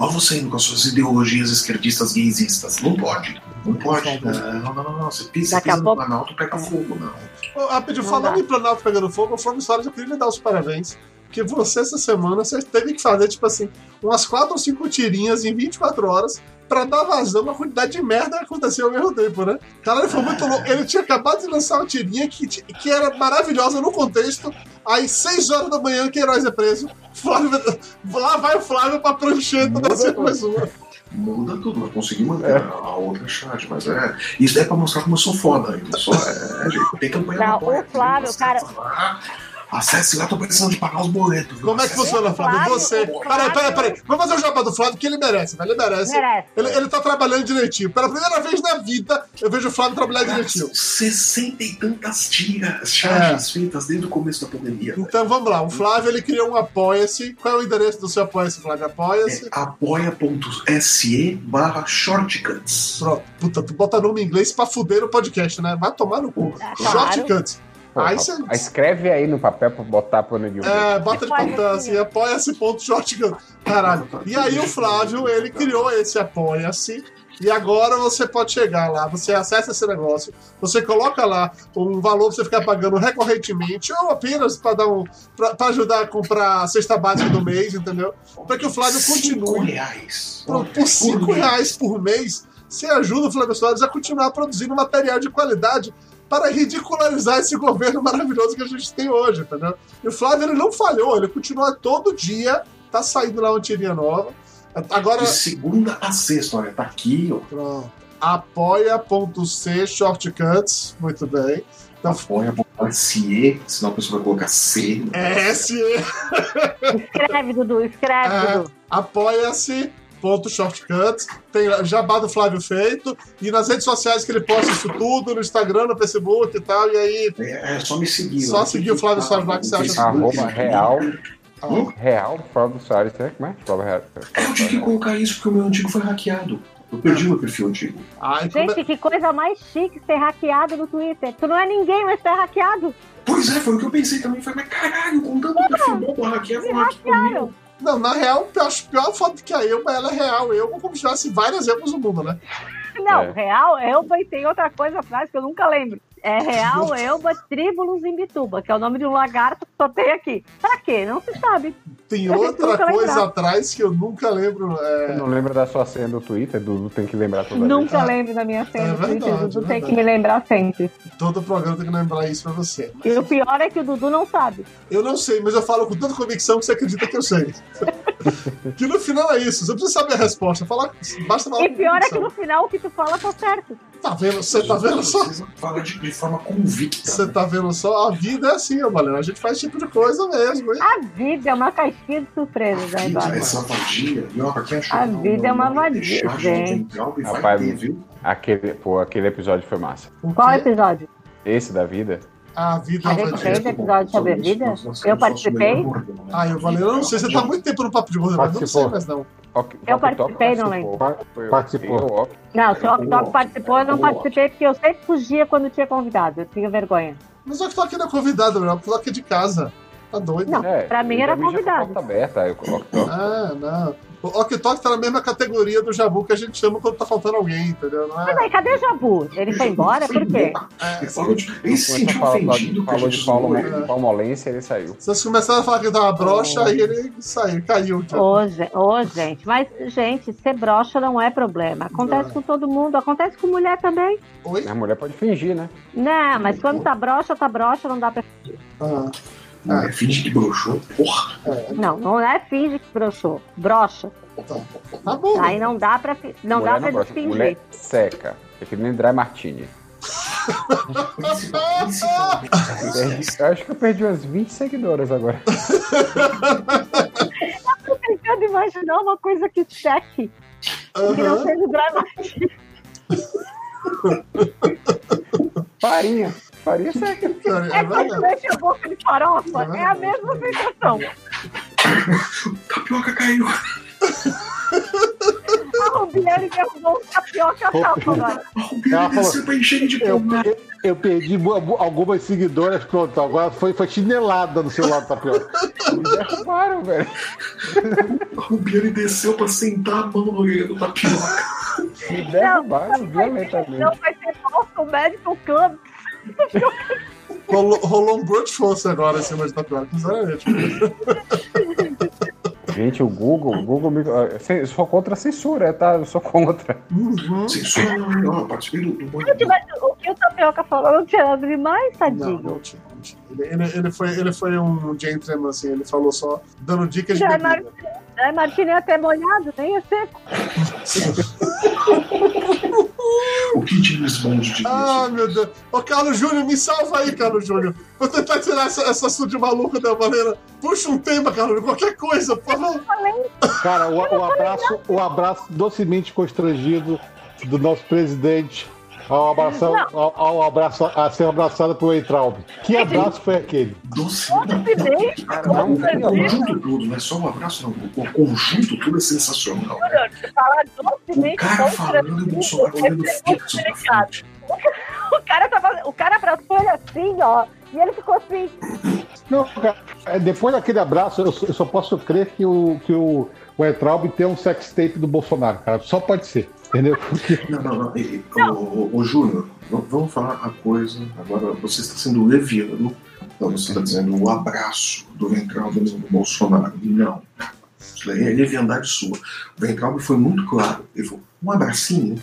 [SPEAKER 2] Olha você indo com as suas ideologias esquerdistas gaysistas. Não pode. Não pode. Não, não, não. não. Você pisa,
[SPEAKER 1] Daqui a
[SPEAKER 2] pisa no
[SPEAKER 1] pouco-
[SPEAKER 2] Planalto pega fogo, não.
[SPEAKER 3] Ô, Rapidinho,
[SPEAKER 1] Não
[SPEAKER 3] falando
[SPEAKER 1] dá.
[SPEAKER 3] em Planalto pegando fogo, o Flávio Soares, eu queria lhe dar os parabéns. Porque você, essa semana, você teve que fazer, tipo assim, umas 4 ou 5 tirinhas em 24 horas pra dar vazão a uma quantidade de merda que aconteceu ao mesmo tempo, né? Cara, ele foi muito louco. Ele tinha acabado de lançar uma tirinha que, ti- que era maravilhosa no contexto. Às 6 horas da manhã, Queiroz é preso. Flávio, lá vai o Flávio pra prancheta da Silva.
[SPEAKER 2] Muda tudo. Mas consegui manter
[SPEAKER 3] É.
[SPEAKER 2] a- a outra charge. Mas é. Isso daí é pra mostrar como eu sou foda. Eu sou, é, gente, tem campanha
[SPEAKER 1] Não,
[SPEAKER 2] no Apoia,
[SPEAKER 1] o Flávio,
[SPEAKER 2] você
[SPEAKER 1] cara-
[SPEAKER 2] vai falar, Acesse lá, tô precisando de pagar os boletos. viu?
[SPEAKER 3] Como é que
[SPEAKER 2] Acesse
[SPEAKER 3] funciona, Flávio?
[SPEAKER 1] Flávio,
[SPEAKER 3] Você.
[SPEAKER 1] o
[SPEAKER 3] Peraí, peraí,
[SPEAKER 1] Flávio-
[SPEAKER 3] peraí. Vamos fazer o jabá do Flávio, que ele merece, velho. Ele merece.
[SPEAKER 1] Merece.
[SPEAKER 3] Ele, ele tá trabalhando direitinho. Pela primeira vez na vida, eu vejo o Flávio trabalhar
[SPEAKER 2] Cara,
[SPEAKER 3] direitinho.
[SPEAKER 2] são 60 e tantas tiras, charges feitas desde o começo da pandemia.
[SPEAKER 3] É. Então vamos lá. O Flávio ele criou um Apoia-se. Qual é o endereço do seu Apoia-se, Flávio? Apoia-se.
[SPEAKER 2] É apoia.se barra shortcuts.
[SPEAKER 3] Pronto. Puta, tu bota nome em inglês pra fuder o podcast, né? Vai tomar no cu.
[SPEAKER 1] É, claro.
[SPEAKER 3] Shortcuts.
[SPEAKER 4] Pô,
[SPEAKER 3] Aí
[SPEAKER 4] rapaz,
[SPEAKER 2] é
[SPEAKER 3] você-
[SPEAKER 4] Escreve aí no papel pra botar pro Neguinho.
[SPEAKER 3] É, bota de
[SPEAKER 1] Apoia-se.
[SPEAKER 3] papel assim, apoia-se ponto shotgun. Caralho. E aí o Flávio, ele criou esse apoia-se. E agora você pode chegar lá, você acessa esse negócio, você coloca lá um valor pra você ficar pagando recorrentemente ou apenas pra dar um pra, pra ajudar a comprar a cesta básica do mês, entendeu? Pra que o Flávio
[SPEAKER 2] Cinco
[SPEAKER 3] continue
[SPEAKER 2] reais.
[SPEAKER 3] por, por cinco reais por mês, você ajuda o Flávio Soares a continuar produzindo material de qualidade para ridicularizar esse governo maravilhoso que a gente tem hoje, entendeu? E o Flávio ele não falhou, ele continua todo dia, tá saindo lá uma tirinha nova. Agora,
[SPEAKER 2] De segunda a sexta, olha, tá aqui, ó.
[SPEAKER 3] pronto, apoia.c shortcuts, muito bem.
[SPEAKER 2] Apoia.se, senão a pessoa vai colocar C. né?
[SPEAKER 3] É SE,
[SPEAKER 1] Escreve, Dudu, escreve,
[SPEAKER 3] É.
[SPEAKER 1] Dudu.
[SPEAKER 3] apoia-se. Ponto shortcuts, tem lá, jabá do Flávio feito, e nas redes sociais que ele posta isso tudo, no Instagram, no Facebook e tal, e aí
[SPEAKER 2] É, é só me seguir.
[SPEAKER 3] Só
[SPEAKER 2] lá.
[SPEAKER 3] seguir o Flávio Soares lá que
[SPEAKER 2] É,
[SPEAKER 3] você acha
[SPEAKER 4] Arroba real.
[SPEAKER 2] Ah,
[SPEAKER 3] Hum?
[SPEAKER 4] Real Flávio Soares. Será que mais? Flávio Real.
[SPEAKER 2] É, Eu tive que colocar isso porque o meu antigo foi hackeado. Eu perdi meu perfil antigo.
[SPEAKER 3] Ai, como é-
[SPEAKER 1] Gente, que coisa mais chique ser hackeado no Twitter. Tu não é ninguém, mas tu é hackeado.
[SPEAKER 2] Pois é, foi o que eu pensei também. Falei, mas caralho, contando o perfil bom pra hackear, vou hackear o meu.
[SPEAKER 3] Não, na real, eu acho pior foto que a Elba, ela é real. Eu como se tivesse várias Elbas no mundo, né?
[SPEAKER 1] Não,
[SPEAKER 4] É.
[SPEAKER 1] real, Elba e tem outra coisa atrás que eu nunca lembro. É real, Elba, Tribulus em Bituba, que é o nome de um lagarto que só tem aqui. Pra quê? Não se sabe.
[SPEAKER 3] Tem
[SPEAKER 1] Eu tento
[SPEAKER 3] outra
[SPEAKER 1] nunca
[SPEAKER 3] coisa
[SPEAKER 1] lembrar.
[SPEAKER 3] atrás que eu nunca lembro.
[SPEAKER 4] Você
[SPEAKER 3] É...
[SPEAKER 4] não lembra da sua senha do Twitter? Dudu tem que lembrar toda vez.
[SPEAKER 1] Nunca lembro da minha senha
[SPEAKER 3] É
[SPEAKER 1] do Twitter.
[SPEAKER 3] verdade,
[SPEAKER 1] o Dudu
[SPEAKER 3] é
[SPEAKER 1] tem
[SPEAKER 3] verdade.
[SPEAKER 1] que me lembrar sempre.
[SPEAKER 3] Todo programa tem que lembrar isso pra você.
[SPEAKER 1] E o pior é que o Dudu não sabe.
[SPEAKER 3] Eu não sei, mas eu falo com tanta convicção que você acredita que eu sei. que no final é isso. Você não precisa saber a resposta. Fala, basta falar
[SPEAKER 1] E
[SPEAKER 3] com
[SPEAKER 1] pior é que
[SPEAKER 3] convicção.
[SPEAKER 1] no final o que tu fala tá certo.
[SPEAKER 3] Tá vendo? Você tá vendo só?
[SPEAKER 2] Precisa falar de, de forma convicta.
[SPEAKER 3] Você tá vendo só? A vida é assim, ó, valeu. A gente faz esse tipo de coisa mesmo, hein?
[SPEAKER 1] A vida é uma caixinha de surpresas, né,
[SPEAKER 2] Vida, é
[SPEAKER 1] Eduardo?
[SPEAKER 2] essa vadia. E ó, pra quem achou
[SPEAKER 1] A
[SPEAKER 2] que não,
[SPEAKER 1] vida
[SPEAKER 2] não,
[SPEAKER 1] é uma
[SPEAKER 2] não um vai
[SPEAKER 1] vadia,
[SPEAKER 2] deixar, já
[SPEAKER 1] gente.
[SPEAKER 2] tem prova e vai
[SPEAKER 4] Rapaz,
[SPEAKER 2] ter, viu?
[SPEAKER 4] Aquele, pô, aquele episódio foi massa.
[SPEAKER 3] O
[SPEAKER 1] Qual
[SPEAKER 3] quê?
[SPEAKER 1] episódio?
[SPEAKER 4] Esse da vida.
[SPEAKER 3] A vida
[SPEAKER 1] A
[SPEAKER 3] é
[SPEAKER 1] gente
[SPEAKER 3] uma
[SPEAKER 2] Mas
[SPEAKER 3] dia.
[SPEAKER 1] fez
[SPEAKER 2] é muito
[SPEAKER 1] episódio
[SPEAKER 2] bom.
[SPEAKER 1] sobre
[SPEAKER 2] Nós-
[SPEAKER 1] vida?
[SPEAKER 2] nós- nós
[SPEAKER 1] Eu
[SPEAKER 2] somos
[SPEAKER 1] participei?
[SPEAKER 2] nosso melhor órgão, né?
[SPEAKER 3] Ah, eu falei, eu não sei, você tá há muito tempo no papo de gordo, mas não sei
[SPEAKER 5] Participou.
[SPEAKER 3] mais não.
[SPEAKER 4] Ok-
[SPEAKER 1] Eu
[SPEAKER 4] Walkie
[SPEAKER 1] participei,
[SPEAKER 4] Talkie
[SPEAKER 1] não
[SPEAKER 4] participou. Eu-
[SPEAKER 5] Participou.
[SPEAKER 4] eu, ó,
[SPEAKER 1] Não, se o Rock
[SPEAKER 2] Boa.
[SPEAKER 1] Talk participou, eu não
[SPEAKER 2] Boa.
[SPEAKER 1] participei porque eu sempre fugia quando tinha convidado. Eu tinha vergonha.
[SPEAKER 3] Mas o Octoque não é convidado, meu. O Octoque é de casa. Tá doido.
[SPEAKER 1] Não.
[SPEAKER 4] é,
[SPEAKER 1] Pra mim
[SPEAKER 4] eu
[SPEAKER 1] era
[SPEAKER 4] já mexi com a
[SPEAKER 1] convidado.
[SPEAKER 4] porta aberta, eu coloco Talkie.
[SPEAKER 3] Ah, não. O Octoque tá na mesma categoria do Jabu que a gente chama quando tá faltando alguém, entendeu? Não
[SPEAKER 1] Mas
[SPEAKER 3] é?
[SPEAKER 1] aí, cadê o Jabu? Ele foi embora? Por quê?
[SPEAKER 2] Ele falou de- Ele se
[SPEAKER 4] Quando
[SPEAKER 2] sentiu
[SPEAKER 4] falou,
[SPEAKER 2] ofendido que a
[SPEAKER 4] falou
[SPEAKER 2] gente
[SPEAKER 4] de Paulo, né?
[SPEAKER 2] zoou ele.
[SPEAKER 3] ele.
[SPEAKER 4] Palmolência, ele saiu.
[SPEAKER 3] Vocês começaram a falar que ele tava
[SPEAKER 1] Oh.
[SPEAKER 3] broxa, aí ele saiu, caiu.
[SPEAKER 1] Ô, gen- ô, gente, mas, gente, ser broxa não é problema. Acontece
[SPEAKER 3] Não.
[SPEAKER 1] com todo mundo, acontece com mulher também.
[SPEAKER 3] Oi?
[SPEAKER 4] A mulher pode fingir, né?
[SPEAKER 1] Não, mas quando tá broxa, tá broxa, não dá pra.
[SPEAKER 3] Ah,
[SPEAKER 2] Não, é finge que broxou. Porra,
[SPEAKER 1] Não, não é finge que broxou. Broxa.
[SPEAKER 3] tá bom.
[SPEAKER 1] Aí não dá pra, fi- não
[SPEAKER 4] mulher
[SPEAKER 1] dá pra
[SPEAKER 4] brocha.
[SPEAKER 1] fingir.
[SPEAKER 4] Mulher seca. É que nem Dry Martini.
[SPEAKER 2] principal- principalmente.
[SPEAKER 4] Eu acho que eu perdi umas 20 seguidoras agora.
[SPEAKER 1] tentando imaginar uma coisa que cheque, que não
[SPEAKER 3] Aham.
[SPEAKER 1] seja o drama.
[SPEAKER 4] Farinha. Farinha seca.
[SPEAKER 3] Cara,
[SPEAKER 1] É
[SPEAKER 3] é
[SPEAKER 1] como
[SPEAKER 3] verdade.
[SPEAKER 1] durante a boca de farofa. É a mesma sensação.
[SPEAKER 2] Tapioca caiu.
[SPEAKER 1] A Rubiane derrubou um tapioca salto agora.
[SPEAKER 2] Ela desceu pra encher ele de
[SPEAKER 5] Eu,
[SPEAKER 2] pomada.
[SPEAKER 5] eu, eu perdi bu- bu- algumas seguidoras, pronto. Agora foi, foi chinelada no celular do tapioca.
[SPEAKER 4] Derrubaram, velho.
[SPEAKER 2] A Rubiane desceu pra sentar a mão no orelha do tapioca.
[SPEAKER 4] Me derrubaram
[SPEAKER 1] Não
[SPEAKER 4] violentamente.
[SPEAKER 1] vai ser Boston Medical Club.
[SPEAKER 3] Rolou, rolou um brute force agora em cima de tapioca, sinceramente.
[SPEAKER 4] Gente, o Google, o Google me. ah, cen- Eu sou contra a censura, tá? Eu sou contra.
[SPEAKER 3] Uhum.
[SPEAKER 2] Censura, não, não, eu participei do, do
[SPEAKER 1] Se tivesse- O que o tapioca falou não tinha nada demais,
[SPEAKER 3] Não,
[SPEAKER 1] tadinho.
[SPEAKER 3] não tinha. não tinha. Ele, ele, ele foi, ele foi um gentleman, assim, ele falou só dando dicas de
[SPEAKER 1] Já é
[SPEAKER 3] bebida.
[SPEAKER 1] mar- Né, Martini ia é até molhado, nem ia ser.
[SPEAKER 2] O que de Esse bando de
[SPEAKER 3] Ah, meu Deus. Ô, Carlos Júnior, me salva aí, Carlos Júnior. Vou tentar tirar essa, essa sua de maluco da maneira. Puxa um tema, Carlos, qualquer coisa, por favor.
[SPEAKER 5] Cara, o, o abraço, o abraço docemente constrangido do nosso presidente ao, abraçar, ao, ao abraço, a ser abraçado por Eitraub. Que abraço foi aquele?
[SPEAKER 2] Doce,
[SPEAKER 1] Ocidente,
[SPEAKER 2] cara, não, o
[SPEAKER 1] Nossa,
[SPEAKER 2] conjunto todo, não é só um abraço, não. O- O conjunto todo é sensacional. cara.
[SPEAKER 1] falar do
[SPEAKER 2] O
[SPEAKER 1] Ocidente
[SPEAKER 2] cara falando e o
[SPEAKER 1] contra
[SPEAKER 2] Bolsonaro olhando
[SPEAKER 1] é
[SPEAKER 2] fixo pra frente.
[SPEAKER 1] né, o cara tava, o cara pra foi assim, ó, e ele ficou assim,
[SPEAKER 5] Não, cara, é, depois daquele abraço, eu, só- eu só posso crer que o, que o, o Eitraub tem um sextape do Bolsonaro, cara. Só pode ser. Entendeu?
[SPEAKER 2] Não, não, não. e- e- Ô, ô, ô, Júnior, v- vamos falar a coisa. Agora você está sendo leviano. Então você está dizendo o abraço do Ventralbe do Bolsonaro. Não. Isso daí é leviandade sua. O Ventralbe foi muito claro. Ele falou, um abracinho.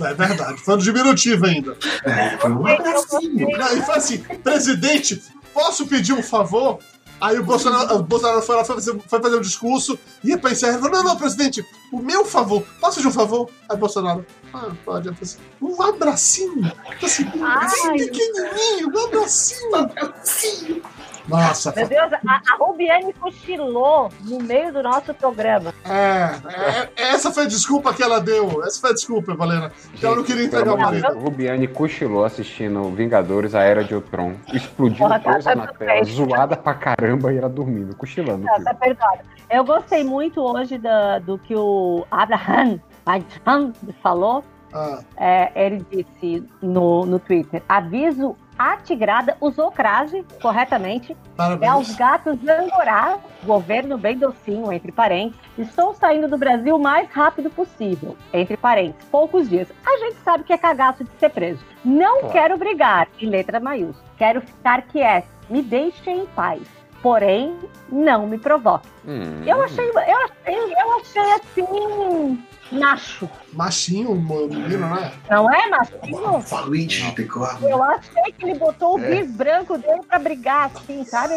[SPEAKER 3] É verdade, foi no diminutivo ainda.
[SPEAKER 2] É, foi um abracinho.
[SPEAKER 3] Não, e foi assim, presidente, posso pedir um favor? Aí o Bolsonaro, o Bolsonaro foi lá, foi fazer, foi fazer um discurso, ia pra encerrar, ele falou, não, não, presidente, o meu favor, posso de um favor? Aí o Bolsonaro, ah, pode, eu falei assim, um abracinho, assim, um abracinho
[SPEAKER 1] Ai.
[SPEAKER 3] pequenininho, um abracinho, um abracinho. Nossa,
[SPEAKER 1] meu Deus, a, a Rubiane cochilou no meio do nosso programa.
[SPEAKER 3] é, é, essa foi a desculpa que ela deu, essa foi a desculpa, Valena. Então eu não queria entregar o
[SPEAKER 1] amor de
[SPEAKER 3] marido.
[SPEAKER 1] Deus.
[SPEAKER 4] O Rubiane cochilou assistindo Vingadores, a Era de Ultron. Explodiu
[SPEAKER 1] Porra, tá-
[SPEAKER 4] coisa
[SPEAKER 1] tá
[SPEAKER 4] na
[SPEAKER 1] tudo
[SPEAKER 4] tela,
[SPEAKER 1] bem.
[SPEAKER 4] zoada pra caramba e ela dormindo, cochilando.
[SPEAKER 1] Não,
[SPEAKER 4] filho.
[SPEAKER 1] tá perdoada. Eu gostei muito hoje da- do, que o Abraham, Abraham falou.
[SPEAKER 3] Ah,
[SPEAKER 1] É, ele disse no, no Twitter: aviso a tigrada usou crase corretamente. É aos
[SPEAKER 3] parabéns.
[SPEAKER 1] gatos Angorá, governo bem docinho, entre parênteses. Estou saindo do Brasil o mais rápido possível, entre parênteses, poucos dias. A gente sabe que é cagaço de ser preso. Não
[SPEAKER 4] Claro.
[SPEAKER 1] quero brigar, em letra maiúscula. Quero ficar quieto. Me deixem em paz. Porém, não me provoque.
[SPEAKER 4] Hum.
[SPEAKER 1] Eu achei, eu achei, eu achei assim. Macho.
[SPEAKER 3] Machinho, mo- menino, né?
[SPEAKER 1] Não é, machinho?
[SPEAKER 2] Valente de teclado.
[SPEAKER 1] Eu achei que ele botou o
[SPEAKER 2] É.
[SPEAKER 1] bis branco dele pra brigar, assim, sabe?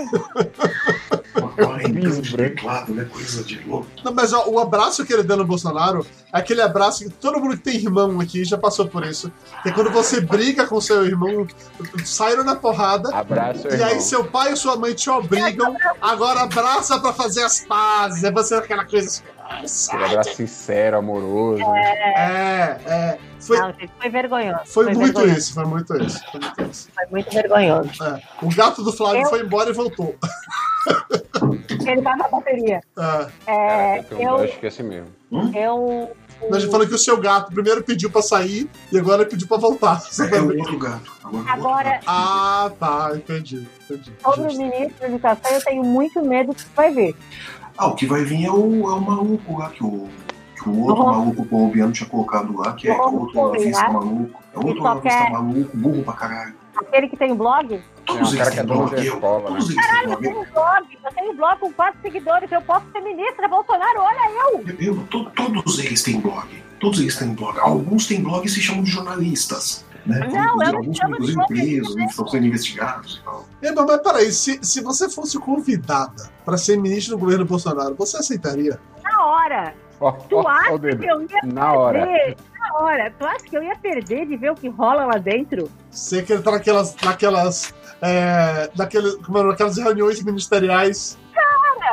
[SPEAKER 2] Valentão de teclado, né? Coisa de louco.
[SPEAKER 3] Não, mas ó, o abraço que ele deu no Bolsonaro é aquele abraço que todo mundo que tem irmão aqui já passou por isso. Que é quando você briga com seu irmão, saíram na porrada,
[SPEAKER 4] Abraço,
[SPEAKER 3] e
[SPEAKER 4] irmão.
[SPEAKER 3] aí seu pai e sua mãe te obrigam, agora abraça pra fazer as pazes. É você aquela coisa assim. "Ai, sai".
[SPEAKER 4] Aquele abraço sincero, amoroso. né?
[SPEAKER 3] É, é. Foi,
[SPEAKER 1] Não, gente, foi vergonhoso.
[SPEAKER 3] foi muito
[SPEAKER 1] vergonhoso,
[SPEAKER 3] isso, foi muito isso. Foi muito isso.
[SPEAKER 1] Foi muito vergonhoso.
[SPEAKER 3] É. O gato do Flávio
[SPEAKER 1] Eu-
[SPEAKER 3] foi embora e voltou.
[SPEAKER 1] Ele tá na bateria.
[SPEAKER 3] É.
[SPEAKER 1] É,
[SPEAKER 4] Caraca, eu...
[SPEAKER 1] eu,
[SPEAKER 4] acho que é assim mesmo.
[SPEAKER 1] eu.
[SPEAKER 3] A gente falou que o seu gato primeiro pediu pra sair e agora ele pediu pra voltar.
[SPEAKER 2] É o outro gato. Agora, o outro
[SPEAKER 1] Agora,
[SPEAKER 2] gato.
[SPEAKER 3] Ah, tá, entendi. entendi.
[SPEAKER 1] sobre o ministro da Educação, eu tenho muito medo que vai ver.
[SPEAKER 2] Ah, o que vai vir é o, é o maluco lá que o. Que o outro
[SPEAKER 1] Uhum.
[SPEAKER 2] maluco colombiano tinha colocado lá, que é
[SPEAKER 1] Uhum,
[SPEAKER 2] outro lavista
[SPEAKER 1] colombiano.
[SPEAKER 2] maluco. É
[SPEAKER 1] E
[SPEAKER 2] outro
[SPEAKER 1] só
[SPEAKER 2] lavista
[SPEAKER 1] quer-
[SPEAKER 2] maluco, burro pra caralho.
[SPEAKER 1] Aquele que tem o blog?
[SPEAKER 2] Todos
[SPEAKER 4] É, o
[SPEAKER 2] eles
[SPEAKER 4] cara que é
[SPEAKER 2] têm
[SPEAKER 4] dono
[SPEAKER 2] blog,
[SPEAKER 4] da
[SPEAKER 2] eu.
[SPEAKER 4] escola,
[SPEAKER 2] Todos eles têm
[SPEAKER 1] Caralho, eu
[SPEAKER 2] blog.
[SPEAKER 1] tenho um blog. Eu tenho um blog com quatro seguidores. Eu posso ser ministra Bolsonaro. Olha aí.
[SPEAKER 2] Eu- eu- to- todos eles têm blog. Todos eles têm blog. Alguns têm blog e se chamam de jornalistas. Né?
[SPEAKER 1] Não,
[SPEAKER 2] Inclusive,
[SPEAKER 1] eu não chamo
[SPEAKER 2] alguns
[SPEAKER 1] de né?
[SPEAKER 2] são inclusive
[SPEAKER 1] jornalista,
[SPEAKER 2] presos, estão sendo investigados e tal.
[SPEAKER 3] É, mas, mas peraí, se, se você fosse convidada pra ser ministra do governo Bolsonaro, você aceitaria?
[SPEAKER 1] Na hora.
[SPEAKER 4] Ó,
[SPEAKER 1] Tu
[SPEAKER 4] ó, ó
[SPEAKER 1] acha
[SPEAKER 4] o dedo.
[SPEAKER 1] que eu ia
[SPEAKER 4] Na hora.
[SPEAKER 1] perder? Na hora. Tu acha que eu ia perder de ver o que rola lá dentro?
[SPEAKER 3] Sei que ele tá naquelas. naquelas. É, naquele, como era, naquelas reuniões ministeriais.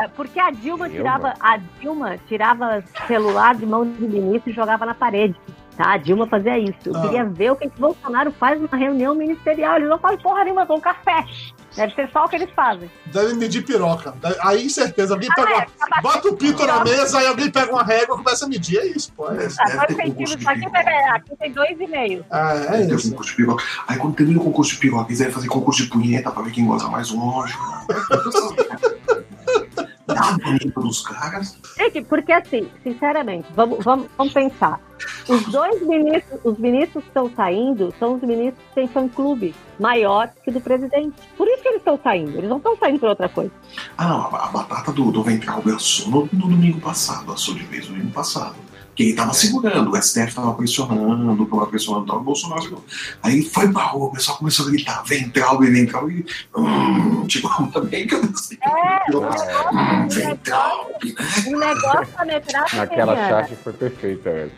[SPEAKER 1] É, Porque a Dilma
[SPEAKER 4] Eu
[SPEAKER 1] tirava, a Dilma tirava celular de mão do ministro e jogava na parede. Tá, a Dilma fazia isso. Eu
[SPEAKER 3] Ah.
[SPEAKER 1] queria ver o que que o Bolsonaro faz numa reunião ministerial. Eles não fazem porra nenhuma, com café. Deve ser só o que eles fazem. Ah, é, tá
[SPEAKER 3] Deve medir piroca. Deve- aí, certeza, alguém pega. uma- Então, bota o pinto na mesa, aí alguém pega uma régua e começa a medir. É isso, pô. É, isso.
[SPEAKER 1] Ah,
[SPEAKER 2] Deve
[SPEAKER 1] dois
[SPEAKER 2] ter concurso
[SPEAKER 1] centímetros,
[SPEAKER 2] de
[SPEAKER 1] aqui,
[SPEAKER 2] piroca.
[SPEAKER 1] é, aqui tem dois e meio.
[SPEAKER 3] Ah, é
[SPEAKER 2] Deve ter
[SPEAKER 3] isso.
[SPEAKER 2] concurso de piroca. Aí quando termina o concurso de piroca, eles devem fazer concurso de punheta pra ver quem gosta mais longe. Dá a punheta dos caras.
[SPEAKER 1] Gente, porque assim, sinceramente, vamos, vamos, vamos pensar. Os dois ministros, os ministros que estão saindo são os ministros que têm fã-clube maior que o do presidente. Por isso que eles estão saindo. Eles não estão saindo por outra coisa.
[SPEAKER 2] Ah, não, a, a batata do, do ventral assou no, no domingo passado, assou de vez no domingo passado. que ele
[SPEAKER 3] É.
[SPEAKER 2] tava segurando, o STF tava pressionando, tava pressionando, tava o Bolsonaro segurando. Aí ele foi pra rua, o pessoal começou a gritar, Ventralbe, Ventralbe, hum, tipo, também que eu não sei.
[SPEAKER 1] É.
[SPEAKER 2] Hum, Ventralbe.
[SPEAKER 1] O negócio da metragem.
[SPEAKER 4] Aquela
[SPEAKER 1] Mariana,
[SPEAKER 4] charge foi perfeita, velho.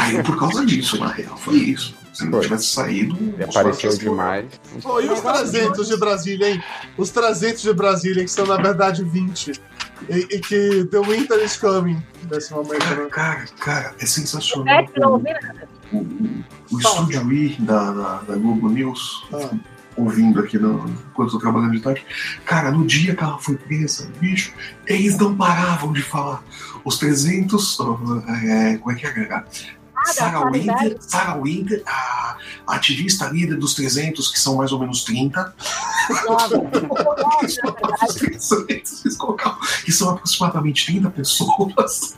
[SPEAKER 2] Aí por causa disso, na real, foi isso. Se não
[SPEAKER 4] Foi.
[SPEAKER 2] tivesse saído, o
[SPEAKER 4] Ele
[SPEAKER 2] Bolsonaro tinha
[SPEAKER 4] apareceu
[SPEAKER 2] sido-
[SPEAKER 4] demais.
[SPEAKER 3] Pô, e os 300 de Brasília, hein? Os 300 de Brasília, que são na verdade 20. E, e que The Winter is Coming. Desse momento, né?
[SPEAKER 2] Cara, cara, cara, é sensacional.
[SPEAKER 1] Pet não ouvi nada.
[SPEAKER 2] o, o- o estúdio I da, da, da Globo News,
[SPEAKER 4] Ah.
[SPEAKER 2] eu fico ouvindo aqui no, quando eu tô trabalhando de tarde, cara, no dia que ela foi presa, bicho, eles não paravam de falar. Os 300. ó, é, como é que é, cara? Sarah Winter,
[SPEAKER 1] qualidade.
[SPEAKER 2] Sarah Winter, a ativista líder dos 300, que são mais ou menos 30, os 300, vocês colocavam, que são aproximadamente 30 pessoas.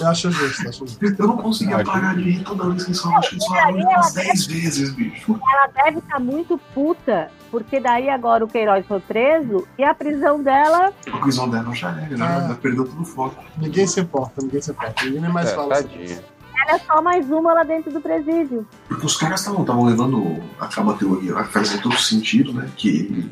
[SPEAKER 3] Eu acho justo, acho justo.
[SPEAKER 2] Eu não conseguia
[SPEAKER 4] Imagina.
[SPEAKER 2] parar de rir toda vez que eles falavam, acho que eles falaram umas 10 vezes, bicho.
[SPEAKER 1] Ela deve estar muito puta, porque daí agora o Queiroz foi preso e a prisão dela.
[SPEAKER 2] A prisão dela já é, já,
[SPEAKER 3] Ah.
[SPEAKER 2] já perdeu todo o foco.
[SPEAKER 3] Ninguém se importa, ninguém se importa. Ninguém mais
[SPEAKER 4] É,
[SPEAKER 3] fala assim. sobre
[SPEAKER 4] tadinha.
[SPEAKER 3] isso.
[SPEAKER 1] Ela é só mais uma lá dentro do presídio.
[SPEAKER 2] Porque os caras estavam levando aquela teoria, ela fazia todo sentido, né? Que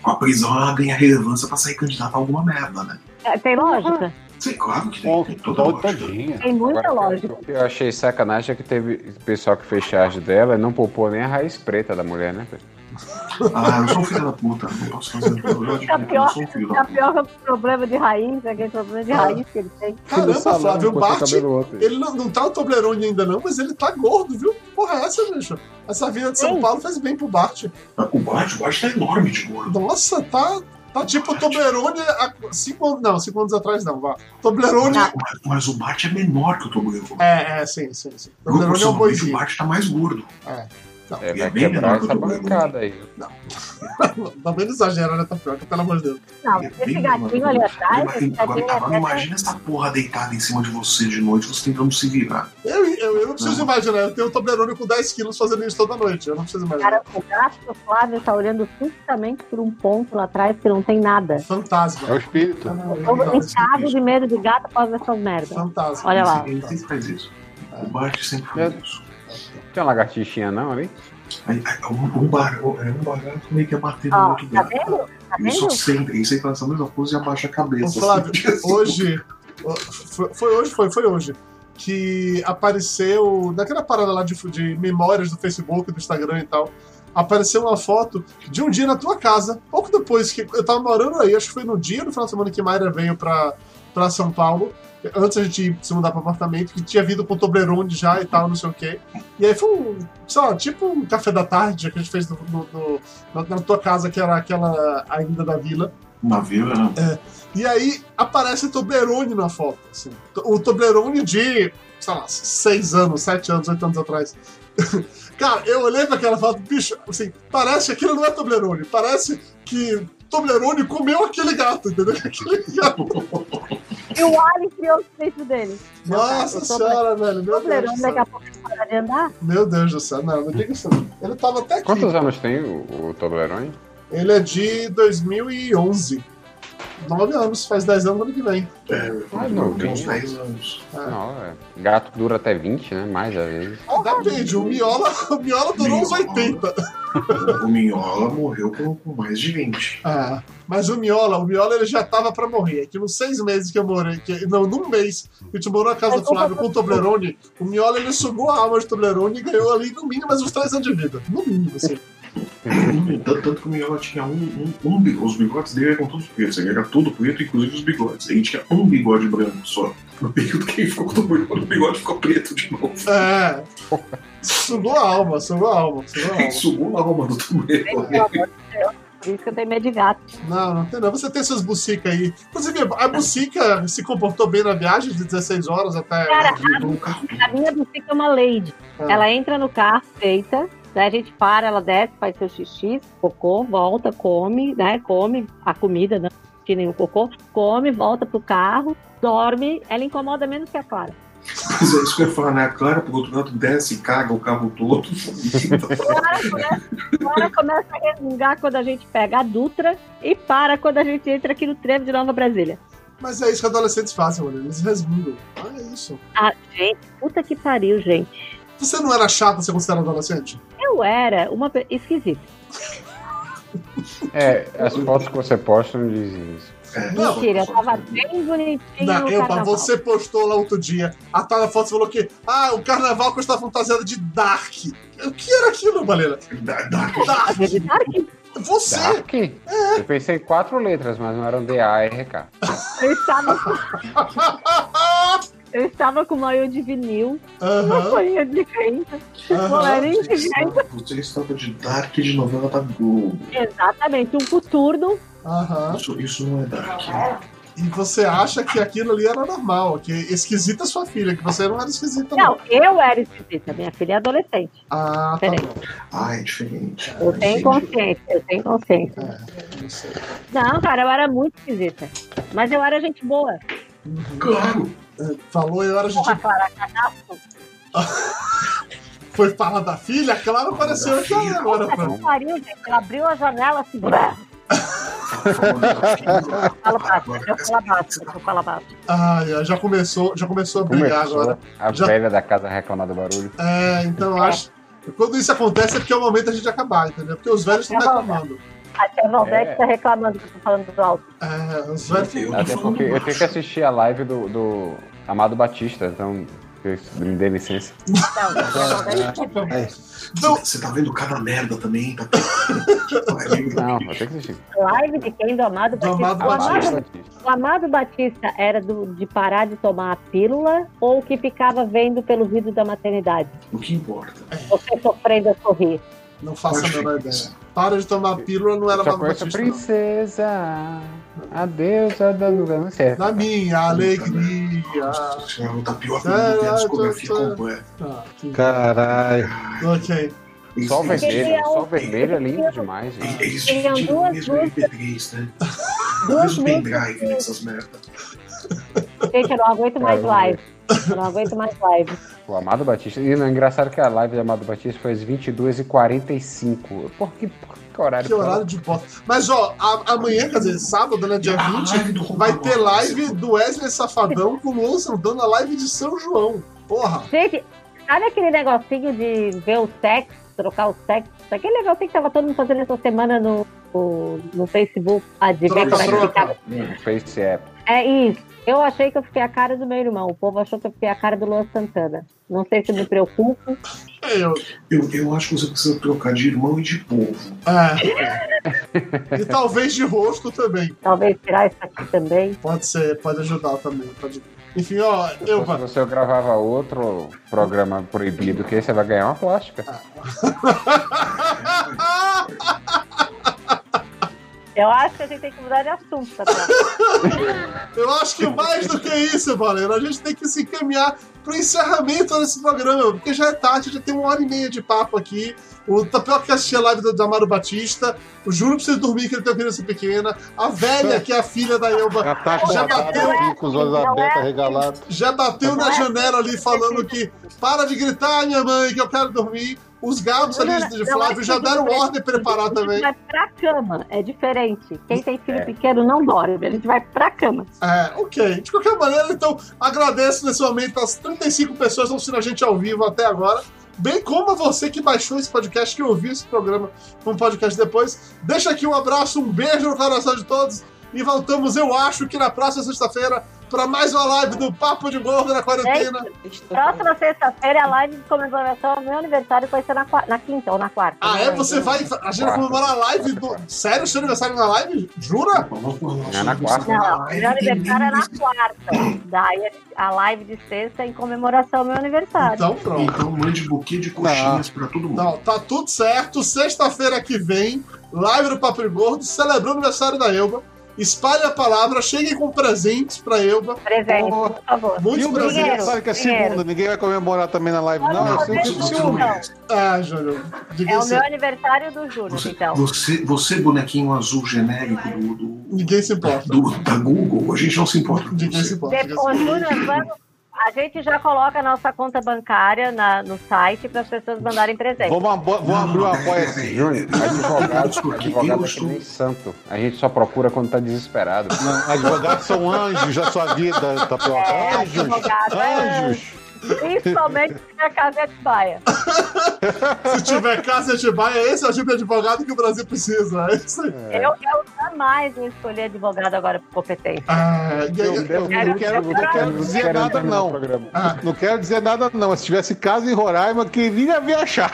[SPEAKER 2] com a prisão ela ganha relevância pra sair candidata a alguma merda, né?
[SPEAKER 1] É, tem lógica?
[SPEAKER 2] Sim, claro que tem,
[SPEAKER 5] Pô,
[SPEAKER 2] tem toda
[SPEAKER 3] é
[SPEAKER 5] tô
[SPEAKER 2] lógica.
[SPEAKER 5] tadinha.
[SPEAKER 1] Tem É muita
[SPEAKER 4] Agora,
[SPEAKER 1] lógica.
[SPEAKER 4] O que eu achei sacanagem é que teve pessoal que fez charge dela e não poupou nem a raiz preta da mulher, né? velho?
[SPEAKER 2] Ah, eu sou um filho da puta, não posso fazer nada, eu admito,
[SPEAKER 1] Tá pior,
[SPEAKER 2] eu sou um filho da puta.
[SPEAKER 1] Tapioca com problema de raiz, né? aquele problema de raiz que ele tem.
[SPEAKER 4] Do
[SPEAKER 3] Caramba,
[SPEAKER 4] salão,
[SPEAKER 3] Flávio, o
[SPEAKER 4] cortou o
[SPEAKER 3] Bart,
[SPEAKER 4] cabelo ontem.
[SPEAKER 3] ele não, não tá o Toblerone ainda não, mas ele tá gordo, viu? Que Porra, é essa, bicho? Essa vida de São
[SPEAKER 1] Ei.
[SPEAKER 3] Paulo faz bem pro Bart.
[SPEAKER 2] O Bart, o Bart tá enorme de gordo.
[SPEAKER 3] Nossa, tá, tá tipo o Toblerone há cinco anos. Não, cinco anos atrás não, vá. Toblerone.
[SPEAKER 2] Mas, mas o Bart é menor que o Tomoyo.
[SPEAKER 3] É, é, sim, sim, sim. Toblerone é
[SPEAKER 2] Proporcionalmente
[SPEAKER 3] um
[SPEAKER 2] o
[SPEAKER 3] boizinho.
[SPEAKER 2] Bart tá mais gordo.
[SPEAKER 4] É,
[SPEAKER 2] é
[SPEAKER 4] vai
[SPEAKER 2] bem
[SPEAKER 4] quebrar
[SPEAKER 2] menor que
[SPEAKER 4] essa
[SPEAKER 2] o Toblerone.
[SPEAKER 4] bancada aí.
[SPEAKER 3] Também não exagera, né, Tapioca? Pelo amor de Deus.
[SPEAKER 1] Não,
[SPEAKER 2] É
[SPEAKER 1] esse
[SPEAKER 2] bem
[SPEAKER 1] gatinho
[SPEAKER 2] menor.
[SPEAKER 1] ali atrás,
[SPEAKER 2] Agora,
[SPEAKER 1] esse gatinho
[SPEAKER 2] agora
[SPEAKER 1] ali atrás.
[SPEAKER 2] imagina essa porra deitada em cima de você de noite, você tentando se virar.
[SPEAKER 3] Eu, eu, eu não preciso
[SPEAKER 5] Ah.
[SPEAKER 2] Não.
[SPEAKER 3] imaginar. Eu tenho o Toblerone com 10 quilos fazendo isso toda noite. Eu não preciso imaginar.
[SPEAKER 1] Cara, o gato Flávio tá olhando fixamente por um ponto lá atrás que não tem nada.
[SPEAKER 5] É
[SPEAKER 3] Fantasma. É um
[SPEAKER 5] o espírito.
[SPEAKER 1] Eu me cago de medo de gato após essas merdas.
[SPEAKER 3] Fantasma.
[SPEAKER 1] Olha lá.
[SPEAKER 2] Ele sempre faz isso.
[SPEAKER 3] É.
[SPEAKER 2] O Bart sempre faz isso.
[SPEAKER 4] Tem uma lagartixinha não ali?
[SPEAKER 2] Aí, aí, um, um, bar, é um barato meio que ia bater no
[SPEAKER 1] Ó,
[SPEAKER 2] outro
[SPEAKER 1] tá
[SPEAKER 2] gato.
[SPEAKER 1] vendo? Tá
[SPEAKER 2] Ele só
[SPEAKER 1] vendo?
[SPEAKER 2] senta, ele sempre faz a mesma coisa e abaixa a cabeça.
[SPEAKER 3] Ô, Flávio,
[SPEAKER 2] assim.
[SPEAKER 3] hoje. o- Foi, foi hoje, foi, foi hoje. Que apareceu. Naquela parada lá de, de memórias do Facebook, do Instagram e tal. Apareceu uma foto de um dia na tua casa, pouco depois que eu tava morando aí, acho que foi no dia do final de semana que Mayra veio pra, pra São Paulo, antes a gente se mudar pra apartamento, que tinha vindo com o Toblerone já e tal, não sei o quê. E aí foi um, sei lá, tipo um café da tarde que a gente fez no, no- no- na, na tua casa, que era aquela ainda da vila.
[SPEAKER 2] Na vila, né?
[SPEAKER 3] E aí aparece o Toblerone na foto. assim. O Toblerone de, sei lá, 6 anos, 7 anos, 8 anos atrás. Cara, eu olhei pra aquela foto, bicho, assim, parece que aquilo não é Toblerone, parece que Toblerone comeu aquele gato, entendeu? Aquele gato.
[SPEAKER 1] E o Ali criou o peito dele.
[SPEAKER 3] Nossa
[SPEAKER 1] o
[SPEAKER 3] senhora, velho, meu Deus, do
[SPEAKER 1] Toblerone daqui é a
[SPEAKER 3] céu.
[SPEAKER 1] pouco para de andar.
[SPEAKER 3] meu Deus do céu, não, não diga isso não. Ele tava até aqui.
[SPEAKER 4] Quantos anos tem o, o Toblerone?
[SPEAKER 3] Ele é de 2011. 9 anos, faz 10 anos ano que vem. Ah,
[SPEAKER 2] Tem uns
[SPEAKER 4] Mais Tá novinho.
[SPEAKER 2] 10 anos.
[SPEAKER 4] Não, é. Gato dura até 20, né? Mais às vezes.
[SPEAKER 3] Depende, o Miola, o Miola durou uns 80.
[SPEAKER 2] O Minhola morreu com, com mais de 20.
[SPEAKER 3] Ah, mas o Miola, o Miola ele já tava pra morrer. Aqui nos seis meses que eu morei, que, não, num mês que a gente morou na casa do Flávio com o Toblerone, o Miola ele sugou a alma de Toblerone e ganhou ali no mínimo mais uns três anos de vida. No mínimo, assim.
[SPEAKER 2] tanto, tanto que o Minhola tinha um, um, um bigode. Os bigodes dele eram todos pretos. Ele era todo preto, inclusive os bigodes. Ele tinha um bigode branco só. No período que ele ficou com o bigode, o bigode ficou preto de novo.
[SPEAKER 3] É. Sugou a alma, sugou a alma, sugou a
[SPEAKER 2] Ele
[SPEAKER 3] alma.
[SPEAKER 2] sugou a alma do
[SPEAKER 1] É
[SPEAKER 2] Tomeiro.
[SPEAKER 1] Por isso que eu tenho medo de gato.
[SPEAKER 3] Não, não tem não. Você tem suas bucicas aí. Inclusive, a bucica se comportou bem na viagem de 16 horas até.
[SPEAKER 1] Cara,
[SPEAKER 2] Um carro
[SPEAKER 1] A minha bicicleta é uma lady.
[SPEAKER 3] Ah.
[SPEAKER 1] Ela entra no carro, feita. Daí a gente para, ela desce, faz seu xixi, cocô, volta, come, né? Come a comida, não que nem o cocô. Come, volta pro carro, dorme. Ela incomoda menos que a Clara.
[SPEAKER 2] Mas é isso que eu ia falar, né? A Clara, por outro lado, desce e caga o carro todo.
[SPEAKER 1] Clara começa, Clara começa a resmungar quando a gente pega a Dutra e para quando a gente entra aqui no trevo de Nova Brasília.
[SPEAKER 3] Mas é isso que adolescentes fazem, mano. Eles resmungam. Olha isso.
[SPEAKER 1] Ah, gente, puta que pariu, gente.
[SPEAKER 3] Você não era chata se você era adolescente?
[SPEAKER 1] Eu era uma pe- esquisita.
[SPEAKER 4] É, as fotos que você posta não dizem isso.
[SPEAKER 2] É,
[SPEAKER 3] Não,
[SPEAKER 1] Mentira, eu
[SPEAKER 2] só-
[SPEAKER 1] tava bem bonitinho
[SPEAKER 3] Na
[SPEAKER 1] no
[SPEAKER 3] Elba,
[SPEAKER 1] carnaval.
[SPEAKER 3] você postou lá outro dia. A Tana Fox falou que. Ah, o carnaval que eu estava fantasiada de Dark. O que era aquilo, Balena?
[SPEAKER 2] Da- da-
[SPEAKER 3] Dark!
[SPEAKER 1] Acreditar que
[SPEAKER 3] Você!
[SPEAKER 4] Dark?
[SPEAKER 3] É.
[SPEAKER 4] Eu pensei em quatro letras, mas não um eram D-A-R-K.
[SPEAKER 1] eu estava, eu estava com maiô de vinil, uma
[SPEAKER 3] Aham,
[SPEAKER 1] folhinha de renda, não
[SPEAKER 3] aham.
[SPEAKER 1] era nem de
[SPEAKER 2] Você
[SPEAKER 1] renda.
[SPEAKER 2] estava- Você estava de Dark de novela da Globo.
[SPEAKER 1] Exatamente, um coturno.
[SPEAKER 3] aham.
[SPEAKER 2] Isso, isso não é Dark.
[SPEAKER 3] E você acha que aquilo ali era normal, que esquisita sua filha, que você não era esquisita, não.
[SPEAKER 1] Não, eu era esquisita, minha filha é adolescente.
[SPEAKER 3] Ah, tá
[SPEAKER 1] Peraí.
[SPEAKER 3] bom.
[SPEAKER 2] Ah, é diferente.
[SPEAKER 1] Eu tenho
[SPEAKER 2] Entendi.
[SPEAKER 1] consciência, eu tenho consciência.
[SPEAKER 3] Não sei.
[SPEAKER 1] Não, cara, eu era muito esquisita. Mas eu era gente boa.
[SPEAKER 2] Claro!
[SPEAKER 3] Falou e agora a gente
[SPEAKER 1] Porra, Clara, cadastro.
[SPEAKER 3] foi falar da filha? Claro, pareceu que ela agora,
[SPEAKER 1] Puta
[SPEAKER 3] pô.
[SPEAKER 1] que pariu, gente. Ela abriu a janela assim. brá. Fala baixo, deixa eu falar baixo, deixa eu falar baixo.
[SPEAKER 3] Ah, já começou, já começou a brigar agora.
[SPEAKER 4] Começou a
[SPEAKER 3] Já-
[SPEAKER 4] velha da casa reclamar do barulho.
[SPEAKER 3] É, então eu acho. Quando isso acontece é porque é o momento da gente acabar, entendeu? Porque os velhos estão reclamando.
[SPEAKER 1] A tia Valdete
[SPEAKER 4] É.
[SPEAKER 1] tá reclamando que eu tô falando do alto.
[SPEAKER 3] É, os velhos.
[SPEAKER 2] Eu tô
[SPEAKER 4] Até
[SPEAKER 2] falando
[SPEAKER 4] porque eu
[SPEAKER 2] baixo.
[SPEAKER 4] tenho que assistir a live do, do Amado Batista, então eu me dê licença.
[SPEAKER 1] Não, a tia Valdete
[SPEAKER 3] Então,
[SPEAKER 2] Você tá vendo cada merda também? Tá...
[SPEAKER 4] Não, é eu tenho que assistir.
[SPEAKER 1] live de quem? Do Amado
[SPEAKER 3] Do
[SPEAKER 1] Batista.
[SPEAKER 3] Amado
[SPEAKER 1] o,
[SPEAKER 4] Amado
[SPEAKER 1] Amado,
[SPEAKER 4] Batista.
[SPEAKER 1] o Amado Batista era do- de parar de tomar a pílula ou que ficava vendo pelo vidro da maternidade?
[SPEAKER 2] O que importa?
[SPEAKER 1] Você sofrendo a sorrir.
[SPEAKER 3] não faço a
[SPEAKER 2] Acho
[SPEAKER 3] menor
[SPEAKER 2] que-
[SPEAKER 3] ideia. Para de tomar pílula, não é era
[SPEAKER 4] Só
[SPEAKER 3] Amado
[SPEAKER 4] conheço a
[SPEAKER 3] Batista. não.
[SPEAKER 4] princesa, a deusa da É, lua. certo.
[SPEAKER 3] Na minha alegria.
[SPEAKER 2] Nossa senhora, tá pior que
[SPEAKER 3] Caralho,
[SPEAKER 2] a discografia
[SPEAKER 3] tô- tô-
[SPEAKER 2] completa.
[SPEAKER 3] Ah, que-
[SPEAKER 5] Caralho.
[SPEAKER 3] Ok.
[SPEAKER 4] Sol
[SPEAKER 2] Eles-
[SPEAKER 4] vermelho,
[SPEAKER 1] Queria
[SPEAKER 4] sol
[SPEAKER 1] um-
[SPEAKER 4] vermelho é lindo demais, gente.
[SPEAKER 2] Eles
[SPEAKER 1] Tinham
[SPEAKER 2] dividiram o
[SPEAKER 1] duas
[SPEAKER 2] mesmo
[SPEAKER 1] músicas.
[SPEAKER 2] MP3, né? O
[SPEAKER 1] Duas
[SPEAKER 2] mesmo
[SPEAKER 1] músicas.
[SPEAKER 2] pendrive nessas merdas.
[SPEAKER 1] Gente, eu não
[SPEAKER 4] É,
[SPEAKER 1] aguento mais live. Eu não aguento mais live.
[SPEAKER 4] O Amado Batista. E não é engraçado que a live do Amado Batista foi às 22h45. Por que, por que horário?
[SPEAKER 3] Que horário de bosta. Mas, ó, a- amanhã, quer dizer, sábado, né, dia
[SPEAKER 2] A
[SPEAKER 3] 20,
[SPEAKER 2] live Ah, do
[SPEAKER 3] vai
[SPEAKER 2] Ronaldo
[SPEAKER 3] ter live
[SPEAKER 2] Alves.
[SPEAKER 3] do Wesley Safadão com o Luan Santana, live de São João. Porra.
[SPEAKER 1] Gente, sabe aquele negocinho de ver o sexo, trocar o sexo? Aquele negocinho que tava todo mundo fazendo essa semana no, no, no Facebook, a de ver como é que
[SPEAKER 3] Troca-troca.
[SPEAKER 1] ficava.
[SPEAKER 4] Face App.
[SPEAKER 1] É isso. Eu achei que eu fiquei a cara do meu irmão. O povo achou que eu fiquei a cara do Luan Santana. Não sei se me preocupo.
[SPEAKER 3] É, eu-
[SPEAKER 2] Eu, eu acho que você precisa trocar de irmão e de povo.
[SPEAKER 3] É. E talvez de rosto também.
[SPEAKER 1] Talvez tirar isso aqui também.
[SPEAKER 3] Pode ser, pode ajudar também. pode- Enfim, ó, eu
[SPEAKER 4] Se você gravava outro programa proibido que você vai ganhar uma plástica.
[SPEAKER 5] Ah,
[SPEAKER 3] Ah!
[SPEAKER 1] Eu acho que a gente tem que mudar de assunto, tá?
[SPEAKER 3] Eu acho que mais do que isso, Valero, a gente tem que se encaminhar pro encerramento desse programa, porque já é tarde, já tem uma hora e meia de papo aqui. O Tapioca que assistia a live do do Amaro Batista, o Júlio precisa dormir que ele tem uma criança pequena, a velha que é a filha da Elba
[SPEAKER 5] Já tá
[SPEAKER 3] Já bateu.
[SPEAKER 5] acordada aqui com os olhos
[SPEAKER 1] Não é
[SPEAKER 5] abertos,
[SPEAKER 1] assim.
[SPEAKER 5] arregalados.
[SPEAKER 3] já bateu
[SPEAKER 1] é?
[SPEAKER 3] na janela ali falando que para de gritar, minha mãe, que eu quero dormir. Os gatos ali de Flávio já deram ordem pra preparar também.
[SPEAKER 1] é A gente vai pra cama, é diferente. Quem tem filho pequeno não dorme, a gente vai pra cama.
[SPEAKER 3] É, ok. De qualquer maneira, então, agradeço nesse momento as 35 pessoas que estão assistindo a gente ao vivo até agora. Bem como a você que baixou esse podcast, que ouviu esse programa um podcast depois. Deixa aqui um abraço, um beijo no coração de todos. E voltamos, eu acho, que na próxima sexta-feira, para mais uma live do Papo de Gordo na Quarentena.
[SPEAKER 1] Próxima sexta-feira é a live de comemoração ao meu aniversário, que vai ser na, qua- na quinta ou na quarta. né?
[SPEAKER 3] Ah,
[SPEAKER 1] não
[SPEAKER 3] é?
[SPEAKER 1] lembro.
[SPEAKER 3] Você vai. A gente vai comemorar a live do. Sério, seu aniversário na live? Jura?
[SPEAKER 2] É
[SPEAKER 4] É na quarta.
[SPEAKER 3] Ah,
[SPEAKER 2] Ah,
[SPEAKER 1] Não, meu aniversário é na quarta. Daí a- a live de sexta é em comemoração ao meu aniversário.
[SPEAKER 3] Então, pronto.
[SPEAKER 2] Então mande buquê de coxinhas pra todo mundo.
[SPEAKER 3] Não, tá tudo certo. Sexta-feira que vem, live do Papo de Gordo, celebrando o aniversário da Elba. Espalhe a palavra, cheguem com presentes pra Elba.
[SPEAKER 1] Presente,
[SPEAKER 5] Porra.
[SPEAKER 1] por favor.
[SPEAKER 5] E
[SPEAKER 3] Muitos
[SPEAKER 1] Brasil?
[SPEAKER 5] o
[SPEAKER 3] presentes.
[SPEAKER 5] brasileiro sabe que é
[SPEAKER 1] Dinheiro.
[SPEAKER 5] segunda, ninguém vai comemorar também na live,
[SPEAKER 1] Olha,
[SPEAKER 5] não. Eu sei
[SPEAKER 1] Rodrigo,
[SPEAKER 2] Você-
[SPEAKER 5] que o
[SPEAKER 2] você
[SPEAKER 5] senhor-
[SPEAKER 2] não é.
[SPEAKER 3] Ah, Júlio, diga
[SPEAKER 1] É o
[SPEAKER 3] assim.
[SPEAKER 1] meu aniversário do Júnior,
[SPEAKER 2] Você,
[SPEAKER 1] então.
[SPEAKER 2] você, você, bonequinho azul genérico do, do-
[SPEAKER 3] Ninguém se importa.
[SPEAKER 2] do- da Google, a gente não se importa com
[SPEAKER 3] Ninguém se
[SPEAKER 2] você.
[SPEAKER 3] importa. diga
[SPEAKER 1] Depois,
[SPEAKER 3] assim.
[SPEAKER 1] Júnior, vamos A gente já coloca a nossa conta bancária na- no site para as pessoas mandarem presente.
[SPEAKER 5] Vamos, abo- vamos abrir uma apoia assim.
[SPEAKER 4] Júnior, advogado,
[SPEAKER 2] Porque eu
[SPEAKER 4] advogado é que
[SPEAKER 2] estou-
[SPEAKER 4] nem santo. A gente só procura quando tá desesperado.
[SPEAKER 5] Advogados são anjos da sua vida, Tapioca.
[SPEAKER 1] É,
[SPEAKER 5] Anjos!
[SPEAKER 1] advogado é
[SPEAKER 5] Anjos!
[SPEAKER 1] Principalmente se tiver casa de baia.
[SPEAKER 3] Se tiver casa de baia, esse é o tipo de advogado que o Brasil precisa. É isso aí.
[SPEAKER 1] Eu, eu jamais vou escolher advogado agora por competência.
[SPEAKER 3] Ah, e aí-
[SPEAKER 5] Eu, eu não quero, não quero dizer
[SPEAKER 4] Quero
[SPEAKER 5] nada,
[SPEAKER 4] entrar no
[SPEAKER 5] não.
[SPEAKER 4] programa.
[SPEAKER 3] ah,
[SPEAKER 5] Não quero dizer nada, não. Se tivesse casa em Roraima, queria ver achar.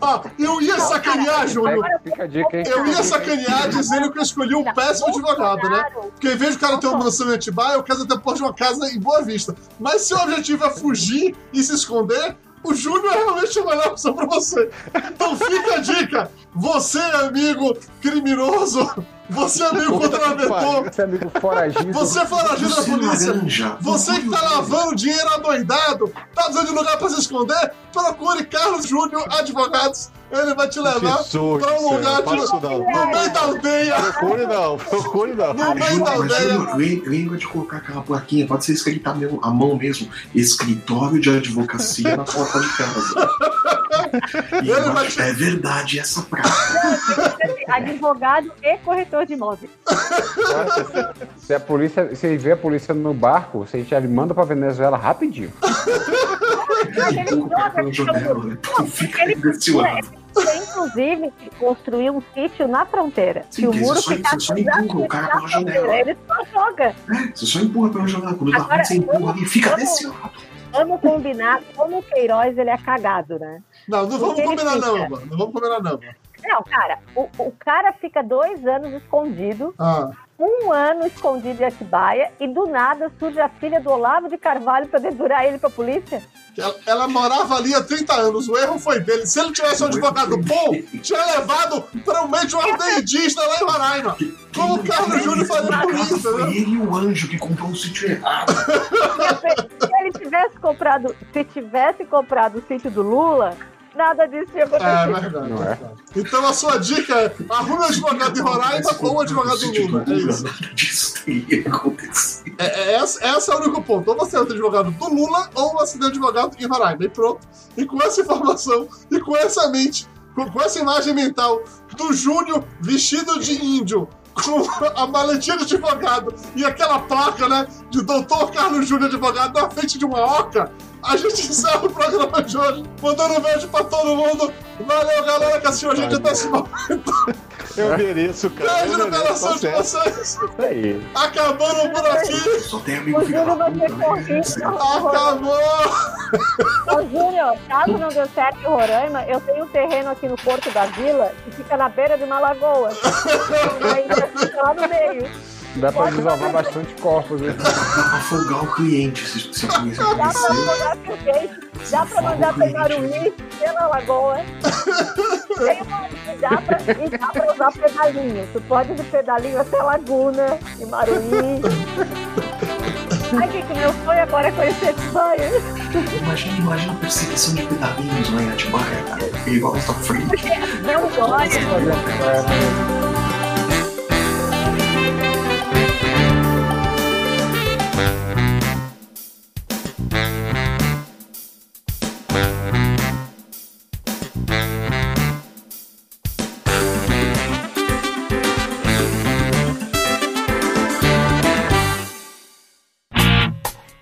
[SPEAKER 3] ó, eu ia sacanear, Júlio.
[SPEAKER 4] Fica- Fica a dica, hein?
[SPEAKER 3] Eu ia sacanear dizendo que eu escolhi um péssimo advogado, né? Porque em vez de o cara ter uma mansão em Atibaia, eu quero até pôr de uma casa em Boa Vista. Mas se o objetivo é fugir e se esconder, o Júnior é realmente a melhor opção pra você. Então fica a dica. Você, é amigo criminoso, você, é amigo contraventor,
[SPEAKER 4] Esse é amigo foragido.
[SPEAKER 3] você foragido da
[SPEAKER 2] Você é
[SPEAKER 3] polícia,
[SPEAKER 2] laranja.
[SPEAKER 3] Você que tá lavando dinheiro adoidado, tá precisando de lugar pra se esconder, procure Carlos Júnior Advogados. Ele vai te
[SPEAKER 5] né?
[SPEAKER 3] levar
[SPEAKER 5] Jesus,
[SPEAKER 3] pra um
[SPEAKER 5] do
[SPEAKER 3] lugar
[SPEAKER 5] céu, não
[SPEAKER 3] de-
[SPEAKER 5] faço isso não.
[SPEAKER 3] no meio da aldeia.
[SPEAKER 5] Procure não, procure não.
[SPEAKER 3] No meio
[SPEAKER 2] Júnior,
[SPEAKER 3] da
[SPEAKER 2] mas
[SPEAKER 3] aldeia.
[SPEAKER 2] Júnior, lem- lembra de colocar aquela plaquinha, pode ser escrito a mão- a mão mesmo, escritório de advocacia na porta de casa. E
[SPEAKER 3] Eu
[SPEAKER 2] eu
[SPEAKER 3] não
[SPEAKER 2] acho- é verdade essa prática.
[SPEAKER 1] Advogado e corretor de imóveis.
[SPEAKER 4] Se é a polícia, se vê a polícia no barco, você já manda pra Venezuela rapidinho.
[SPEAKER 2] E
[SPEAKER 1] Ele
[SPEAKER 2] pouco
[SPEAKER 1] joga,
[SPEAKER 2] cartão janela, né? Então fica
[SPEAKER 1] ele
[SPEAKER 2] desse
[SPEAKER 1] procura,
[SPEAKER 2] lado.
[SPEAKER 1] Tem, inclusive, construir um sítio na fronteira. Se
[SPEAKER 2] Sim,
[SPEAKER 1] o
[SPEAKER 2] mas
[SPEAKER 1] muro
[SPEAKER 2] isso aí-
[SPEAKER 1] ficar
[SPEAKER 2] isso aí empurra o cara
[SPEAKER 1] na
[SPEAKER 2] pela janela.
[SPEAKER 1] ele só joga.
[SPEAKER 2] Você só empurra pela janela. Quando dá
[SPEAKER 1] Agora,
[SPEAKER 2] ruim, você empurra e fica
[SPEAKER 1] vamos-
[SPEAKER 2] desse lado.
[SPEAKER 1] Vamos combinar como o Queiroz ele é cagado, né?
[SPEAKER 3] Não, não vamos
[SPEAKER 1] Porque ele
[SPEAKER 3] combinar não,
[SPEAKER 1] fica.
[SPEAKER 3] mano. Não vamos combinar não. mano.
[SPEAKER 1] Não, cara, o, o cara fica dois anos escondido,
[SPEAKER 3] Ah,
[SPEAKER 1] um ano escondido em Atibaia, e do nada surge a filha do Olavo de Carvalho pra dedurar ele pra polícia.
[SPEAKER 3] ela, ela morava ali há 30 anos, o erro foi dele. Se ele tivesse um advogado bom, tinha levado pra um meio de um ardeidista lá em Roraima. Como o Carlos Júnior faria
[SPEAKER 2] Por
[SPEAKER 3] por
[SPEAKER 2] acaso
[SPEAKER 3] isso, né?
[SPEAKER 2] Foi ele e o anjo que comprou o sítio errado.
[SPEAKER 1] Se ele tivesse comprado, se tivesse comprado o sítio do Lula, nada disso tinha
[SPEAKER 3] É,
[SPEAKER 1] acontecido.
[SPEAKER 3] verdade.
[SPEAKER 4] Não é?
[SPEAKER 3] verdade. Então a sua dica é arrume um advogado de Roraima ou um advogado
[SPEAKER 2] O
[SPEAKER 3] do
[SPEAKER 2] sítio
[SPEAKER 3] Lula. É isso.
[SPEAKER 2] Nada disso teria acontecido.
[SPEAKER 3] É, é, essa, essa é o único ponto. Ou você é um advogado do Lula, ou você é um advogado em Roraima. E pronto. E com essa informação, e com essa mente, com, com essa imagem mental do Júnior vestido de índio, com a maletinha de advogado e aquela placa, né, de Doutor Carlos Júnior Advogado na frente de uma oca, a gente encerra o programa de hoje. Mandando um beijo pra todo mundo. Valeu, galera, que assistiu a gente até esse momento.
[SPEAKER 5] Eu mereço, cara.
[SPEAKER 3] Beijo
[SPEAKER 5] Eu
[SPEAKER 3] no
[SPEAKER 5] mereço, tá
[SPEAKER 3] coração de
[SPEAKER 5] certo.
[SPEAKER 3] vocês.
[SPEAKER 4] Isso aí.
[SPEAKER 3] Acabando por aqui.
[SPEAKER 2] Só tem amigo
[SPEAKER 1] O
[SPEAKER 2] filho
[SPEAKER 1] Júnior
[SPEAKER 2] da
[SPEAKER 1] vai ter
[SPEAKER 2] puta, né?
[SPEAKER 5] Tá
[SPEAKER 3] Ah,
[SPEAKER 1] corrido.
[SPEAKER 3] Acabou.
[SPEAKER 1] Ô, Júnior, caso não deu certo em Roraima, eu tenho um terreno aqui no Porto da Vila que fica na beira de uma lagoa. Ainda fica lá no meio.
[SPEAKER 4] Dá pra desovar bastante corpos, né?
[SPEAKER 2] Dá pra afogar o cliente se, se a polícia
[SPEAKER 1] Dá pra
[SPEAKER 2] aparecer.
[SPEAKER 1] mandar pro gente, dá pra mandar pegar o lixo pela lagoa. Tem uma- E dá pra, e dá pra usar pedalinho. Tu pode ir do pedalinho até Laguna e Maruí. Ai, que, que meu sonho agora é conhecer esse banho.
[SPEAKER 2] Imagina, imagina a perseguição de pedalinhos lá em Atibaia, cara. Igual essa frente.
[SPEAKER 1] Não dói, mano.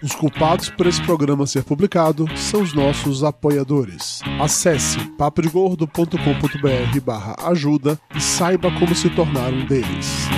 [SPEAKER 3] Os culpados por esse programa ser publicado são os nossos apoiadores. Acesse papodegordo.com.br barra ajuda e saiba como se tornar um deles.